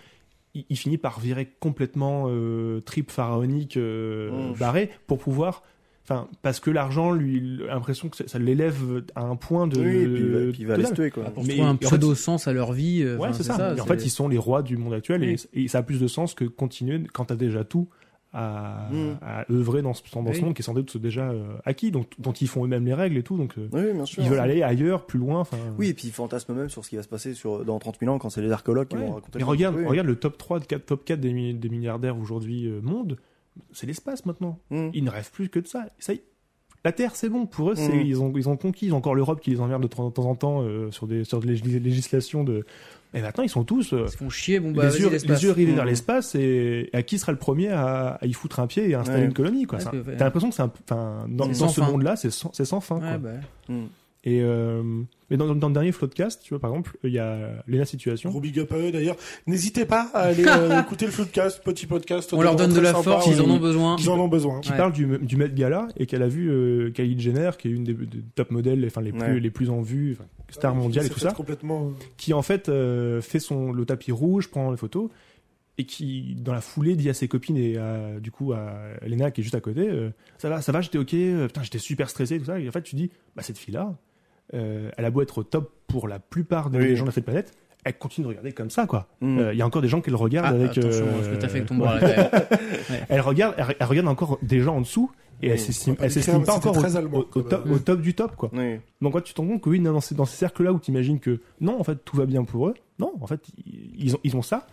[SPEAKER 2] il, il finit par virer complètement euh, trip pharaonique euh,
[SPEAKER 5] Ouf.
[SPEAKER 2] barré pour pouvoir. Enfin, parce que l'argent, lui, il- l'impression que ça, ça l'élève à un point de.
[SPEAKER 5] Oui, et puis, il va- puis il va aller se
[SPEAKER 2] de-
[SPEAKER 5] tuer
[SPEAKER 1] Ah,
[SPEAKER 5] quoi.
[SPEAKER 1] pour
[SPEAKER 2] Mais-
[SPEAKER 1] trouver un
[SPEAKER 2] et en fait,
[SPEAKER 1] pseudo-sens à leur vie. euh,
[SPEAKER 2] Ouais,
[SPEAKER 1] enfin,
[SPEAKER 2] c'est ça. Et en fait,
[SPEAKER 1] c'est-
[SPEAKER 2] ils sont les rois du monde actuel et,
[SPEAKER 1] Oui.
[SPEAKER 2] et ça a plus de sens que continuer quand t'as déjà tout à,
[SPEAKER 5] Mm.
[SPEAKER 2] à œuvrer dans ce, dans ce
[SPEAKER 1] Oui.
[SPEAKER 2] monde qui est sans doute déjà euh, acquis, dont, dont ils font eux-mêmes les règles et tout. Donc, euh,
[SPEAKER 5] Oui, bien sûr.
[SPEAKER 2] ils veulent aller ailleurs, plus loin. enfin,
[SPEAKER 5] Oui, et puis ils fantasment même sur ce qui va se passer sur, dans 30 000 ans quand c'est les archéologues qui
[SPEAKER 2] Ouais.
[SPEAKER 5] vont raconter.
[SPEAKER 2] Mais
[SPEAKER 5] le-
[SPEAKER 2] regarde,
[SPEAKER 5] oui.
[SPEAKER 2] regarde le top 3, de cap- top 4 des, mi- des milliardaires aujourd'hui euh, monde, c'est l'espace maintenant.
[SPEAKER 5] Mm.
[SPEAKER 2] Ils ne rêvent plus que de ça. ça y- la Terre, c'est bon pour eux. c'est-
[SPEAKER 5] Mm.
[SPEAKER 2] Ils, ont, ils ont conquis. Ils ont encore l'Europe qui les emmerde de temps de temps en temps euh, sur des sur des lég- législations de. Mais maintenant, ils sont tous euh,
[SPEAKER 1] Ils se font chier. Bon, bah,
[SPEAKER 2] les,
[SPEAKER 1] vas-y,
[SPEAKER 2] yeux,
[SPEAKER 1] l'espace.
[SPEAKER 2] les yeux rivés vers
[SPEAKER 5] Mm.
[SPEAKER 2] l'espace et à qui sera le premier à, à y foutre un pied et à installer
[SPEAKER 5] Ouais.
[SPEAKER 2] une colonie quoi.
[SPEAKER 1] Ouais,
[SPEAKER 2] C'est un-
[SPEAKER 1] c'est vrai.
[SPEAKER 2] T'as l'impression que c'est un p- enfin, dans,
[SPEAKER 1] C'est
[SPEAKER 2] dans
[SPEAKER 1] sans
[SPEAKER 2] ce
[SPEAKER 1] fin.
[SPEAKER 2] monde-là, c'est sans, c'est sans fin. quoi.
[SPEAKER 1] Ouais, bah.
[SPEAKER 5] Mm.
[SPEAKER 2] Et euh, mais dans, dans le dernier Floodcast, tu vois par exemple, il y a euh, Lena Situation.
[SPEAKER 3] Gros big up à eux d'ailleurs. N'hésitez pas à aller euh, écouter le Floodcast, petit podcast.
[SPEAKER 1] On leur donne de
[SPEAKER 3] très
[SPEAKER 1] la
[SPEAKER 3] sympa,
[SPEAKER 1] force,
[SPEAKER 3] euh,
[SPEAKER 1] ils en ont besoin.
[SPEAKER 3] Ils en ont besoin.
[SPEAKER 2] qui
[SPEAKER 1] Ouais.
[SPEAKER 2] parle du, du Met Gala et qu'elle a vu euh, Kylie Jenner, qui est une des, des top modèles, enfin les plus
[SPEAKER 5] Ouais.
[SPEAKER 2] les plus en vue, enfin, star mondiale et
[SPEAKER 3] C'est
[SPEAKER 2] tout
[SPEAKER 3] fait
[SPEAKER 2] ça,
[SPEAKER 3] Complètement. euh,
[SPEAKER 2] qui en fait euh, fait son le tapis rouge, prend les photos et qui dans la foulée dit à ses copines et à, du coup à Lena qui est juste à côté, euh, ça va, ça va, j'étais ok, euh, putain j'étais super stressé tout ça. Et en fait tu dis, bah cette fille là, elle a beau être au top pour la plupart des
[SPEAKER 5] Oui.
[SPEAKER 2] gens de cette planète, elle continue de regarder comme ça quoi. Euh,
[SPEAKER 5] Mm.
[SPEAKER 2] Il y a encore des gens qui le
[SPEAKER 1] Ah,
[SPEAKER 2] regardent avec.
[SPEAKER 1] attention,
[SPEAKER 2] euh,
[SPEAKER 1] je peux t'affaire avec ton bras là. quand même.
[SPEAKER 2] elle regarde, elle, elle regarde encore des gens en dessous et elle
[SPEAKER 5] Oui,
[SPEAKER 2] s'estime,
[SPEAKER 3] on va
[SPEAKER 2] elle
[SPEAKER 3] pas décrire,
[SPEAKER 2] s'estime pas
[SPEAKER 3] mais
[SPEAKER 2] encore
[SPEAKER 3] c'était
[SPEAKER 2] au,
[SPEAKER 3] très allemand,
[SPEAKER 2] au- au
[SPEAKER 3] quand
[SPEAKER 2] top,
[SPEAKER 1] même.
[SPEAKER 2] au top du top quoi.
[SPEAKER 5] Oui.
[SPEAKER 2] Donc quand tu te rends compte que oui, non, dans ces, dans ces cercles-là où tu imagines que non, en fait tout va bien pour eux, non, en fait ils ils ont, ils ont ça.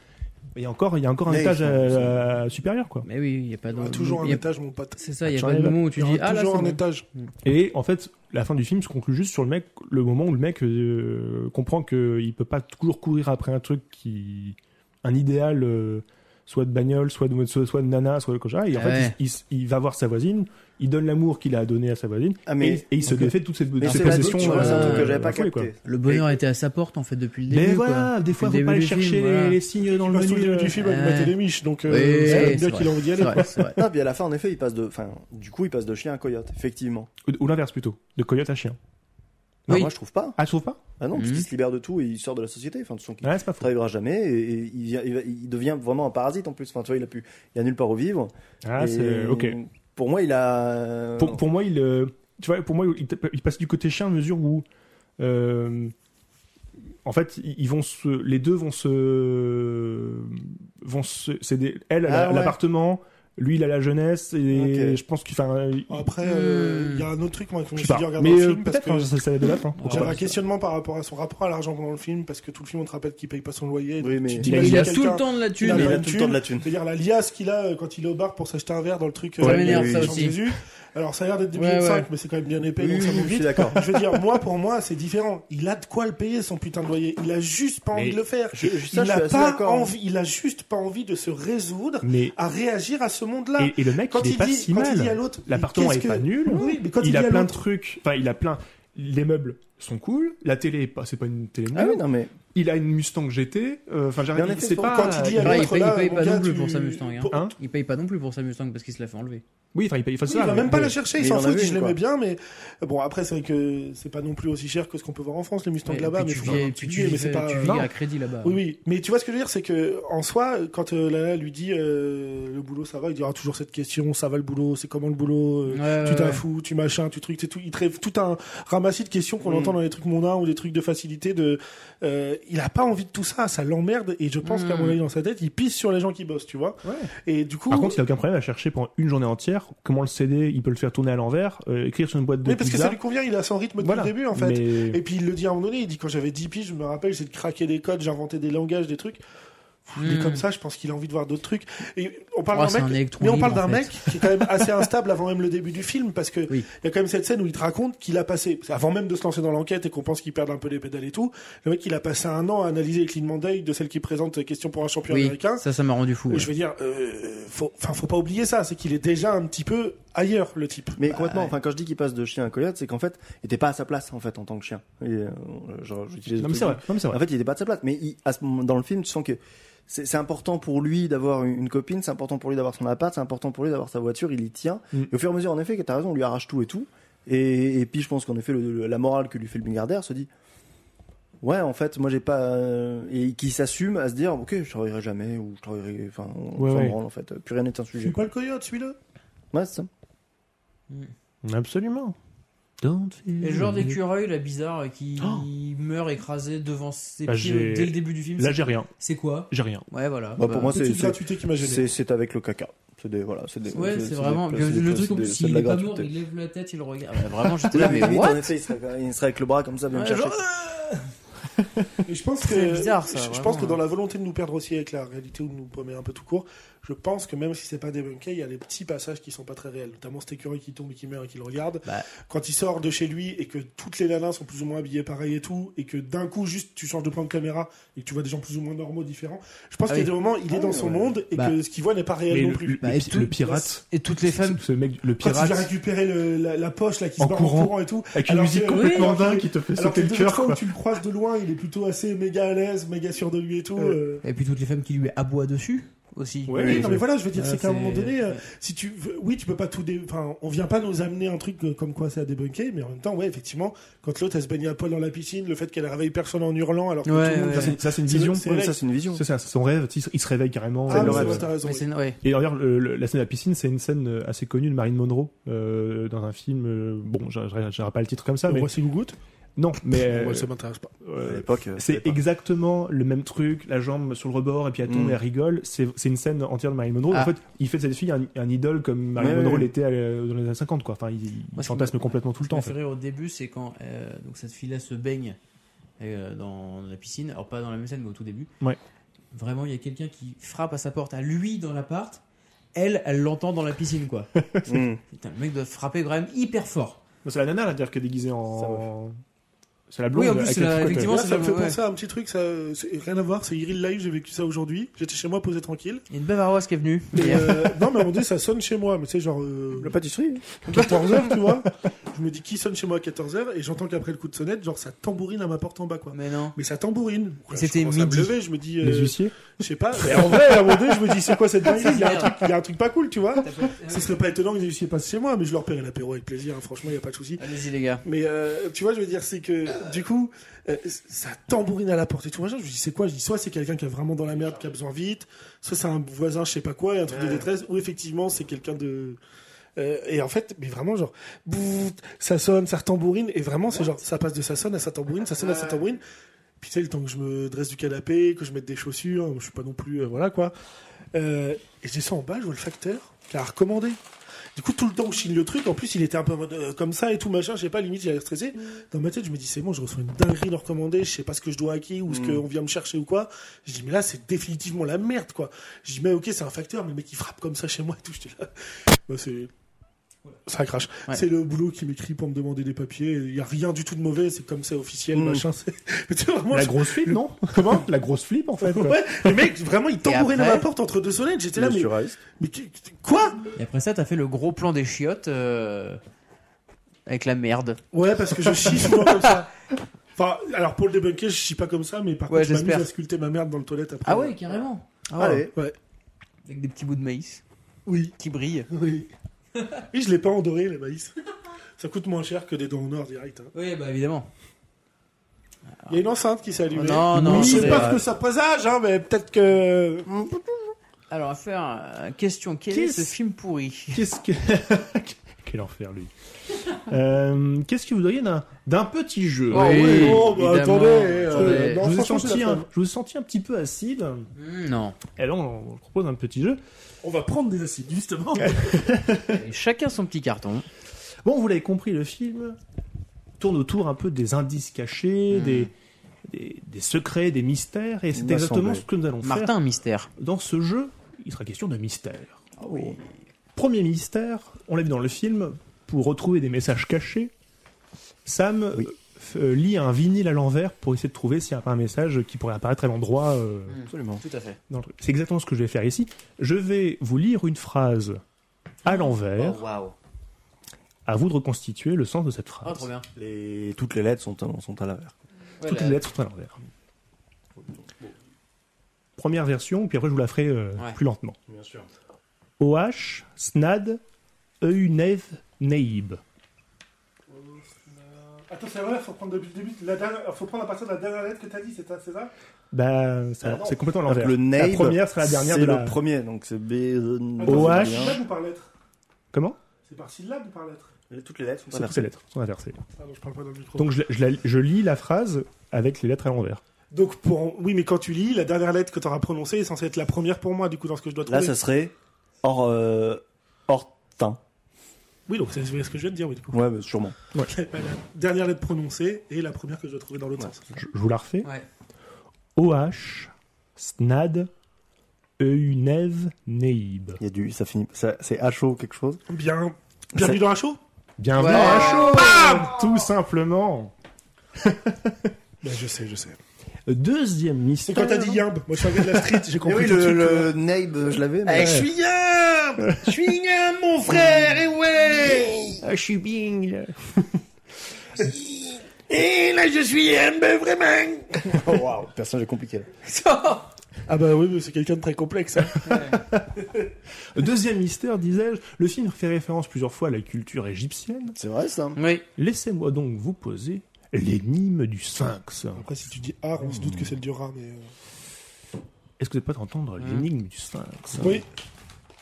[SPEAKER 2] mais Il y a encore, il y a encore un
[SPEAKER 5] Mais ils
[SPEAKER 2] étage
[SPEAKER 5] sont-
[SPEAKER 2] euh, supérieur quoi.
[SPEAKER 1] Mais oui, il n'y a pas
[SPEAKER 3] Il
[SPEAKER 1] de.
[SPEAKER 2] Ah,
[SPEAKER 3] y aura Ah, toujours un
[SPEAKER 1] Mm. il y a-
[SPEAKER 3] étage, mon pote.
[SPEAKER 1] ah, C'est ça, il n'y a
[SPEAKER 2] Tu
[SPEAKER 1] pas de
[SPEAKER 2] arrives-
[SPEAKER 1] moment où tu
[SPEAKER 3] Il y
[SPEAKER 1] dis
[SPEAKER 3] aura
[SPEAKER 1] Ah là,
[SPEAKER 3] toujours
[SPEAKER 1] c'est
[SPEAKER 3] un
[SPEAKER 1] bon.
[SPEAKER 3] étage.
[SPEAKER 2] Et en fait, la fin du film se conclut juste sur le mec, le moment où le mec euh, comprend qu'il peut pas toujours courir après un truc qui, un idéal, euh, soit de bagnole, soit de, soit, soit de nana, soit de cochon. Et en
[SPEAKER 1] Ah
[SPEAKER 2] fait,
[SPEAKER 1] ouais.
[SPEAKER 2] il, s- il s- il va voir sa voisine, il donne l'amour qu'il a donné à sa voisine,
[SPEAKER 5] Ah,
[SPEAKER 2] et,
[SPEAKER 5] mais-
[SPEAKER 2] il- et il se
[SPEAKER 1] ok.
[SPEAKER 2] défait de toutes ces,
[SPEAKER 5] Mais
[SPEAKER 2] possessions. euh,
[SPEAKER 5] c'est la doute, tu vois, c'est un truc que j'avais pas capté.
[SPEAKER 1] Le bonheur était à sa porte en fait depuis le
[SPEAKER 2] Mais
[SPEAKER 1] début. quoi.
[SPEAKER 2] voilà, des fois,
[SPEAKER 1] Depuis
[SPEAKER 2] faut
[SPEAKER 1] le
[SPEAKER 2] pas
[SPEAKER 1] début
[SPEAKER 2] aller
[SPEAKER 1] du
[SPEAKER 2] chercher
[SPEAKER 1] film,
[SPEAKER 2] les,
[SPEAKER 1] voilà.
[SPEAKER 2] les signes dans
[SPEAKER 3] Il
[SPEAKER 2] le
[SPEAKER 3] passe tout
[SPEAKER 2] menu.
[SPEAKER 3] le début du film avec
[SPEAKER 1] euh,
[SPEAKER 3] Matt et les miches, donc euh,
[SPEAKER 1] Oui,
[SPEAKER 3] c'est
[SPEAKER 1] c'est
[SPEAKER 3] bien qu'il a
[SPEAKER 1] vrai.
[SPEAKER 3] envie d'y aller.
[SPEAKER 1] C'est vrai, c'est vrai.
[SPEAKER 5] Non, puis à la fin, en effet, il passe de. Enfin, du coup, il passe de chien à coyote, effectivement.
[SPEAKER 2] Ou- Ou l'inverse plutôt, de coyote à chien.
[SPEAKER 5] Non,
[SPEAKER 1] Oui.
[SPEAKER 5] moi, je trouve pas.
[SPEAKER 2] Ah, tu trouves pas
[SPEAKER 5] Ah non, parce
[SPEAKER 1] Mhm.
[SPEAKER 5] qu'il se libère de tout et il sort de la société. Enfin, de toute façon, qu'il
[SPEAKER 2] Ouais, c'est pas faux.
[SPEAKER 5] travaillera jamais et, et il, vient- il va- il devient vraiment un parasite en plus. Enfin, tu vois, il a plus, il a nulle part où vivre.
[SPEAKER 2] Ah,
[SPEAKER 5] Et
[SPEAKER 2] c'est, ok.
[SPEAKER 5] Pour moi, il a.
[SPEAKER 2] pour, pour moi, il, euh, tu vois, pour moi, il, il passe du côté chien à mesure où euh, en fait, ils ils vont se, les deux vont se, vont se, c'est des, elle, elle a
[SPEAKER 5] Ah ouais.
[SPEAKER 2] l'appartement, lui, il a la jeunesse, et
[SPEAKER 5] Ok.
[SPEAKER 2] je pense qu'il, enfin, il-
[SPEAKER 3] Après, euh, il
[SPEAKER 1] Hmm.
[SPEAKER 3] y a un autre truc moi, que je me
[SPEAKER 2] je
[SPEAKER 3] suis
[SPEAKER 2] sais pas.
[SPEAKER 3] dit en regardant
[SPEAKER 2] Mais
[SPEAKER 3] le
[SPEAKER 2] euh,
[SPEAKER 3] film, parce
[SPEAKER 2] peut-être
[SPEAKER 3] que
[SPEAKER 2] hein, ça, ça va de la fin.
[SPEAKER 3] j'avais un questionnement par rapport à son rapport à l'argent pendant le film, parce que tout le film, on te rappelle qu'il paye pas son loyer.
[SPEAKER 5] Oui, mais-
[SPEAKER 3] tu
[SPEAKER 2] Il a-
[SPEAKER 1] Il,
[SPEAKER 3] t'imagines
[SPEAKER 2] il
[SPEAKER 1] a
[SPEAKER 3] quelqu'un-
[SPEAKER 1] tout le temps de la
[SPEAKER 3] il
[SPEAKER 1] thune.
[SPEAKER 3] a
[SPEAKER 5] Mais
[SPEAKER 3] la
[SPEAKER 5] il a
[SPEAKER 3] thune.
[SPEAKER 5] tout le temps de la thune.
[SPEAKER 3] C'est-à-dire la liasse qu'il a euh, quand il est au bar pour s'acheter un verre dans le truc.
[SPEAKER 1] Ça
[SPEAKER 3] euh,
[SPEAKER 1] m'énerve,
[SPEAKER 3] de
[SPEAKER 1] ça
[SPEAKER 3] Jean
[SPEAKER 1] aussi.
[SPEAKER 3] Jésus. Alors ça a l'air d'être des
[SPEAKER 1] Ouais,
[SPEAKER 3] billets de
[SPEAKER 1] ouais.
[SPEAKER 3] 5, mais c'est quand même bien épais,
[SPEAKER 5] Oui,
[SPEAKER 3] donc ça
[SPEAKER 5] oui,
[SPEAKER 3] monte
[SPEAKER 5] je suis
[SPEAKER 3] vite.
[SPEAKER 5] d'accord.
[SPEAKER 3] Je veux dire, moi pour moi, c'est différent. Il a de quoi le payer son putain de loyer. Il a juste pas envie
[SPEAKER 2] Mais
[SPEAKER 3] de le faire.
[SPEAKER 5] Je- je- ça,
[SPEAKER 3] il
[SPEAKER 5] je suis
[SPEAKER 3] a
[SPEAKER 5] assez
[SPEAKER 3] pas
[SPEAKER 5] d'accord. hein.
[SPEAKER 3] envie. Il a juste pas envie de se résoudre
[SPEAKER 2] Mais,
[SPEAKER 3] à réagir à ce monde-là.
[SPEAKER 2] et, et le mec,
[SPEAKER 3] Quand
[SPEAKER 2] il est
[SPEAKER 3] il,
[SPEAKER 2] pas
[SPEAKER 3] dit,
[SPEAKER 2] si
[SPEAKER 3] quand
[SPEAKER 2] mal.
[SPEAKER 3] il dit à l'autre, mais
[SPEAKER 2] L'appartement
[SPEAKER 3] qu'est-ce
[SPEAKER 2] est
[SPEAKER 3] que-
[SPEAKER 2] pas nul.
[SPEAKER 3] Oui, mais quand il,
[SPEAKER 2] il a
[SPEAKER 3] dit à
[SPEAKER 2] plein de
[SPEAKER 3] l'autre,
[SPEAKER 2] trucs. Enfin, il a plein. Les meubles sont cool. La télé, est pas- c'est pas une télé.
[SPEAKER 5] Ah
[SPEAKER 2] meuble.
[SPEAKER 5] oui, non, mais.
[SPEAKER 2] Il a une Mustang GT. euh, Enfin,
[SPEAKER 5] Mais en
[SPEAKER 2] j'arrive.
[SPEAKER 5] effet,
[SPEAKER 2] C'est
[SPEAKER 5] quand-
[SPEAKER 2] pas.
[SPEAKER 3] quand il dit à
[SPEAKER 2] Ouais,
[SPEAKER 1] pareil, il
[SPEAKER 3] l'autre,
[SPEAKER 1] paye,
[SPEAKER 3] là,
[SPEAKER 1] il paye
[SPEAKER 3] mon
[SPEAKER 1] pas
[SPEAKER 3] gars,
[SPEAKER 1] non plus
[SPEAKER 3] tu-
[SPEAKER 1] pour sa Mustang. Hein.
[SPEAKER 3] pour-
[SPEAKER 2] Hein
[SPEAKER 1] Il paye pas non plus pour sa Mustang parce qu'il se l'a fait enlever.
[SPEAKER 2] Oui, enfin, il paye. Enfin,
[SPEAKER 3] Oui,
[SPEAKER 2] ça,
[SPEAKER 3] il va
[SPEAKER 2] mais-
[SPEAKER 3] même pas la chercher, il
[SPEAKER 5] mais
[SPEAKER 3] s'en
[SPEAKER 5] il en a
[SPEAKER 3] fout, il
[SPEAKER 5] vu
[SPEAKER 3] dit,
[SPEAKER 5] une,
[SPEAKER 3] je l'aimais bien,
[SPEAKER 5] quoi.
[SPEAKER 3] mais bon, après, c'est vrai que c'est pas non plus aussi cher que ce qu'on peut voir en France, les Mustangs
[SPEAKER 1] Ouais, et
[SPEAKER 3] là-bas,
[SPEAKER 1] puis
[SPEAKER 3] mais
[SPEAKER 1] tu
[SPEAKER 3] faut
[SPEAKER 1] vis,
[SPEAKER 3] vraiment
[SPEAKER 1] et
[SPEAKER 3] que
[SPEAKER 1] puis
[SPEAKER 3] tu
[SPEAKER 1] tu
[SPEAKER 3] vis,
[SPEAKER 1] vis,
[SPEAKER 3] mais c'est pas.
[SPEAKER 1] tu
[SPEAKER 3] euh,
[SPEAKER 1] vis hein.
[SPEAKER 2] non.
[SPEAKER 1] à crédit là-bas.
[SPEAKER 3] Oui, oui, mais tu vois ce que je veux dire, c'est que en soi, quand euh, Lala lui dit euh, le boulot ça va, il dira toujours cette question, ça va le boulot, c'est comment le boulot, euh,
[SPEAKER 1] Ouais, ouais,
[SPEAKER 3] tu t'en
[SPEAKER 1] ouais.
[SPEAKER 3] fous, tu machin, tu truc, tu sais tout, il te rêve tout un ramassis de questions qu'on
[SPEAKER 5] Mm.
[SPEAKER 3] entend dans les trucs mondains ou des trucs de facilité. De, euh, il a pas envie de tout ça, ça l'emmerde et je pense
[SPEAKER 1] Mm.
[SPEAKER 3] qu'à mon avis dans sa tête, il pisse sur les gens qui bossent, tu vois.
[SPEAKER 2] Ouais.
[SPEAKER 3] Et du coup,
[SPEAKER 2] Par contre, il a aucun problème à chercher pendant une journée entière comment le CD, il peut le faire tourner à l'envers, euh, écrire sur une boîte de
[SPEAKER 3] mais parce que
[SPEAKER 2] pizza.
[SPEAKER 3] ça lui convient, il a son rythme depuis
[SPEAKER 2] Voilà.
[SPEAKER 3] le début en fait.
[SPEAKER 2] Mais-
[SPEAKER 3] Et puis il le dit à un moment donné, il dit quand j'avais 10 piges, je me rappelle, j'ai craqué des codes, j'inventais des langages, des trucs. Pff, Il est
[SPEAKER 1] Mm.
[SPEAKER 3] comme ça, je pense qu'il a envie de voir d'autres trucs. Et on
[SPEAKER 1] Oh,
[SPEAKER 3] parle
[SPEAKER 1] c'est
[SPEAKER 3] d'un
[SPEAKER 1] un
[SPEAKER 3] mec,
[SPEAKER 1] électron
[SPEAKER 3] mais on parle
[SPEAKER 1] libre, en
[SPEAKER 3] d'un
[SPEAKER 1] fait.
[SPEAKER 3] mec qui est quand même assez instable avant même le début du film parce que
[SPEAKER 1] Oui.
[SPEAKER 3] il y a quand même cette scène où il te raconte qu'il a passé, avant même de se lancer dans l'enquête et qu'on pense qu'il perd un peu les pédales et tout, le mec il a passé un an à analyser les clignements d'œil de celle qui présente question pour un champion
[SPEAKER 1] Oui,
[SPEAKER 3] américain.
[SPEAKER 1] ça, ça m'a rendu fou.
[SPEAKER 3] Et
[SPEAKER 1] ouais.
[SPEAKER 3] Je veux dire, euh, faut, enfin, faut pas oublier ça, c'est qu'il est déjà un petit peu ailleurs le type. Bah,
[SPEAKER 5] Mais complètement, enfin, quand je dis qu'il passe de chien à coyote, c'est qu'en fait, il était pas à sa place, en fait, en tant que chien. Et, euh, genre, j'utilise
[SPEAKER 2] Non,
[SPEAKER 5] le
[SPEAKER 2] mais
[SPEAKER 5] truc
[SPEAKER 2] c'est vrai. Non, mais c'est vrai.
[SPEAKER 5] En fait, il n'était pas de sa place. Mais il- à ce moment, dans le film, tu sens que c'est c'est important pour lui d'avoir une, une copine, c'est important pour lui d'avoir son appart, c'est important pour lui d'avoir sa voiture, il y tient.
[SPEAKER 2] Mm.
[SPEAKER 5] Et au fur et à mesure, en effet, que t'as raison, on lui arrache tout et tout. Et, et puis, je pense qu'en effet, le- le- la morale que lui fait le milliardaire se dit Ouais, en fait, moi j'ai pas. euh, Et qui s'assume à se dire Ok, je travaillerai jamais, ou je travaillerai. Enfin, on
[SPEAKER 2] Ouais,
[SPEAKER 5] s'en
[SPEAKER 2] ouais.
[SPEAKER 5] branle, en fait. Plus rien n'est un
[SPEAKER 3] Je suis
[SPEAKER 5] sujet.
[SPEAKER 3] pas le coyote celui-là.
[SPEAKER 5] Ouais, c'est ça.
[SPEAKER 2] Absolument. Don't feel
[SPEAKER 1] Et le genre
[SPEAKER 2] it.
[SPEAKER 1] d'écureuil, là, bizarre, euh, qui
[SPEAKER 2] Oh.
[SPEAKER 1] meurt écrasé devant ses
[SPEAKER 2] Bah, j'ai-
[SPEAKER 1] pieds dès le début du film.
[SPEAKER 2] Là, j'ai rien.
[SPEAKER 1] C'est quoi
[SPEAKER 2] J'ai rien.
[SPEAKER 1] Ouais, voilà.
[SPEAKER 5] Bah, pour moi, c'est-
[SPEAKER 3] Petite
[SPEAKER 5] c'est-
[SPEAKER 3] gratuité qui m'a gêné.
[SPEAKER 5] C'est c'est avec le caca. C'est des. Voilà, c'est des.
[SPEAKER 1] Ouais, c'est
[SPEAKER 5] des
[SPEAKER 1] vraiment.
[SPEAKER 5] pla-
[SPEAKER 1] le-
[SPEAKER 5] c'est des
[SPEAKER 1] le
[SPEAKER 5] pla-
[SPEAKER 1] truc en
[SPEAKER 5] c'est des-
[SPEAKER 1] plus,
[SPEAKER 5] c'est de
[SPEAKER 1] il
[SPEAKER 5] la
[SPEAKER 1] est pas
[SPEAKER 5] gratuité.
[SPEAKER 1] mort, il lève la tête, il regarde. Ah, Vraiment, j'étais
[SPEAKER 5] Là,
[SPEAKER 1] là,
[SPEAKER 5] mais
[SPEAKER 1] mais
[SPEAKER 5] limite,
[SPEAKER 1] what
[SPEAKER 5] en effet, il serait, il serait avec le bras comme ça, bien
[SPEAKER 1] Ouais,
[SPEAKER 5] chercher.
[SPEAKER 1] genre,
[SPEAKER 3] Et je pense
[SPEAKER 1] C'est
[SPEAKER 3] que
[SPEAKER 1] bizarre, ça,
[SPEAKER 3] je- Je,
[SPEAKER 1] vraiment,
[SPEAKER 3] pense que dans
[SPEAKER 1] hein.
[SPEAKER 3] la volonté de nous perdre aussi avec la réalité ou de nous paumer un peu tout court, je pense que même si c'est pas débunké, il y a des petits passages qui sont pas très réels, notamment cet écureuil qui tombe et qui meurt et qui le regarde.
[SPEAKER 1] Bah.
[SPEAKER 3] Quand il sort de chez lui et que toutes les nanas sont plus ou moins habillées pareil et tout, et que d'un coup juste tu changes de plan de caméra et que tu vois des gens plus ou moins normaux différents, je pense
[SPEAKER 1] Ah
[SPEAKER 3] qu'il y a
[SPEAKER 1] oui.
[SPEAKER 3] des moments il est dans son monde et
[SPEAKER 1] Bah.
[SPEAKER 3] que ce qu'il voit n'est pas réel
[SPEAKER 2] Mais
[SPEAKER 3] non
[SPEAKER 2] le,
[SPEAKER 3] plus.
[SPEAKER 2] le-
[SPEAKER 1] Bah,
[SPEAKER 2] le
[SPEAKER 1] et
[SPEAKER 2] pi-
[SPEAKER 1] tout-
[SPEAKER 2] le pirate.
[SPEAKER 1] Et toutes les femmes.
[SPEAKER 2] Ce ce mec, le
[SPEAKER 3] Quand il a
[SPEAKER 2] pirate,
[SPEAKER 3] récupéré le- la, la poche là qui
[SPEAKER 2] En
[SPEAKER 3] se barre en
[SPEAKER 2] courant.
[SPEAKER 3] courant et tout,
[SPEAKER 2] avec une
[SPEAKER 3] alors
[SPEAKER 2] musique
[SPEAKER 3] que-
[SPEAKER 2] complètement
[SPEAKER 3] oui,
[SPEAKER 2] dingue
[SPEAKER 3] oui.
[SPEAKER 2] qui te fait
[SPEAKER 3] alors que
[SPEAKER 2] sauter
[SPEAKER 3] les
[SPEAKER 2] le
[SPEAKER 3] deux
[SPEAKER 2] cœur.
[SPEAKER 3] fois où
[SPEAKER 2] quoi.
[SPEAKER 3] tu le croises de loin, il est plutôt assez méga à l'aise, méga sûr de lui et tout. euh.
[SPEAKER 1] Et puis toutes les femmes qui lui aboient dessus aussi.
[SPEAKER 2] Ouais,
[SPEAKER 3] oui,
[SPEAKER 2] oui,
[SPEAKER 3] non,
[SPEAKER 2] je-
[SPEAKER 3] mais voilà, je veux dire,
[SPEAKER 1] Ah,
[SPEAKER 3] c'est qu'à un
[SPEAKER 1] c'est-
[SPEAKER 3] moment donné, euh, si tu, veux- oui, tu peux pas tout, dé... enfin, on vient pas nous amener un truc euh, comme quoi c'est à débunker, mais en même temps, ouais, effectivement, quand l'autre elle se baigne à poil dans la piscine, le fait qu'elle réveille personne en hurlant, alors que
[SPEAKER 1] Ouais,
[SPEAKER 3] tout le monde.
[SPEAKER 2] Ça, c'est- Ça, c'est une
[SPEAKER 3] C'est-
[SPEAKER 2] vision.
[SPEAKER 3] c'est-
[SPEAKER 5] Ouais, mais ça, c'est une vision.
[SPEAKER 2] Ça, C'est son rêve. Il se- il se réveille carrément.
[SPEAKER 3] Ah,
[SPEAKER 5] le
[SPEAKER 3] mais
[SPEAKER 2] Euh,
[SPEAKER 3] c'est
[SPEAKER 5] rêve.
[SPEAKER 3] vrai, t'as raison.
[SPEAKER 1] Mais
[SPEAKER 3] oui.
[SPEAKER 1] c'est ouais.
[SPEAKER 2] Et d'ailleurs, le- le- la scène de la piscine, c'est une scène euh, assez connue de Marilyn Monroe euh, dans un film. euh, bon, je n'aurai pas le titre comme ça, mais
[SPEAKER 3] Moi, c'est une goutte.
[SPEAKER 2] non, mais euh,
[SPEAKER 3] Moi, ça m'intéresse pas.
[SPEAKER 5] À
[SPEAKER 2] euh,
[SPEAKER 5] l'époque, euh,
[SPEAKER 2] c'est
[SPEAKER 5] c'était pas-
[SPEAKER 2] exactement le même truc. La jambe sur le rebord et puis elle tombe
[SPEAKER 5] Mm.
[SPEAKER 2] et elle rigole. C'est c'est une scène entière de Marilyn Monroe.
[SPEAKER 1] Ah.
[SPEAKER 2] En fait, il fait de cette fille un, un idole comme Marilyn
[SPEAKER 5] Ouais,
[SPEAKER 2] Monroe
[SPEAKER 5] ouais.
[SPEAKER 2] l'était euh, dans les années 50, quoi. Enfin, il, il
[SPEAKER 1] Moi, ce
[SPEAKER 2] fantasme
[SPEAKER 1] qui me-
[SPEAKER 2] complètement tout le
[SPEAKER 1] Ce qui
[SPEAKER 2] temps.
[SPEAKER 1] m'a
[SPEAKER 2] en
[SPEAKER 1] fait
[SPEAKER 2] fait.
[SPEAKER 1] rire au début, c'est quand euh, donc cette fille-là se baigne euh, dans la piscine. Alors, pas dans la même scène, mais au tout début.
[SPEAKER 2] Ouais.
[SPEAKER 1] Vraiment, il y a quelqu'un qui frappe à sa porte, à lui dans l'appart. Elle, elle l'entend dans la piscine, quoi.
[SPEAKER 5] Mm.
[SPEAKER 1] Putain, le mec doit frapper quand même hyper fort.
[SPEAKER 2] Non, C'est la nana, là, d'ailleurs, qui est déguisée en. C'est la blonde.
[SPEAKER 1] Oui, en plus,
[SPEAKER 2] avec
[SPEAKER 1] c'est
[SPEAKER 2] euh, la
[SPEAKER 1] la-
[SPEAKER 2] petite couette,
[SPEAKER 1] effectivement,
[SPEAKER 3] Là,
[SPEAKER 1] c'est
[SPEAKER 3] ça me
[SPEAKER 1] la-
[SPEAKER 3] fait
[SPEAKER 1] ouais.
[SPEAKER 3] penser à un petit truc, ça, c'est rien à voir, c'est Iril Live, j'ai vécu ça aujourd'hui. J'étais chez moi posé tranquille.
[SPEAKER 1] Il y a une bavaroise qui est venue.
[SPEAKER 3] Et, euh, non, mais à un moment donné, ça sonne chez moi, mais tu sais, genre, euh,
[SPEAKER 5] La pâtisserie
[SPEAKER 3] 14h, tu vois. Je me dis, qui sonne chez moi à 14h, et j'entends qu'après le coup de sonnette, genre, ça tambourine à ma porte en bas, quoi.
[SPEAKER 1] Mais non.
[SPEAKER 3] Mais ça tambourine.
[SPEAKER 1] Et c'était
[SPEAKER 3] Je commence à me
[SPEAKER 1] midi.
[SPEAKER 3] lever, je me dis,
[SPEAKER 2] ouais.
[SPEAKER 3] euh,
[SPEAKER 2] Les huissiers.
[SPEAKER 3] je sais pas. Mais en vrai, à un moment donné, je me dis, c'est quoi cette dinguerie Il y, a un
[SPEAKER 1] merde.
[SPEAKER 3] truc- il y a un truc pas cool, tu vois.
[SPEAKER 1] T'as pas-
[SPEAKER 3] Ce serait pas étonnant que les pas passent chez moi, mais je leur paierai l'apéro avec plaisir, hein, franchement, il n'y a pas de souci.
[SPEAKER 1] Allez-y, les gars.
[SPEAKER 3] Mais euh, tu vois, je veux dire, c'est que du coup, euh, ça tambourine à la porte et tout. machin. Je me dis, c'est quoi Je dis, soit c'est quelqu'un qui est vraiment dans la merde, qui a besoin vite, soit c'est un voisin, je sais pas quoi, et un truc de détresse, ou effectivement, c'est quelqu'un de. Euh, et en fait, mais vraiment, genre, bout, ça sonne, ça tambourine, et vraiment, c'est genre, ça passe de ça sonne à ça tambourine, ça sonne à ça tambourine. Puis tu sais, le temps que je me dresse du canapé, que je mette des chaussures, je suis pas non plus. euh, voilà quoi. Euh, et je descends en bas, je vois le facteur qui a recommandé. Du coup, tout le temps où je signe le truc, en plus, il était un peu en mode, euh, comme ça et tout machin, je sais pas, limite, j'allais stressé. Dans ma tête, je me dis, c'est bon, je reçois une dinguerie de recommandé, je sais pas ce que je dois à qui
[SPEAKER 2] Mm.
[SPEAKER 3] ou ce qu'on vient me chercher ou quoi. Je dis, mais là, c'est définitivement la merde, quoi. Je dis, mais ok, c'est un facteur, mais le mec, il frappe comme ça chez moi et tout. J'étais là, bah, c'est. Ça crache.
[SPEAKER 1] Ouais.
[SPEAKER 3] C'est le boulot qui m'écrit pour me demander des papiers. Il y a rien du tout de mauvais, c'est comme c'est officiel,
[SPEAKER 5] Mm.
[SPEAKER 3] machin. c'est- Mais tu sais, vraiment,
[SPEAKER 2] La
[SPEAKER 3] je-
[SPEAKER 2] grosse flip, non Comment La grosse flip, en fait. quoi.
[SPEAKER 3] Ouais, le mec, vraiment, il tambourait dans
[SPEAKER 1] après
[SPEAKER 3] ma porte entre deux sonnettes. J'étais là, mais, mais qui- quoi
[SPEAKER 1] Et après ça, t'as fait le gros plan des chiottes euh, avec la merde.
[SPEAKER 3] Ouais, parce que je chie souvent comme ça. Enfin, alors pour le débunker, je chie pas comme ça, mais par
[SPEAKER 1] Ouais,
[SPEAKER 3] contre, je m'amuse
[SPEAKER 1] j'espère.
[SPEAKER 3] à sculpter ma merde dans le toilette après.
[SPEAKER 1] Ah ouais, carrément. Ah ouais.
[SPEAKER 5] Allez.
[SPEAKER 3] Ouais.
[SPEAKER 1] Avec des petits bouts de maïs
[SPEAKER 3] Oui,
[SPEAKER 1] qui brillent.
[SPEAKER 3] oui. Oui, je l'ai pas endoré, les maïs. Ça coûte moins cher que des dents en or direct. hein.
[SPEAKER 1] Oui, bah évidemment.
[SPEAKER 3] Il y a une enceinte qui s'est allumée.
[SPEAKER 1] Non, non, ça,
[SPEAKER 3] Oui, je sais
[SPEAKER 1] c'est-
[SPEAKER 3] pas ce que ça présage, hein, mais peut-être que. hmm,
[SPEAKER 1] Alors, à faire euh, question quel est
[SPEAKER 2] Qu'est-ce-
[SPEAKER 1] ce film pourri
[SPEAKER 2] Qu'est-ce que. Quel enfer, lui. Euh, Qu'est-ce que vous donneriez d'un d'un petit jeu
[SPEAKER 1] Oh, Oui,
[SPEAKER 3] ouais, oh, bah,
[SPEAKER 1] évidemment.
[SPEAKER 3] attendez, euh,
[SPEAKER 1] Attendez.
[SPEAKER 3] non,
[SPEAKER 2] je, vous ai
[SPEAKER 3] franchement, c'est
[SPEAKER 2] senti
[SPEAKER 3] la
[SPEAKER 2] un,
[SPEAKER 3] femme.
[SPEAKER 2] je vous ai senti un petit peu acide.
[SPEAKER 1] Hmm, Non.
[SPEAKER 2] Et là, on, on propose un petit jeu.
[SPEAKER 3] On va prendre des acides, justement.
[SPEAKER 1] Et chacun son petit carton.
[SPEAKER 2] Bon, vous l'avez compris, le film tourne autour un peu des indices cachés,
[SPEAKER 1] Hmm.
[SPEAKER 2] des, des, des secrets, des mystères. Et c'est
[SPEAKER 5] m'a
[SPEAKER 2] exactement
[SPEAKER 5] semblé.
[SPEAKER 2] ce que nous allons faire.
[SPEAKER 1] Martin, un mystère.
[SPEAKER 2] Dans ce jeu, il sera question de mystère.
[SPEAKER 1] Ah
[SPEAKER 5] oui.
[SPEAKER 2] Premier mystère, on l'a vu dans le film, pour retrouver des messages cachés, Sam
[SPEAKER 5] Oui.
[SPEAKER 2] euh, f- euh, lit un vinyle à l'envers pour essayer de trouver s'il n'y a pas un message qui pourrait apparaître à l'endroit. euh,
[SPEAKER 1] Hmm.
[SPEAKER 5] Absolument.
[SPEAKER 1] Tout à fait.
[SPEAKER 2] dans le truc. C'est exactement ce que je vais faire ici. Je vais vous lire une phrase à l'envers,
[SPEAKER 1] waouh.
[SPEAKER 2] à vous de reconstituer le sens de cette
[SPEAKER 1] Oh,
[SPEAKER 2] phrase.
[SPEAKER 1] trop bien.
[SPEAKER 5] Les... Toutes les lettres sont, à- sont à l'envers.
[SPEAKER 2] Toutes les lettres sont à l'envers. Première version, puis après je vous la ferai euh,
[SPEAKER 1] Ouais.
[SPEAKER 2] plus lentement. OH, SNAD, E EUNEV, NEIB.
[SPEAKER 3] Euh, Attends, c'est vrai, faut prendre depuis le début. La dernière, faut prendre à partir de la dernière lettre que t'as dit, c'est c'est ça
[SPEAKER 2] Bah, ça-
[SPEAKER 3] Ah non.
[SPEAKER 2] c'est complètement à
[SPEAKER 5] Alors que
[SPEAKER 2] l'envers.
[SPEAKER 5] le
[SPEAKER 2] la
[SPEAKER 3] E
[SPEAKER 5] name,
[SPEAKER 2] première sera la dernière
[SPEAKER 5] c'est
[SPEAKER 2] de la.
[SPEAKER 5] le premier, donc c'est B. E,
[SPEAKER 3] Attends,
[SPEAKER 2] OH.
[SPEAKER 3] C'est par syllabe ou par lettre
[SPEAKER 2] Comment
[SPEAKER 3] C'est par syllabe ou par lettre
[SPEAKER 4] Toutes les lettres sont
[SPEAKER 2] C'est toutes les lettres sont inversées.
[SPEAKER 3] Ah non, je parle pas dans le micro.
[SPEAKER 2] Donc je, je la- je lis la phrase avec les lettres à l'envers.
[SPEAKER 3] Donc pour oui, mais quand tu lis, la dernière lettre que tu auras prononcée est censée être la première pour moi, du coup, dans ce que je dois trouver.
[SPEAKER 5] Là, ça serait hors, euh, hors teint.
[SPEAKER 3] Oui, donc c'est c'est ce que je viens de dire, oui, du coup.
[SPEAKER 5] Ouais, bah, sûrement.
[SPEAKER 3] La dernière lettre prononcée et la première que je dois trouver dans l'autre
[SPEAKER 5] Ouais.
[SPEAKER 3] sens.
[SPEAKER 2] Je, je vous la refais.
[SPEAKER 1] Ouais.
[SPEAKER 2] OH, SNAD, E EUNEV, NEIB.
[SPEAKER 5] Il y a du, ça finit, ça, c'est HO quelque chose.
[SPEAKER 3] Bien. Bienvenue
[SPEAKER 5] C'est-
[SPEAKER 3] dans la show
[SPEAKER 1] Ouais.
[SPEAKER 2] Bienvenue à chaud Bam Tout simplement.
[SPEAKER 3] Bah, je sais, je sais.
[SPEAKER 2] Deuxième
[SPEAKER 3] C'est
[SPEAKER 2] mystère.
[SPEAKER 3] quand t'as dit Yimb, moi je suis un gars de la street, j'ai
[SPEAKER 5] Eh
[SPEAKER 3] compris.
[SPEAKER 5] oui,
[SPEAKER 3] tout de
[SPEAKER 5] le,
[SPEAKER 3] suite, euh,
[SPEAKER 5] le nabe, je l'avais, mais.
[SPEAKER 1] Eh, je suis Yimb Je suis Yimb, mon frère Et ouais
[SPEAKER 2] Ah, je suis bing.
[SPEAKER 1] Et là, je suis Yimb, vraiment
[SPEAKER 5] Oh, waouh, le ben, personnage est compliqué.
[SPEAKER 3] Ah bah oui, mais c'est quelqu'un de très complexe. hein.
[SPEAKER 2] Deuxième mystère, disais-je. Le film fait référence plusieurs fois à la culture égyptienne.
[SPEAKER 5] C'est vrai, ça.
[SPEAKER 1] Oui.
[SPEAKER 2] Laissez-moi donc vous poser l'énigme du sphinx.
[SPEAKER 3] Après, si tu dis art, on se doute que c'est du rat, mais. euh,
[SPEAKER 2] Est-ce que vous n'êtes pas d'entendre l'énigme du sphinx
[SPEAKER 3] Oui.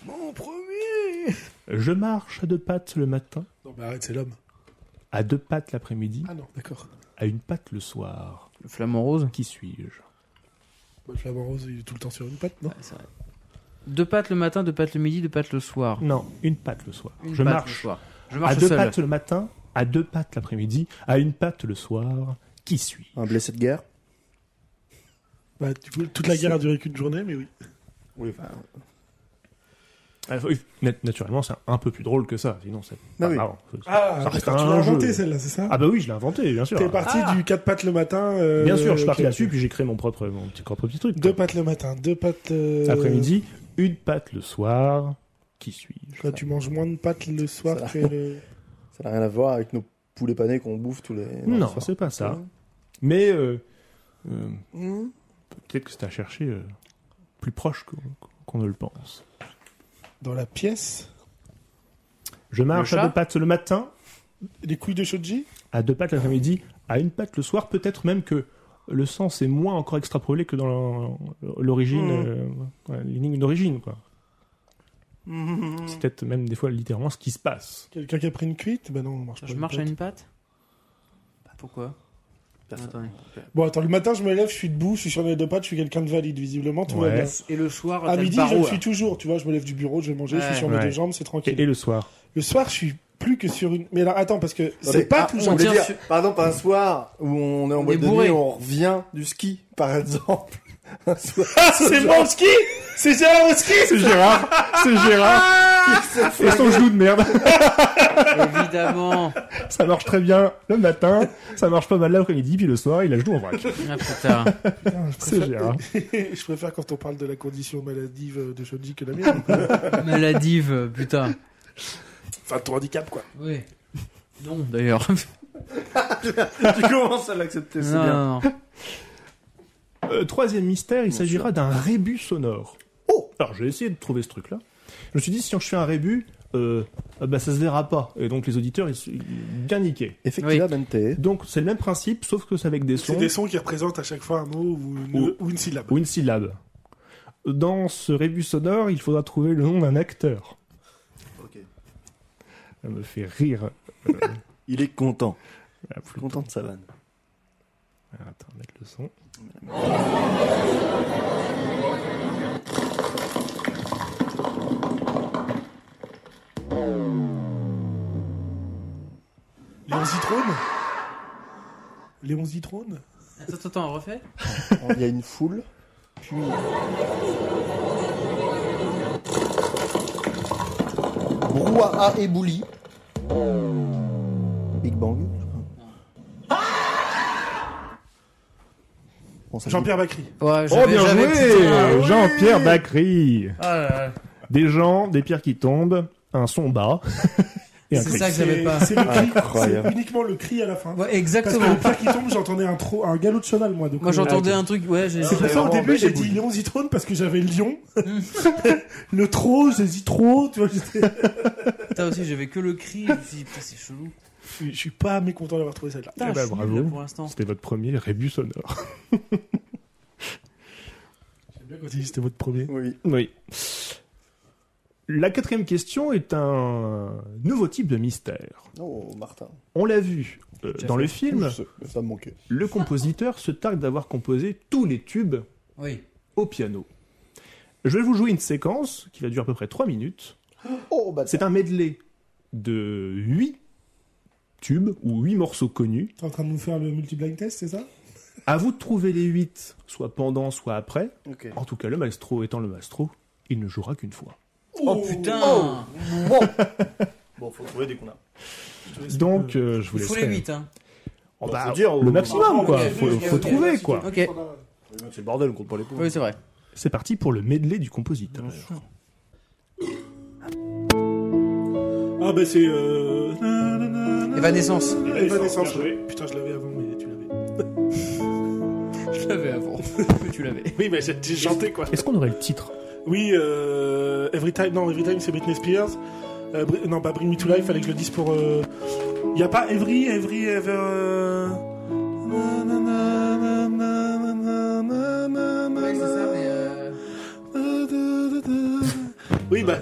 [SPEAKER 1] Mon premier
[SPEAKER 2] Je marche à deux pattes le matin,
[SPEAKER 3] Non, mais arrête, c'est l'homme.
[SPEAKER 2] à deux pattes l'après-midi,
[SPEAKER 3] Ah non, d'accord.
[SPEAKER 2] à une patte le soir.
[SPEAKER 1] Le flamant rose
[SPEAKER 2] Qui suis-je
[SPEAKER 3] Bah, le flamant rose, il est tout le temps sur une patte, non
[SPEAKER 1] Deux pattes le matin, deux pattes le midi, deux pattes le soir.
[SPEAKER 2] Non, une patte le soir.
[SPEAKER 1] Une
[SPEAKER 2] je
[SPEAKER 1] patte le
[SPEAKER 2] marche
[SPEAKER 1] soir. Je
[SPEAKER 2] à
[SPEAKER 1] marche
[SPEAKER 2] deux
[SPEAKER 1] seul.
[SPEAKER 2] pattes le matin, à deux pattes l'après-midi, à une patte le soir. Qui suis
[SPEAKER 5] Un blessé de guerre.
[SPEAKER 3] Bah, du coup, toute la guerre a duré qu'une journée, mais oui.
[SPEAKER 5] Oui, enfin.
[SPEAKER 2] Naturellement, c'est un peu plus drôle que ça, sinon c'est
[SPEAKER 5] Ah
[SPEAKER 2] pas
[SPEAKER 5] oui.
[SPEAKER 2] marrant.
[SPEAKER 3] Ah,
[SPEAKER 2] Ça reste
[SPEAKER 3] d'accord, tu
[SPEAKER 2] un
[SPEAKER 3] l'as
[SPEAKER 2] jeu.
[SPEAKER 3] inventé celle-là, c'est ça
[SPEAKER 2] Ah bah oui, je l'ai inventé, bien sûr.
[SPEAKER 3] T'es parti
[SPEAKER 1] Ah.
[SPEAKER 3] du 4 pattes le matin. euh,
[SPEAKER 2] Bien sûr, je suis
[SPEAKER 3] ok,
[SPEAKER 2] parti
[SPEAKER 3] ok.
[SPEAKER 2] là-dessus, puis j'ai créé mon propre, mon petit, propre petit truc.
[SPEAKER 3] Deux
[SPEAKER 2] quoi.
[SPEAKER 3] pattes le matin, deux pattes. euh,
[SPEAKER 2] Après-midi, une patte le soir. Qui suis-je
[SPEAKER 3] Toi, tu manges moins de pâtes le soir
[SPEAKER 5] Ça va.
[SPEAKER 3] que le.
[SPEAKER 5] Ça n'a rien à voir avec nos poulets panés qu'on bouffe tous les.
[SPEAKER 2] Non,
[SPEAKER 5] soir.
[SPEAKER 2] c'est pas ça. Mais euh, euh, peut-être que c'est à chercher euh, plus proche qu'on qu'on ne le pense.
[SPEAKER 3] Dans la pièce.
[SPEAKER 2] Je marche
[SPEAKER 1] Le
[SPEAKER 2] à
[SPEAKER 1] chat
[SPEAKER 2] deux pattes le matin,
[SPEAKER 3] Les couilles de Shoji
[SPEAKER 2] à deux pattes l'après-midi, à une patte le soir. Peut-être même que le sens est moins encore extrapolé que dans l'origine, euh, ouais, l'énigme d'origine. quoi. C'est peut-être même des fois littéralement ce qui se passe.
[SPEAKER 3] Quelqu'un qui a pris une cuite Ben non, on marche pas.
[SPEAKER 1] Je
[SPEAKER 3] une
[SPEAKER 1] marche à
[SPEAKER 3] patte.
[SPEAKER 1] une patte Pourquoi
[SPEAKER 5] Personne.
[SPEAKER 1] Attendez.
[SPEAKER 3] Bon, attends, le matin, je me lève, je suis debout, je suis sur mes deux pattes, je suis quelqu'un de valide, visiblement, tout
[SPEAKER 2] Ouais.
[SPEAKER 3] va bien.
[SPEAKER 1] Et le soir,
[SPEAKER 3] À
[SPEAKER 1] t'as le
[SPEAKER 3] midi, je
[SPEAKER 1] barreau,
[SPEAKER 3] le
[SPEAKER 1] là.
[SPEAKER 3] suis toujours, tu vois, je me lève du bureau, je vais manger, je
[SPEAKER 1] Ouais.
[SPEAKER 3] suis sur mes
[SPEAKER 2] Ouais.
[SPEAKER 3] deux jambes, c'est
[SPEAKER 2] Et, et
[SPEAKER 3] tranquille.
[SPEAKER 2] le soir
[SPEAKER 3] Le soir, je suis plus que sur une. Mais là, attends, parce que c'est
[SPEAKER 5] mais-
[SPEAKER 3] pas
[SPEAKER 5] ah,
[SPEAKER 3] tout
[SPEAKER 5] on
[SPEAKER 1] genre.
[SPEAKER 5] voulait
[SPEAKER 1] Tiens,
[SPEAKER 5] dire,
[SPEAKER 1] tu-
[SPEAKER 5] Par exemple, un soir où on est en
[SPEAKER 1] On
[SPEAKER 5] boîte
[SPEAKER 1] est
[SPEAKER 5] de
[SPEAKER 1] bourré.
[SPEAKER 5] nuit, on revient du ski, par exemple. Un soir,
[SPEAKER 3] Ah, c'est mon ski C'est Gérard au ski
[SPEAKER 2] C'est Gérard C'est Gérard Et son genou de merde
[SPEAKER 1] Évidemment.
[SPEAKER 2] Ça marche très bien le matin, ça marche pas mal l'après-midi, puis le soir, il a le genou en vrac.
[SPEAKER 1] Ah putain.
[SPEAKER 3] Putain, je,
[SPEAKER 2] C'est
[SPEAKER 3] préfère...
[SPEAKER 2] Gérard.
[SPEAKER 3] je préfère quand on parle de la condition maladive de Shoji que la mienne.
[SPEAKER 1] Maladive, putain.
[SPEAKER 3] enfin, ton handicap, quoi.
[SPEAKER 1] Oui. Non, d'ailleurs.
[SPEAKER 5] tu commences à l'accepter, c'est
[SPEAKER 1] Non,
[SPEAKER 5] bien.
[SPEAKER 1] non, non.
[SPEAKER 2] Euh, troisième mystère, il s'agira d'un rébus sonore. Oh Alors j'ai essayé de trouver ce truc-là. Je me suis dit, si je fais un rébus, euh, ah bah, ça se verra pas. Et donc les auditeurs, ils sont bien niqués.
[SPEAKER 5] Effectivement, t'es.
[SPEAKER 2] Donc c'est le même principe, sauf que c'est avec des
[SPEAKER 3] C'est
[SPEAKER 2] sons
[SPEAKER 3] des sons qui représentent à chaque fois un mot ou une,
[SPEAKER 2] Ou-
[SPEAKER 3] ou une syllabe.
[SPEAKER 2] ou une syllabe. Dans ce rébus sonore, il faudra trouver le nom d'un acteur.
[SPEAKER 5] Ok.
[SPEAKER 2] Ça me fait rire.
[SPEAKER 5] Il est content.
[SPEAKER 2] Ah, plus-
[SPEAKER 5] Content de sa vanne.
[SPEAKER 2] Attends, mettre le son.
[SPEAKER 3] Léon Zitrone Léon Zitrone
[SPEAKER 1] Attends, attends, attends, on refait
[SPEAKER 5] Il y a une foule. Puis... Brouhaha ébouli. Big Bang. je crois. Bon, ça
[SPEAKER 3] Jean-Pierre Bacry.
[SPEAKER 1] Ouais,
[SPEAKER 2] Oh, bien joué
[SPEAKER 3] Ah
[SPEAKER 1] joué
[SPEAKER 2] Jean-Pierre Bacry
[SPEAKER 1] Ah là là.
[SPEAKER 2] Des gens, des pierres qui tombent, un son bas et un
[SPEAKER 1] C'est
[SPEAKER 2] cri.
[SPEAKER 1] ça que j'avais
[SPEAKER 3] C'est-
[SPEAKER 1] pas.
[SPEAKER 3] C'est le cri-
[SPEAKER 5] Incroyable.
[SPEAKER 3] c'est uniquement le cri à la fin.
[SPEAKER 1] Ouais,
[SPEAKER 3] Parce que le
[SPEAKER 1] exactement.
[SPEAKER 3] pire qui tombe, j'entendait un, tro- un galop de cheval, moi. donc,
[SPEAKER 1] Moi
[SPEAKER 3] euh,
[SPEAKER 1] j'entendais un truc, ouais, j'ai.
[SPEAKER 3] C'est pour ça au
[SPEAKER 5] Vraiment,
[SPEAKER 3] début
[SPEAKER 5] belle
[SPEAKER 3] j'ai
[SPEAKER 5] et
[SPEAKER 3] dit
[SPEAKER 5] bouillie.
[SPEAKER 3] Léon Zitrone parce que j'avais le lion. le trop, j'ai dit trop, tu vois, j'étais-
[SPEAKER 1] Putain aussi, j'avais que le cri, je me suis dit, putain, c'est chelou.
[SPEAKER 3] je suis- je suis pas mécontent d'avoir trouvé celle-là.
[SPEAKER 1] Putain,
[SPEAKER 2] Eh ben,
[SPEAKER 1] je suis nul,
[SPEAKER 2] bravo.
[SPEAKER 1] là, pour l'instant.
[SPEAKER 2] C'était votre premier rébus sonore.
[SPEAKER 3] J'aime bien quand il dit c'était votre premier.
[SPEAKER 5] Oui.
[SPEAKER 2] Oui. La quatrième question est un nouveau type de mystère.
[SPEAKER 5] Oh, Martin.
[SPEAKER 2] On l'a vu euh,
[SPEAKER 1] Tout à
[SPEAKER 2] dans
[SPEAKER 1] fait.
[SPEAKER 2] le film,
[SPEAKER 5] Je sais, mais ça me manquait.
[SPEAKER 2] le compositeur se targue d'avoir composé tous les tubes
[SPEAKER 1] Oui.
[SPEAKER 2] au piano. Je vais vous jouer une séquence qui va durer à peu près 3 minutes.
[SPEAKER 5] Oh, bah,
[SPEAKER 2] C'est un medley de 8 tubes ou 8 morceaux connus.
[SPEAKER 3] T'es en train de nous faire le multi-blind test, c'est ça
[SPEAKER 2] À vous de trouver les 8, soit pendant, soit après.
[SPEAKER 5] Ok.
[SPEAKER 2] En tout cas, le maestro étant le maestro, il ne jouera qu'une fois.
[SPEAKER 1] Oh putain
[SPEAKER 4] Bon, faut trouver dès qu'on a.
[SPEAKER 2] Donc, euh, je vous
[SPEAKER 1] Il faut
[SPEAKER 2] laisse.
[SPEAKER 1] les 8, hein.
[SPEAKER 2] Oh, bah,
[SPEAKER 5] faut dire,
[SPEAKER 2] le
[SPEAKER 5] oh,
[SPEAKER 2] maximum,
[SPEAKER 3] oh,
[SPEAKER 2] quoi.
[SPEAKER 3] ok,
[SPEAKER 2] faut
[SPEAKER 3] ok,
[SPEAKER 2] faut
[SPEAKER 3] ok,
[SPEAKER 2] trouver,
[SPEAKER 3] ok.
[SPEAKER 2] quoi.
[SPEAKER 1] hein. Ok.
[SPEAKER 5] C'est le bordel, on compte pas les pauvres.
[SPEAKER 1] Oui, c'est vrai.
[SPEAKER 2] C'est parti pour le medley du compositeur.
[SPEAKER 3] Ah bah c'est... Euh... Eh, na, na, na, na,
[SPEAKER 1] Évanescence.
[SPEAKER 3] na, Évanescence. Putain, je l'avais avant, mais tu l'avais.
[SPEAKER 1] Je l'avais avant. tu l'avais.
[SPEAKER 3] Oui, mais j'ai j'ai chanté, quoi.
[SPEAKER 2] Est-ce qu'on aurait le titre
[SPEAKER 3] Oui, euh... Every Time, non, Every Time, c'est Britney Spears. Euh, Bri- Non, pas Bring Me To Life, fallait que je le dise pour... Euh... Y a pas Every, Every, Ever... euh, na, na, na, na, na, na, na, na, na.
[SPEAKER 1] euh,
[SPEAKER 3] Oui, bah.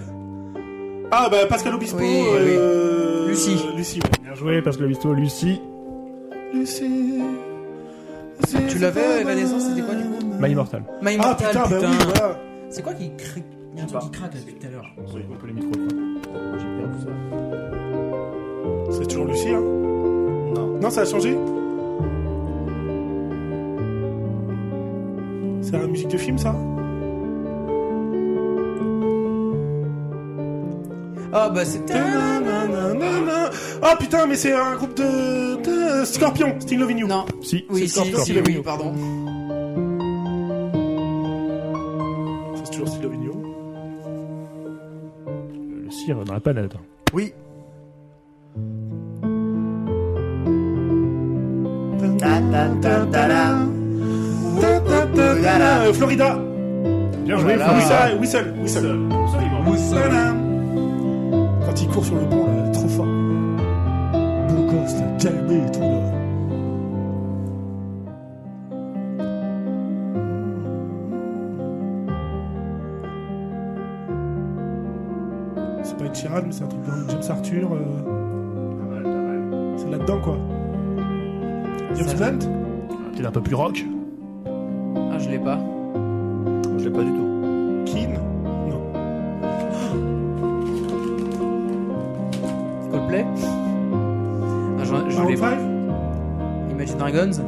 [SPEAKER 3] Ah, bah Pascal Obispo.
[SPEAKER 1] Oui,
[SPEAKER 3] euh,
[SPEAKER 1] oui. Lucie.
[SPEAKER 3] Lucie,
[SPEAKER 2] Bien joué, parce que le bistrot Lucie,
[SPEAKER 3] ouais. Lucie.
[SPEAKER 1] Tu l'avais, Evanescence, c'était quoi, du coup
[SPEAKER 2] My Immortal.
[SPEAKER 1] My
[SPEAKER 3] Ah,
[SPEAKER 1] Immortal,
[SPEAKER 3] putain, bah oui, voilà.
[SPEAKER 1] C'est quoi qui crie Il y a un truc qui craque là depuis tout à l'heure.
[SPEAKER 2] On peut les micros, quoi.
[SPEAKER 3] C'est toujours Lucie, hein Non. Non, ça a changé C'est la musique de film, ça
[SPEAKER 1] Ah bah c'était.
[SPEAKER 3] Nananana. Ah, putain, mais c'est un groupe de. de- Scorpion, Still Loving You.
[SPEAKER 1] Non,
[SPEAKER 2] Si,
[SPEAKER 1] oui,
[SPEAKER 3] C'est
[SPEAKER 1] si,
[SPEAKER 3] Scorpion.
[SPEAKER 1] si,
[SPEAKER 3] Scorpion.
[SPEAKER 1] oui, pardon.
[SPEAKER 3] C'est toujours Still Loving You.
[SPEAKER 2] le cire dans la panade.
[SPEAKER 5] Oui.
[SPEAKER 3] Ta, ta, ta, ta, la, euh, Florida.
[SPEAKER 2] Bien
[SPEAKER 3] Oui,
[SPEAKER 2] joué,
[SPEAKER 1] Voilà.
[SPEAKER 2] Florida.
[SPEAKER 3] Whistle, whistle, whistle.
[SPEAKER 2] Absolument.
[SPEAKER 3] Quand il court sur le pont, là, trop fort. Beau gosse, là, calmé et tout, là. C'est pas Ed Sheeran, mais c'est un truc de James Arthur. euh, C'est là-dedans, quoi. James
[SPEAKER 1] Ça-
[SPEAKER 3] Blunt
[SPEAKER 2] peut-être un peu plus rock.
[SPEAKER 1] Ah, je l'ai pas.
[SPEAKER 4] Je l'ai pas du tout.
[SPEAKER 3] Keane
[SPEAKER 1] Coldplay ah, Je, je l'ai
[SPEAKER 3] Maroon
[SPEAKER 1] pas.
[SPEAKER 3] 5
[SPEAKER 1] Imagine Dragons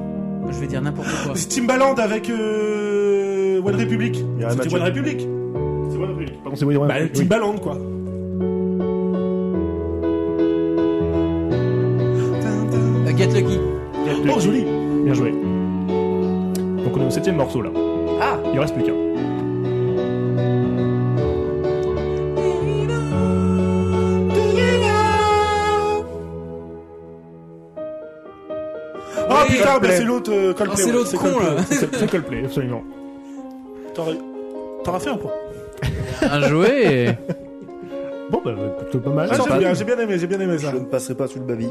[SPEAKER 1] Je vais dire n'importe quoi.
[SPEAKER 3] C'est Timbaland avec euh, One Republic.
[SPEAKER 4] y a un
[SPEAKER 3] C'était
[SPEAKER 4] match.
[SPEAKER 3] One Republic.
[SPEAKER 2] C'est One Republic. Pardon, c'est One
[SPEAKER 3] Bah,
[SPEAKER 2] Republic. Oui.
[SPEAKER 3] Timbaland, quoi.
[SPEAKER 1] Euh, Get Lucky.
[SPEAKER 3] Oh, joli.
[SPEAKER 2] Bien joué. Donc on est au septième morceau là.
[SPEAKER 1] Ah
[SPEAKER 2] Il en reste plus qu'un.
[SPEAKER 3] Ah
[SPEAKER 1] Oui,
[SPEAKER 3] putain,
[SPEAKER 2] Coldplay.
[SPEAKER 3] bah, c'est l'autre euh, Coldplay.
[SPEAKER 1] Oh, c'est
[SPEAKER 3] ouais,
[SPEAKER 1] l'autre con
[SPEAKER 3] Coldplay.
[SPEAKER 1] là
[SPEAKER 2] C'est c'est Coldplay, absolument.
[SPEAKER 3] T'aurais- T'auras fait un point.
[SPEAKER 1] Un jouet
[SPEAKER 2] Bon bah plutôt pas mal.
[SPEAKER 3] Ah,
[SPEAKER 5] sympa.
[SPEAKER 3] j'ai bien, j'ai bien aimé, j'ai bien aimé ça.
[SPEAKER 5] Je ne passerai pas sous le babi.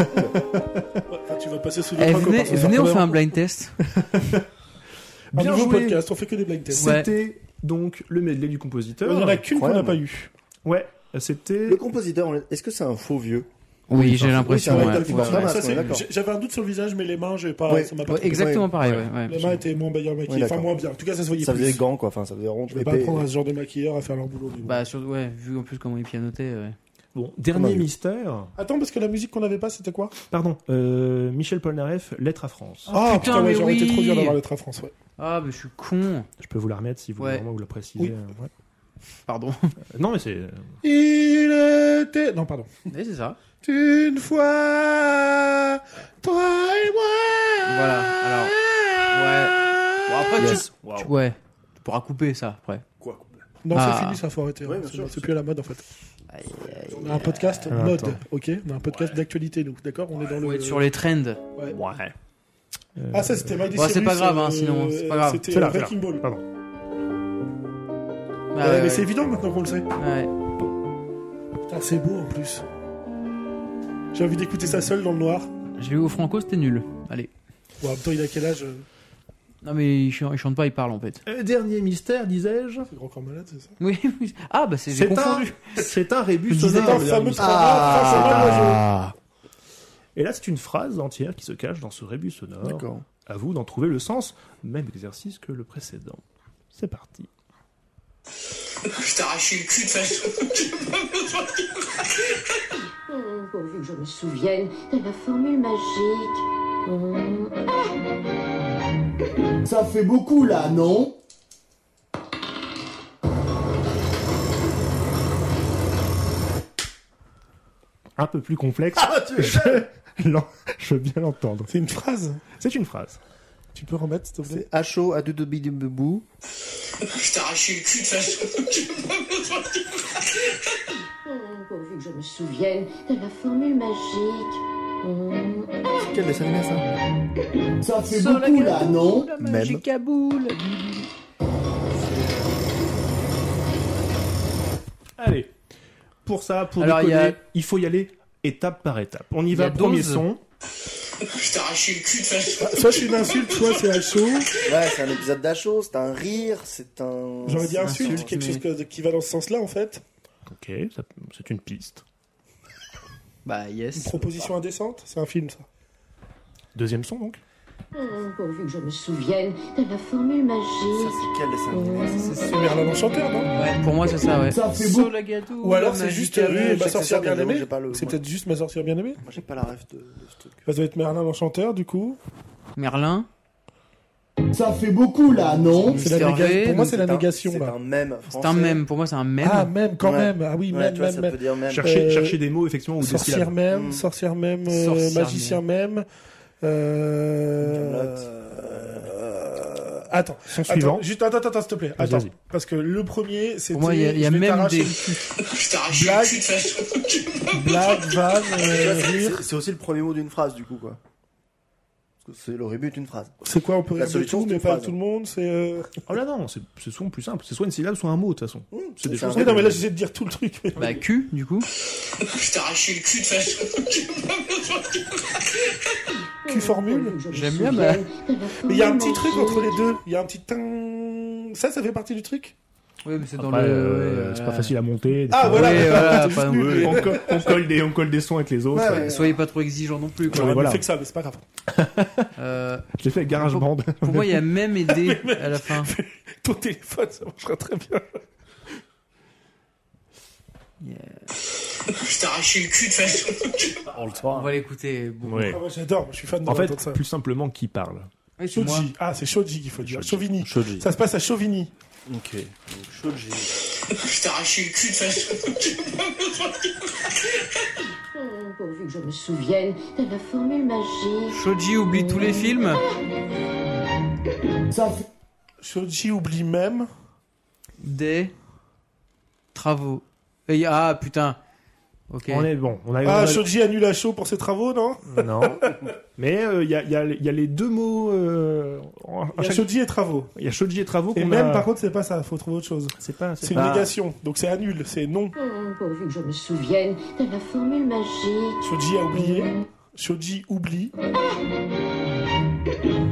[SPEAKER 3] Enfin, tu vas passer sous les
[SPEAKER 1] Eh,
[SPEAKER 3] trois
[SPEAKER 1] venez,
[SPEAKER 3] copains, ça
[SPEAKER 1] venez, on
[SPEAKER 3] sera
[SPEAKER 1] fait un blind test.
[SPEAKER 3] un
[SPEAKER 2] Bien
[SPEAKER 3] nouveau
[SPEAKER 2] joué.
[SPEAKER 3] podcast, on fait que des blind tests.
[SPEAKER 1] Ouais.
[SPEAKER 2] C'était donc le medley du compositeur.
[SPEAKER 3] Il n'y en a qu'une qu'on n'a
[SPEAKER 5] Incroyable.
[SPEAKER 3] pas eue.
[SPEAKER 2] Ouais, c'était.
[SPEAKER 5] Le compositeur, on l'a- est-ce que c'est un faux vieux
[SPEAKER 1] Oui, j'ai l'impression.
[SPEAKER 5] Oui, c'est un
[SPEAKER 1] ouais.
[SPEAKER 5] Metal Force
[SPEAKER 1] Ouais,
[SPEAKER 5] Ramas,
[SPEAKER 3] Ça, c'est-
[SPEAKER 5] ouais, d'accord.
[SPEAKER 3] j'ai- J'avais un doute sur le visage, mais les mains, j'ai pas,
[SPEAKER 5] Ouais.
[SPEAKER 3] ça m'a pas
[SPEAKER 1] Ouais,
[SPEAKER 3] trop-
[SPEAKER 1] exactement pareil, ouais. ouais.
[SPEAKER 3] Les mains étaient moins bien maquillées,
[SPEAKER 5] Ouais,
[SPEAKER 3] enfin
[SPEAKER 5] d'accord.
[SPEAKER 3] moins bien. En tout cas, ça se voyait
[SPEAKER 5] Ça faisait
[SPEAKER 3] plus.
[SPEAKER 5] gant, quoi. Enfin, ça faisait rond.
[SPEAKER 3] Je vais pas
[SPEAKER 5] épais.
[SPEAKER 3] apprendre à ce genre de maquilleur à faire leur boulot. mais bon.
[SPEAKER 1] Bah, surtout, ouais, vu en plus comment il pianotait. ouais.
[SPEAKER 2] Bon, dernier
[SPEAKER 5] Comment dire
[SPEAKER 2] mystère.
[SPEAKER 3] Attends, parce que la musique qu'on n'avait pas, c'était quoi
[SPEAKER 2] Pardon, euh, Michel Polnareff, Lettre à France.
[SPEAKER 3] Ah
[SPEAKER 1] Oh, putain,
[SPEAKER 3] ouais,
[SPEAKER 1] mais
[SPEAKER 3] j'aurais été trop dur
[SPEAKER 1] oui.
[SPEAKER 3] d'avoir l'être à France, ouais.
[SPEAKER 1] Ah, mais je suis con.
[SPEAKER 2] Je peux vous la remettre si vous voulez
[SPEAKER 1] Ouais.
[SPEAKER 2] vraiment vous la préciser.
[SPEAKER 3] Oui.
[SPEAKER 2] euh, ouais.
[SPEAKER 1] Pardon.
[SPEAKER 2] Euh, Non mais c'est.
[SPEAKER 3] Il était. Non, pardon.
[SPEAKER 1] Mais c'est ça.
[SPEAKER 3] Une fois, toi et moi.
[SPEAKER 1] Voilà, alors, ouais. Bon, après, tu-
[SPEAKER 5] Yes.
[SPEAKER 1] tu, Ouais. Tu pourras couper ça après.
[SPEAKER 4] Quoi
[SPEAKER 3] Non,
[SPEAKER 1] Ah.
[SPEAKER 3] c'est fini, ça faut arrêter.
[SPEAKER 4] Ouais,
[SPEAKER 3] hein.
[SPEAKER 4] bien
[SPEAKER 3] C'est-
[SPEAKER 4] sûr,
[SPEAKER 3] c'est plus à la mode en fait.
[SPEAKER 1] Aïe,
[SPEAKER 3] On a un podcast
[SPEAKER 2] Attends.
[SPEAKER 3] mode, ok On a un podcast d'actualité, nous, d'accord On est dans le.
[SPEAKER 1] Faut être sur les trends. Bah,
[SPEAKER 3] Ouais.
[SPEAKER 2] Ouais.
[SPEAKER 3] Ah, ça c'était Miley
[SPEAKER 1] Ouais, c'est
[SPEAKER 3] Cyrus,
[SPEAKER 1] pas grave, hein,
[SPEAKER 3] euh,
[SPEAKER 1] sinon, c'est pas grave.
[SPEAKER 3] C'était
[SPEAKER 2] C'est là,
[SPEAKER 3] Breaking Ball.
[SPEAKER 2] Pardon.
[SPEAKER 1] Ah,
[SPEAKER 3] Ouais,
[SPEAKER 1] ouais,
[SPEAKER 3] mais
[SPEAKER 1] ouais.
[SPEAKER 3] c'est évident maintenant qu'on le sait.
[SPEAKER 1] Ouais.
[SPEAKER 3] Putain, c'est beau en plus. J'ai envie d'écouter ça seul dans le noir.
[SPEAKER 1] J'ai vu au Franco, c'était nul. Allez.
[SPEAKER 3] Bon, en même temps, il a quel âge euh,
[SPEAKER 1] Non, mais il chante, il chante pas, il parle en fait.
[SPEAKER 2] Euh, dernier mystère, disais-je.
[SPEAKER 3] C'est grand corps malade, c'est ça
[SPEAKER 1] Oui, oui. Ah, bah, c'est j'ai
[SPEAKER 2] C'est un,
[SPEAKER 1] confondu.
[SPEAKER 2] c'est un rébus
[SPEAKER 1] disais
[SPEAKER 2] sonore,
[SPEAKER 3] C'est un
[SPEAKER 2] le dernier
[SPEAKER 3] fameux
[SPEAKER 2] mystère.
[SPEAKER 3] Ah,
[SPEAKER 1] Ah.
[SPEAKER 5] Ah.
[SPEAKER 3] travail
[SPEAKER 2] Et là, c'est une phrase entière qui se cache dans ce rébus sonore.
[SPEAKER 5] D'accord.
[SPEAKER 2] À vous d'en trouver le sens. Même exercice que le précédent. C'est parti.
[SPEAKER 6] Je t'arrachais le cul de façon.
[SPEAKER 7] Oh, pourvu que je me souvienne de la formule magique. Mmh.
[SPEAKER 8] Ça fait beaucoup là, non
[SPEAKER 2] Un peu plus complexe. je... l'en- je veux bien l'entendre.
[SPEAKER 3] Ah C'est une phrase.
[SPEAKER 2] C'est une phrase.
[SPEAKER 3] Tu peux remettre, s'il te plaît
[SPEAKER 5] C'est H.O. à deux de bidibibou.
[SPEAKER 6] Je t'arrachais le cul de façon.
[SPEAKER 7] Oh, pourvu que je me souvienne de la formule magique. Mmh.
[SPEAKER 5] Quel dessin animé
[SPEAKER 1] hein
[SPEAKER 8] Ça
[SPEAKER 5] ça
[SPEAKER 8] fait beaucoup là, non
[SPEAKER 5] Même.
[SPEAKER 2] Allez. Pour ça, pour
[SPEAKER 1] Alors,
[SPEAKER 2] déconner,
[SPEAKER 1] il y a-
[SPEAKER 2] il faut y aller étape par étape. On y
[SPEAKER 1] y
[SPEAKER 2] va.
[SPEAKER 1] a
[SPEAKER 2] Premier
[SPEAKER 1] 12.
[SPEAKER 2] son.
[SPEAKER 6] Je t'arrachais le cul de façon.
[SPEAKER 3] Bah, Soit c'est une insulte, soit c'est un show.
[SPEAKER 5] Ouais, c'est un épisode d'H.O. C'est un rire, c'est un.
[SPEAKER 3] J'aurais dit
[SPEAKER 5] c'est un
[SPEAKER 3] insulte,
[SPEAKER 1] insulte,
[SPEAKER 3] quelque
[SPEAKER 1] mais-
[SPEAKER 3] chose que- qui va dans ce sens-là en fait.
[SPEAKER 2] Ok, ça- c'est une piste.
[SPEAKER 1] Bah,
[SPEAKER 3] Une
[SPEAKER 1] yes.
[SPEAKER 3] proposition indécente, c'est un film ça.
[SPEAKER 2] Deuxième son donc.
[SPEAKER 7] Oh, pourvu que je me souvienne de la formule
[SPEAKER 5] Ça,
[SPEAKER 7] magique.
[SPEAKER 5] c'est quel dessin animé
[SPEAKER 7] Mmh.
[SPEAKER 5] ça
[SPEAKER 3] C'est Merlin l'Enchanteur, non
[SPEAKER 1] Ouais, pour moi, c'est ça, ouais.
[SPEAKER 8] Ça fait beaucoup.
[SPEAKER 1] gâteau.
[SPEAKER 3] Ou alors c'est juste
[SPEAKER 5] Magique,
[SPEAKER 3] euh,
[SPEAKER 5] euh,
[SPEAKER 3] ma
[SPEAKER 5] chaque
[SPEAKER 3] sorcière
[SPEAKER 5] saison,
[SPEAKER 3] bien
[SPEAKER 5] j'avoue que
[SPEAKER 3] aimée.
[SPEAKER 5] j'ai pas le-
[SPEAKER 3] C'est peut-être juste ma sorcière bien aimée.
[SPEAKER 5] Moi, j'ai pas la rêve de, de ce truc.
[SPEAKER 3] Ça doit être Merlin l'Enchanteur du coup.
[SPEAKER 1] Merlin.
[SPEAKER 8] Ça fait beaucoup là, non
[SPEAKER 3] C'est la
[SPEAKER 1] Mr.
[SPEAKER 3] néga-
[SPEAKER 1] V,
[SPEAKER 3] Pour moi
[SPEAKER 1] donc
[SPEAKER 3] c'est la
[SPEAKER 5] un-
[SPEAKER 3] négation
[SPEAKER 5] C'est
[SPEAKER 3] là.
[SPEAKER 5] un mème.
[SPEAKER 1] C'est un mème. Pour moi, c'est un mème.
[SPEAKER 3] Ah même quand
[SPEAKER 5] Ouais.
[SPEAKER 3] même. Ah oui
[SPEAKER 5] Ouais,
[SPEAKER 3] même
[SPEAKER 5] tu vois,
[SPEAKER 3] même.
[SPEAKER 5] ça peut
[SPEAKER 3] même.
[SPEAKER 5] dire mème.
[SPEAKER 2] Cherchez,
[SPEAKER 3] Euh,
[SPEAKER 2] cherchez des mots effectivement ou des
[SPEAKER 3] Sorcière
[SPEAKER 2] syllabes.
[SPEAKER 3] même,
[SPEAKER 5] Mm.
[SPEAKER 3] sorcière même, euh,
[SPEAKER 1] Sorcière
[SPEAKER 3] magicien même. Euh...
[SPEAKER 5] Euh,
[SPEAKER 3] Attends,
[SPEAKER 2] Son
[SPEAKER 3] attends,
[SPEAKER 2] suivant.
[SPEAKER 3] juste attends, attends, attends, s'il te plaît.
[SPEAKER 2] Vas-y,
[SPEAKER 3] Attends,
[SPEAKER 2] vas-y.
[SPEAKER 3] parce que le premier, c'était.
[SPEAKER 1] Pour moi, il y a- il y a
[SPEAKER 3] je vais
[SPEAKER 1] même
[SPEAKER 3] t'arracher
[SPEAKER 1] des-
[SPEAKER 3] le
[SPEAKER 6] Je t'arrachais le
[SPEAKER 3] Blague.
[SPEAKER 6] cul de façon.
[SPEAKER 3] cul. Blague, vanne,
[SPEAKER 5] Tu
[SPEAKER 3] euh,
[SPEAKER 5] vois, c'est-
[SPEAKER 3] rire.
[SPEAKER 5] c'est- C'est aussi le premier mot d'une phrase, du coup, quoi. Parce que c'est le rébut d'une phrase.
[SPEAKER 3] C'est quoi On peut
[SPEAKER 5] La
[SPEAKER 3] rire de
[SPEAKER 5] solution,
[SPEAKER 3] tout,
[SPEAKER 5] c'est
[SPEAKER 3] mais
[SPEAKER 5] une
[SPEAKER 3] pas de
[SPEAKER 5] phrase.
[SPEAKER 3] tout le monde. C'est. euh,
[SPEAKER 2] Oh là non, c'est c'est souvent plus simple. C'est soit une syllabe, soit un mot de toute façon. C'est des
[SPEAKER 5] C'est un
[SPEAKER 2] choses.
[SPEAKER 3] Oui,
[SPEAKER 5] Ouais,
[SPEAKER 3] non, mais là,
[SPEAKER 5] mais-
[SPEAKER 3] j'essaie de dire tout le truc. mais-
[SPEAKER 1] Bah, Q, du coup.
[SPEAKER 6] Je t'arrachais le cul de façon.
[SPEAKER 7] Oh,
[SPEAKER 3] Q formule.
[SPEAKER 7] Pourvu que je me
[SPEAKER 1] J'aime bien,
[SPEAKER 7] souvienne
[SPEAKER 1] bah.
[SPEAKER 7] de la
[SPEAKER 3] Mais il y a un
[SPEAKER 7] formule
[SPEAKER 3] petit truc
[SPEAKER 7] magique.
[SPEAKER 3] entre les deux. Il y a un petit. ting. Ça, ça fait partie du truc
[SPEAKER 1] Oui, mais c'est dans
[SPEAKER 2] Après,
[SPEAKER 1] le.
[SPEAKER 2] euh,
[SPEAKER 1] ouais,
[SPEAKER 2] c'est
[SPEAKER 1] voilà.
[SPEAKER 2] pas facile à monter. des
[SPEAKER 3] Ah,
[SPEAKER 2] fois,
[SPEAKER 3] voilà,
[SPEAKER 1] Oui, voilà,
[SPEAKER 3] c'est
[SPEAKER 1] pas non
[SPEAKER 3] juste
[SPEAKER 1] plus.
[SPEAKER 3] nul.
[SPEAKER 2] on, colle, on colle des, on colle des sons avec les autres.
[SPEAKER 5] Ouais, ouais.
[SPEAKER 1] Soyez pas trop exigeants non plus. Quoi.
[SPEAKER 3] J'aurais
[SPEAKER 2] voilà.
[SPEAKER 3] mieux fait que ça, mais c'est pas grave.
[SPEAKER 1] Euh,
[SPEAKER 2] Je l'ai fait avec GarageBand.
[SPEAKER 1] pour moi, il y a même aidé à la fin.
[SPEAKER 3] Ton téléphone, ça marchera très bien.
[SPEAKER 6] Je t'arrachais le cul de façon.
[SPEAKER 1] On va l'écouter. Bon.
[SPEAKER 2] Ouais.
[SPEAKER 3] Ah, moi, j'adore, moi, je suis fan de
[SPEAKER 2] En fait,
[SPEAKER 3] entendre ça.
[SPEAKER 2] plus simplement, qui parle
[SPEAKER 1] Oui, c'est moi.
[SPEAKER 3] Shoji. Ah, c'est Shoji qu'il faut dire. Chauvigny.
[SPEAKER 4] Shoji.
[SPEAKER 3] Ça se passe à Chauvigny.
[SPEAKER 4] Ok. Donc, Shoji.
[SPEAKER 6] Je t'arrachais le cul de façon.
[SPEAKER 7] Oh, pourvu que je me souvienne de la formule magique.
[SPEAKER 1] Shoji oublie tous les films.
[SPEAKER 8] Ça fait...
[SPEAKER 3] Shoji oublie même.
[SPEAKER 1] des travaux. Et- ah putain. Ok.
[SPEAKER 2] On est bon. On a,
[SPEAKER 3] Ah,
[SPEAKER 2] on a-
[SPEAKER 3] Shoji annule à chaud pour ses travaux, non
[SPEAKER 2] Non. Mais euh, il y, a, il y a- il y a les deux mots. euh, en- en
[SPEAKER 3] Il y a
[SPEAKER 2] chaque-
[SPEAKER 3] Shoji et travaux.
[SPEAKER 2] Il y a Shoji et Travaux
[SPEAKER 3] Et
[SPEAKER 2] qu'on
[SPEAKER 3] même,
[SPEAKER 2] a-
[SPEAKER 3] par contre, c'est pas ça, faut trouver autre chose.
[SPEAKER 2] C'est pas.
[SPEAKER 3] C'est une négation, donc c'est annule, c'est non.
[SPEAKER 7] Oh, pourvu que je me souvienne de la formule magique. Oh,
[SPEAKER 3] Shoji a oublié. Shoji oublie.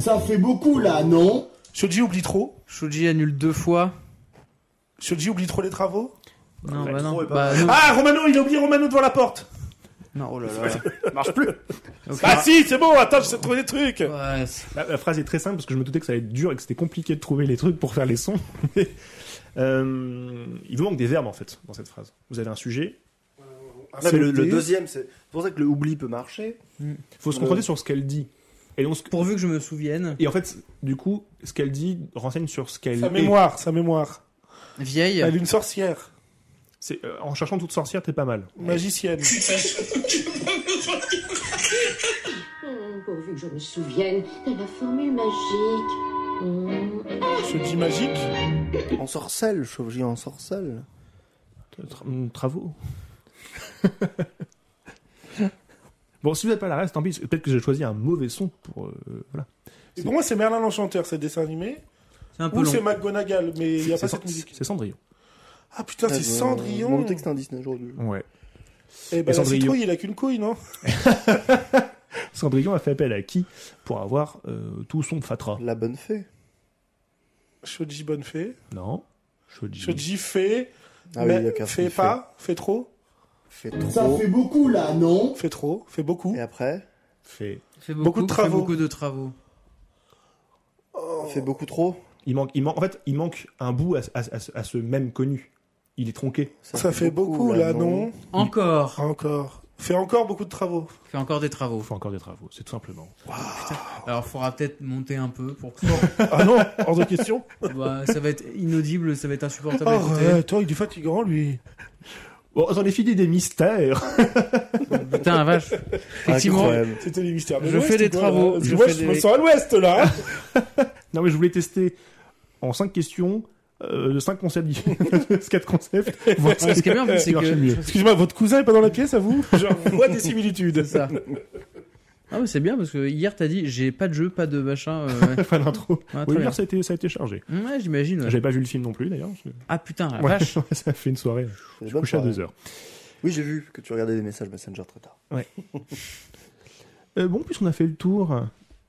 [SPEAKER 8] Ça fait beaucoup là, non
[SPEAKER 3] Shoji oublie trop.
[SPEAKER 1] Shoji annule deux fois.
[SPEAKER 3] Shoji oublie trop les travaux.
[SPEAKER 1] Non,
[SPEAKER 2] Ouais,
[SPEAKER 1] bah non.
[SPEAKER 4] trop et pas
[SPEAKER 1] Bah, non.
[SPEAKER 3] Ah, Romano, il a oublié Romano devant la porte.
[SPEAKER 1] Non, oh là là.
[SPEAKER 4] Marche plus.
[SPEAKER 1] Ok.
[SPEAKER 3] Ah si, c'est bon, attends, je sais trouver des trucs.
[SPEAKER 1] Ouais, c'est-
[SPEAKER 2] Bah, La, la phrase est très simple parce que je me doutais que ça allait être dur et que c'était compliqué de trouver les trucs pour faire les sons. Mais, euh, il vous manque des verbes en fait dans cette phrase. Vous avez un sujet.
[SPEAKER 5] Même le, le deuxième, c'est c'est pour ça que le oubli peut marcher.
[SPEAKER 2] Il
[SPEAKER 3] Euh.
[SPEAKER 2] faut se concentrer sur ce qu'elle dit. Et donc, ce que-
[SPEAKER 1] Pourvu que je me souvienne.
[SPEAKER 2] et en fait, du coup, ce qu'elle dit renseigne sur ce qu'elle
[SPEAKER 3] Sa
[SPEAKER 2] est.
[SPEAKER 3] mémoire, sa mémoire.
[SPEAKER 1] Vieille.
[SPEAKER 3] Elle est une sorcière,
[SPEAKER 2] C'est- euh, en cherchant toute sorcière, t'es pas mal.
[SPEAKER 3] magicienne.
[SPEAKER 6] Cul de façon.
[SPEAKER 7] Oh, pourvu que je me souvienne de la formule magique. Oh,
[SPEAKER 3] Shoji magique.
[SPEAKER 5] En sorcelle, Shoji en sorcelle.
[SPEAKER 2] Tra- hum, travaux. bon, si vous n'avez pas la reste, tant pis. parce que Peut-être que j'ai choisi un mauvais son pour. euh, voilà.
[SPEAKER 3] Et pour moi, c'est Merlin l'Enchanteur, c'est dessin animé.
[SPEAKER 1] C'est un peu
[SPEAKER 3] Ou
[SPEAKER 1] long.
[SPEAKER 3] c'est McGonagall, mais il n'y a pas
[SPEAKER 2] C'est-
[SPEAKER 3] cette
[SPEAKER 2] c'est-
[SPEAKER 3] musique.
[SPEAKER 2] C'est Cendrillon.
[SPEAKER 3] Ah putain, c'est
[SPEAKER 5] Ah, mon- Mon
[SPEAKER 3] Cendrillon.
[SPEAKER 5] texte est un Disney aujourd'hui.
[SPEAKER 2] Ouais.
[SPEAKER 3] Eh ben,
[SPEAKER 2] Et
[SPEAKER 3] la
[SPEAKER 2] Cendrillon.
[SPEAKER 3] citrouille, il a qu'une couille, non
[SPEAKER 2] Cendrillon a fait appel à qui pour avoir euh, tout son fatras
[SPEAKER 5] La bonne fée.
[SPEAKER 3] Shoji bonne fée.
[SPEAKER 2] Non. Shoji.
[SPEAKER 3] Shoji fait.
[SPEAKER 5] Ah oui, il y a qu'un
[SPEAKER 3] fait
[SPEAKER 5] qui
[SPEAKER 3] pas, fait trop,
[SPEAKER 5] Fait
[SPEAKER 8] Ça
[SPEAKER 5] trop.
[SPEAKER 8] fait beaucoup là, non
[SPEAKER 3] fait trop, fait beaucoup.
[SPEAKER 5] Et après,
[SPEAKER 2] Fait.
[SPEAKER 1] Fait
[SPEAKER 3] beaucoup de
[SPEAKER 1] fait
[SPEAKER 3] travaux.
[SPEAKER 1] beaucoup de travaux.
[SPEAKER 5] fait beaucoup trop.
[SPEAKER 2] Il manque, il manque, en fait, il manque un bout à, à- à ce- à ce même connu. Il est tronqué.
[SPEAKER 3] Ça fait beaucoup là, non Ah,
[SPEAKER 1] Encore.
[SPEAKER 3] Encore. Fait encore beaucoup de travaux.
[SPEAKER 1] Fait encore des travaux.
[SPEAKER 2] Il faut encore des travaux, c'est tout simplement.
[SPEAKER 1] Alors, faudra peut-être monter un peu pour.
[SPEAKER 3] Ah non, hors de question.
[SPEAKER 1] Bah, ça va être inaudible, ça va être insupportable. à
[SPEAKER 3] Oh,
[SPEAKER 1] écouter.
[SPEAKER 3] Arrête, toi, il est fatigant lui.
[SPEAKER 2] Bon, attendez, fini des mystères.
[SPEAKER 1] Putain, la vache. Effectivement.
[SPEAKER 5] Incroyable.
[SPEAKER 3] C'était les mystères. de
[SPEAKER 1] Je
[SPEAKER 3] l'Ouest,
[SPEAKER 1] fais des
[SPEAKER 3] quoi,
[SPEAKER 1] travaux,
[SPEAKER 3] là. Parce que
[SPEAKER 1] je
[SPEAKER 3] moi,
[SPEAKER 1] fais
[SPEAKER 3] je
[SPEAKER 1] des-
[SPEAKER 3] me sens à l'ouest là.
[SPEAKER 2] hein. Non, mais je voulais tester en 5 questions, euh, 5 concepts, 4 concepts. voir
[SPEAKER 1] Ce qui est bien, c'est
[SPEAKER 2] qui marchait
[SPEAKER 1] que-
[SPEAKER 2] mieux.
[SPEAKER 3] Excusez-moi, votre cousin est pas dans la pièce à vous Je vois des similitudes.
[SPEAKER 1] C'est ça. Ah, mais c'est bien parce que hier, t'as dit j'ai pas de jeu, pas de machin. euh, ouais.
[SPEAKER 2] Enfin, l'intro.
[SPEAKER 1] Ah, très
[SPEAKER 2] oui,
[SPEAKER 1] bien.
[SPEAKER 2] hier, ça a été, ça a été chargé.
[SPEAKER 1] Ouais, j'imagine. ouais.
[SPEAKER 2] J'avais pas vu le film non plus, d'ailleurs. Je-
[SPEAKER 1] Ah, putain, la
[SPEAKER 2] Ouais,
[SPEAKER 1] vache.
[SPEAKER 2] ça a fait une soirée.
[SPEAKER 5] C'est des
[SPEAKER 2] Je
[SPEAKER 5] bonnes
[SPEAKER 2] couche à
[SPEAKER 5] soirées.
[SPEAKER 2] 2 heures.
[SPEAKER 5] Oui, j'ai vu que tu regardais des messages Messenger très tard.
[SPEAKER 2] Euh, bon, puisqu'on a fait le tour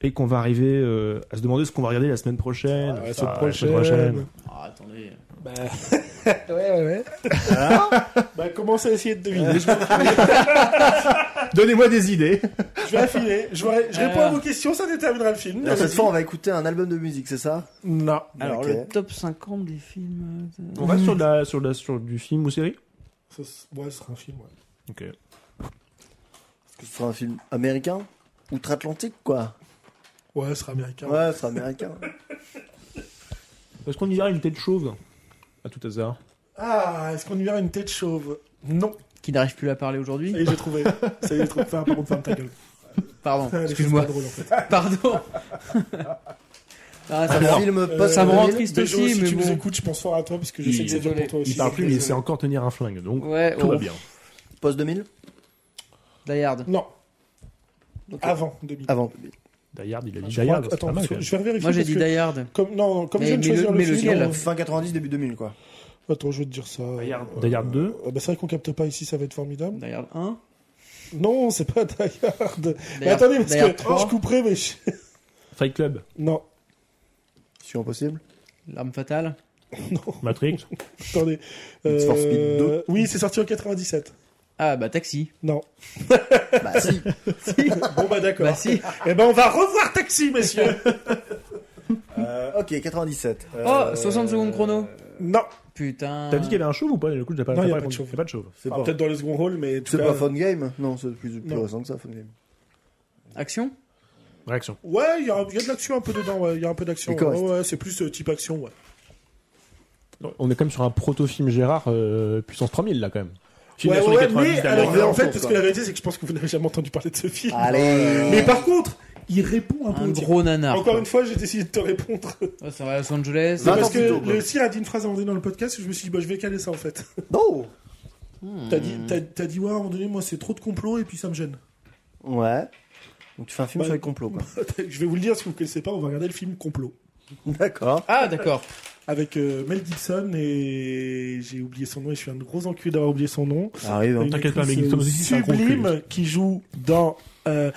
[SPEAKER 2] et qu'on va arriver euh, à se demander ce qu'on va regarder la semaine prochaine.
[SPEAKER 3] Ah, la
[SPEAKER 2] Enfin,
[SPEAKER 3] semaine prochaine.
[SPEAKER 1] Ah, attendez.
[SPEAKER 3] Bah, commencez à essayer de deviner. Je
[SPEAKER 2] Donnez-moi des idées.
[SPEAKER 3] je vais affiner. Je, vais- je réponds à
[SPEAKER 1] Alors.
[SPEAKER 3] vos questions, Ah. ça déterminera le film.
[SPEAKER 5] Alors, cette fois, on va écouter un album de musique, c'est ça
[SPEAKER 3] Non.
[SPEAKER 1] Alors,
[SPEAKER 5] Ok.
[SPEAKER 1] le top 50 des films. euh,
[SPEAKER 2] On reste sur, de la, sur, de la, sur du film ou série
[SPEAKER 3] Ça, c'est- ouais, ce sera un film, ouais.
[SPEAKER 2] Ok.
[SPEAKER 5] Est-ce que ce sera un film américain Outre-Atlantique, quoi.
[SPEAKER 3] Ouais, ce sera américain.
[SPEAKER 5] Ouais, ce sera américain.
[SPEAKER 2] Est-ce qu'on y verra une tête chauve À tout hasard.
[SPEAKER 3] Ah, est-ce qu'on y verra une tête chauve Non.
[SPEAKER 1] Qui n'arrive plus à parler aujourd'hui.
[SPEAKER 3] Et j'ai trouvé. Ça y est, j'ai trouvé. Enfin, par contre, ferme ta gueule.
[SPEAKER 1] Pardon,
[SPEAKER 3] Ah, les
[SPEAKER 1] excuse-moi.
[SPEAKER 3] choses pas drôles, en fait.
[SPEAKER 1] Pardon. Ah, ça, me
[SPEAKER 5] un
[SPEAKER 1] rend,
[SPEAKER 5] film
[SPEAKER 3] Euh,
[SPEAKER 5] post
[SPEAKER 1] ça me rend
[SPEAKER 5] 2000.
[SPEAKER 1] triste
[SPEAKER 3] Béjo,
[SPEAKER 1] aussi,
[SPEAKER 3] si
[SPEAKER 1] mais
[SPEAKER 3] tu nous
[SPEAKER 1] bon.
[SPEAKER 3] écoutes, je pense fort à toi parce que je
[SPEAKER 2] Il-
[SPEAKER 3] sais que c'est dur pour toi aussi.
[SPEAKER 2] Il parle plus, mais il sait
[SPEAKER 3] c'est
[SPEAKER 2] encore tenir un flingue, donc
[SPEAKER 1] Ouais,
[SPEAKER 2] tout
[SPEAKER 1] oh,
[SPEAKER 2] va bien.
[SPEAKER 5] Post 2000
[SPEAKER 1] Dayard.
[SPEAKER 3] Non,
[SPEAKER 5] Donc,
[SPEAKER 3] avant
[SPEAKER 1] euh,
[SPEAKER 3] 2000.
[SPEAKER 5] Avant 2000.
[SPEAKER 2] Dayard, il a dit
[SPEAKER 3] Je crois
[SPEAKER 2] Dayard.
[SPEAKER 3] que-
[SPEAKER 2] c'est pas
[SPEAKER 3] Attends,
[SPEAKER 2] mal,
[SPEAKER 3] je
[SPEAKER 2] quand même.
[SPEAKER 3] vais revérifier.
[SPEAKER 1] Moi, j'ai
[SPEAKER 3] parce
[SPEAKER 1] dit
[SPEAKER 3] que-
[SPEAKER 1] Dayard.
[SPEAKER 3] Comme, non, non, comme
[SPEAKER 1] Mais-
[SPEAKER 3] je viens de
[SPEAKER 1] mais le-
[SPEAKER 3] choisir le,
[SPEAKER 1] mais
[SPEAKER 3] film,
[SPEAKER 1] lequel
[SPEAKER 3] on-
[SPEAKER 5] Fin 90, début 2000, quoi.
[SPEAKER 3] Attends, je vais te dire ça.
[SPEAKER 2] Dayard-
[SPEAKER 3] Euh,
[SPEAKER 2] Dayard 2.
[SPEAKER 3] ah bah, c'est vrai qu'on capte pas ici, ça va être formidable.
[SPEAKER 1] Dayard 1.
[SPEAKER 3] Non, c'est pas Dayard. Mais
[SPEAKER 1] Dayard-
[SPEAKER 3] attendez, parce
[SPEAKER 1] Dayard
[SPEAKER 3] que
[SPEAKER 1] 3.
[SPEAKER 3] je couperai, mais. je-
[SPEAKER 2] Fight Club.
[SPEAKER 3] Non,
[SPEAKER 5] Si impossible.
[SPEAKER 1] L'arme fatale.
[SPEAKER 2] Oh. Matrix.
[SPEAKER 3] Attendez.
[SPEAKER 5] Need for Speed
[SPEAKER 3] Euh,
[SPEAKER 5] 2.
[SPEAKER 3] Oui, c'est sorti en 97.
[SPEAKER 1] Ah bah taxi.
[SPEAKER 3] Non.
[SPEAKER 5] Bah si.
[SPEAKER 3] Bon bah d'accord.
[SPEAKER 1] Bah si.
[SPEAKER 3] Eh ben on va revoir Taxi, messieurs.
[SPEAKER 4] Euh,
[SPEAKER 5] Ok, 97.
[SPEAKER 1] Oh, 60 secondes chrono.
[SPEAKER 3] non.
[SPEAKER 1] Putain.
[SPEAKER 2] T'as dit qu'il y avait un chauve ou pas Du coup, j'ai pas,
[SPEAKER 3] Non,
[SPEAKER 2] t'as
[SPEAKER 3] y a
[SPEAKER 2] pas
[SPEAKER 3] pas de
[SPEAKER 2] répondu.
[SPEAKER 3] chauve.
[SPEAKER 2] Y a pas de chauve.
[SPEAKER 5] C'est
[SPEAKER 3] Enfin,
[SPEAKER 5] pas,
[SPEAKER 3] Peut-être dans le second rôle, mais en tout
[SPEAKER 5] c'est
[SPEAKER 3] cas-
[SPEAKER 5] pas Fun Game Non, c'est plus, plus
[SPEAKER 3] Non.
[SPEAKER 5] récent que ça, Fun Game.
[SPEAKER 1] Action
[SPEAKER 2] Réaction.
[SPEAKER 3] Ouais, il y, a il y a de l'action un peu dedans. ouais, Il y a un peu d'action.
[SPEAKER 5] Et correct.
[SPEAKER 3] Ouais, ouais, c'est plus euh, type action. Ouais.
[SPEAKER 2] On est quand même sur un proto-film Gérard euh, puissance 3000 là quand même. Film
[SPEAKER 3] ouais,
[SPEAKER 2] d'action
[SPEAKER 3] ouais,
[SPEAKER 2] des
[SPEAKER 3] ouais,
[SPEAKER 2] 90
[SPEAKER 3] mais
[SPEAKER 2] d'Amérique.
[SPEAKER 3] alors, en fait,
[SPEAKER 5] Retour,
[SPEAKER 3] parce
[SPEAKER 5] quoi.
[SPEAKER 3] que la vérité, c'est que je pense que vous n'avez jamais entendu parler de ce film.
[SPEAKER 5] Allez
[SPEAKER 3] Mais par contre, il répond un peu
[SPEAKER 1] Un
[SPEAKER 3] au tir.
[SPEAKER 1] gros nanar.
[SPEAKER 3] Encore une fois, j'ai décidé de te répondre.
[SPEAKER 1] Oh, ça va à Los Angeles.
[SPEAKER 5] Non,
[SPEAKER 3] parce
[SPEAKER 5] attends, plutôt,
[SPEAKER 3] que
[SPEAKER 5] quoi.
[SPEAKER 3] le sire a dit une phrase à un moment donné dans le podcast, et je me suis dit, bah, je vais caler ça en fait.
[SPEAKER 5] Non Hmm.
[SPEAKER 3] T'as dit, t'as- t'as dit, ouais, à un moment donné, moi, c'est trop de complots, et puis ça me gêne.
[SPEAKER 5] Ouais. Donc tu fais un film
[SPEAKER 3] Ouais.
[SPEAKER 5] sur les complots, quoi.
[SPEAKER 3] je vais vous le dire, si vous ne connaissez pas, on va regarder le film Complot.
[SPEAKER 5] D'accord.
[SPEAKER 1] Ah d'accord.
[SPEAKER 3] Avec euh, Mel Gibson et j'ai oublié son nom et je suis un gros enculé d'avoir oublié son nom.
[SPEAKER 5] Ça Arrive. hein.
[SPEAKER 3] Une
[SPEAKER 2] t'inquiète pas,
[SPEAKER 3] actrice,
[SPEAKER 2] Mel Gibson
[SPEAKER 3] euh,
[SPEAKER 2] aussi, c'est un gros
[SPEAKER 3] Sublime qui joue dans euh,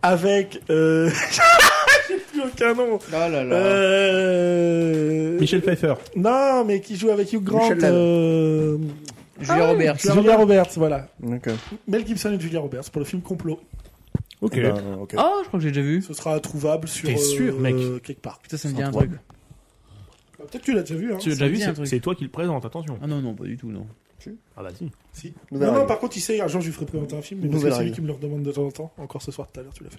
[SPEAKER 3] avec euh... j'ai plus aucun nom.
[SPEAKER 1] Oh là là.
[SPEAKER 3] Euh...
[SPEAKER 2] Michel Pfeiffer.
[SPEAKER 3] Non, mais qui joue avec Hugh Grant.
[SPEAKER 5] Michel Lab.
[SPEAKER 3] Euh...
[SPEAKER 1] Ah, Julia Roberts.
[SPEAKER 3] Julia Roberts, voilà.
[SPEAKER 5] D'accord.
[SPEAKER 3] Mel Gibson et Julia Roberts pour le film Complot.
[SPEAKER 2] Ok.
[SPEAKER 5] Eh ben, ok.
[SPEAKER 1] Oh, je crois que j'ai déjà vu.
[SPEAKER 3] Ce sera trouvable sur
[SPEAKER 2] T'es sûr,
[SPEAKER 3] euh,
[SPEAKER 2] mec
[SPEAKER 3] quelque part.
[SPEAKER 1] Putain, ça me dit un
[SPEAKER 5] Sans toi.
[SPEAKER 1] truc.
[SPEAKER 3] Peut-être que tu l'as déjà vu. Hein.
[SPEAKER 2] tu l'as
[SPEAKER 1] ça
[SPEAKER 2] déjà
[SPEAKER 1] me
[SPEAKER 2] vu
[SPEAKER 1] dit un
[SPEAKER 2] c'est-
[SPEAKER 1] truc.
[SPEAKER 2] C'est toi qui le présente, attention.
[SPEAKER 1] Ah non, non, pas du tout, non.
[SPEAKER 2] Ah bah si.
[SPEAKER 3] Si.
[SPEAKER 5] Nous
[SPEAKER 3] Non,
[SPEAKER 5] verrons.
[SPEAKER 3] non, par contre, il sait, un jour je lui ferai présenter un film, mais parce
[SPEAKER 5] Nouvelle
[SPEAKER 3] que c'est lui
[SPEAKER 5] règle.
[SPEAKER 3] qui me le redemande de temps en temps. Encore ce soir, tout à l'heure, tu l'as fait.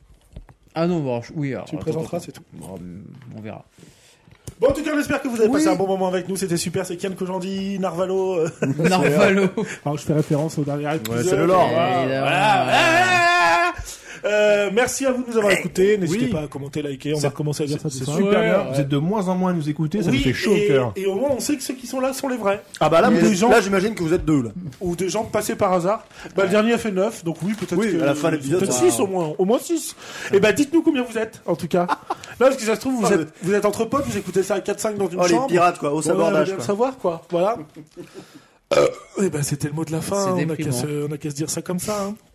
[SPEAKER 1] Ah non, bon, je- oui, alors.
[SPEAKER 3] Tu le
[SPEAKER 1] attends,
[SPEAKER 3] présenteras,
[SPEAKER 1] attends.
[SPEAKER 3] c'est tout.
[SPEAKER 1] Bon, hum, on verra.
[SPEAKER 3] Bon, en tout cas, on espère que vous avez
[SPEAKER 5] Oui.
[SPEAKER 3] passé un bon moment avec nous. C'était super. C'est Kian Kojandi, Narvalo. euh.
[SPEAKER 1] Narvalo.
[SPEAKER 2] Ah,
[SPEAKER 3] Alors, je fais référence au dernier épisode.
[SPEAKER 5] c'est le lore.
[SPEAKER 3] Voilà,
[SPEAKER 1] Évidemment.
[SPEAKER 3] voilà, voilà. Euh, merci à vous de nous avoir écoutés. N'hésitez
[SPEAKER 2] Eh, oui.
[SPEAKER 3] pas à commenter, liker. On va recommencer à dire ça tout
[SPEAKER 2] C'est
[SPEAKER 3] ça.
[SPEAKER 2] super bien. Vous êtes de moins en moins à nous écouter, ça
[SPEAKER 3] oui,
[SPEAKER 2] nous fait chaud
[SPEAKER 3] et,
[SPEAKER 2] au cœur.
[SPEAKER 3] et au moins, on sait que ceux qui sont là sont les vrais.
[SPEAKER 5] Ah bah là,
[SPEAKER 3] Mais
[SPEAKER 5] vous
[SPEAKER 3] les
[SPEAKER 5] êtes-
[SPEAKER 3] gens-
[SPEAKER 5] là j'imagine que vous êtes deux là.
[SPEAKER 3] Ou des gens passés par hasard. Bah, le dernier a fait 9, donc oui, peut-être
[SPEAKER 5] Oui,
[SPEAKER 3] que-
[SPEAKER 5] à la fin de l'épisode,
[SPEAKER 3] Peut-être
[SPEAKER 5] ça-
[SPEAKER 3] 6 au moins. Au moins 6. Et bah, dites-nous combien vous êtes, en tout cas. Là, parce que ça se trouve, vous
[SPEAKER 5] Ah,
[SPEAKER 3] êtes, vous êtes entre potes, vous écoutez ça à 4-5 dans une
[SPEAKER 5] Oh les
[SPEAKER 3] chambre.
[SPEAKER 5] pirates quoi, au
[SPEAKER 3] Ouais, on
[SPEAKER 5] sabordage.
[SPEAKER 3] vient de
[SPEAKER 5] quoi.
[SPEAKER 3] savoir quoi, voilà. Euh, eh ben c'était le mot de la fin.
[SPEAKER 1] C'est
[SPEAKER 3] On a,
[SPEAKER 1] déprimant.
[SPEAKER 3] qu'à se, on a qu'à se dire ça comme ça. hein.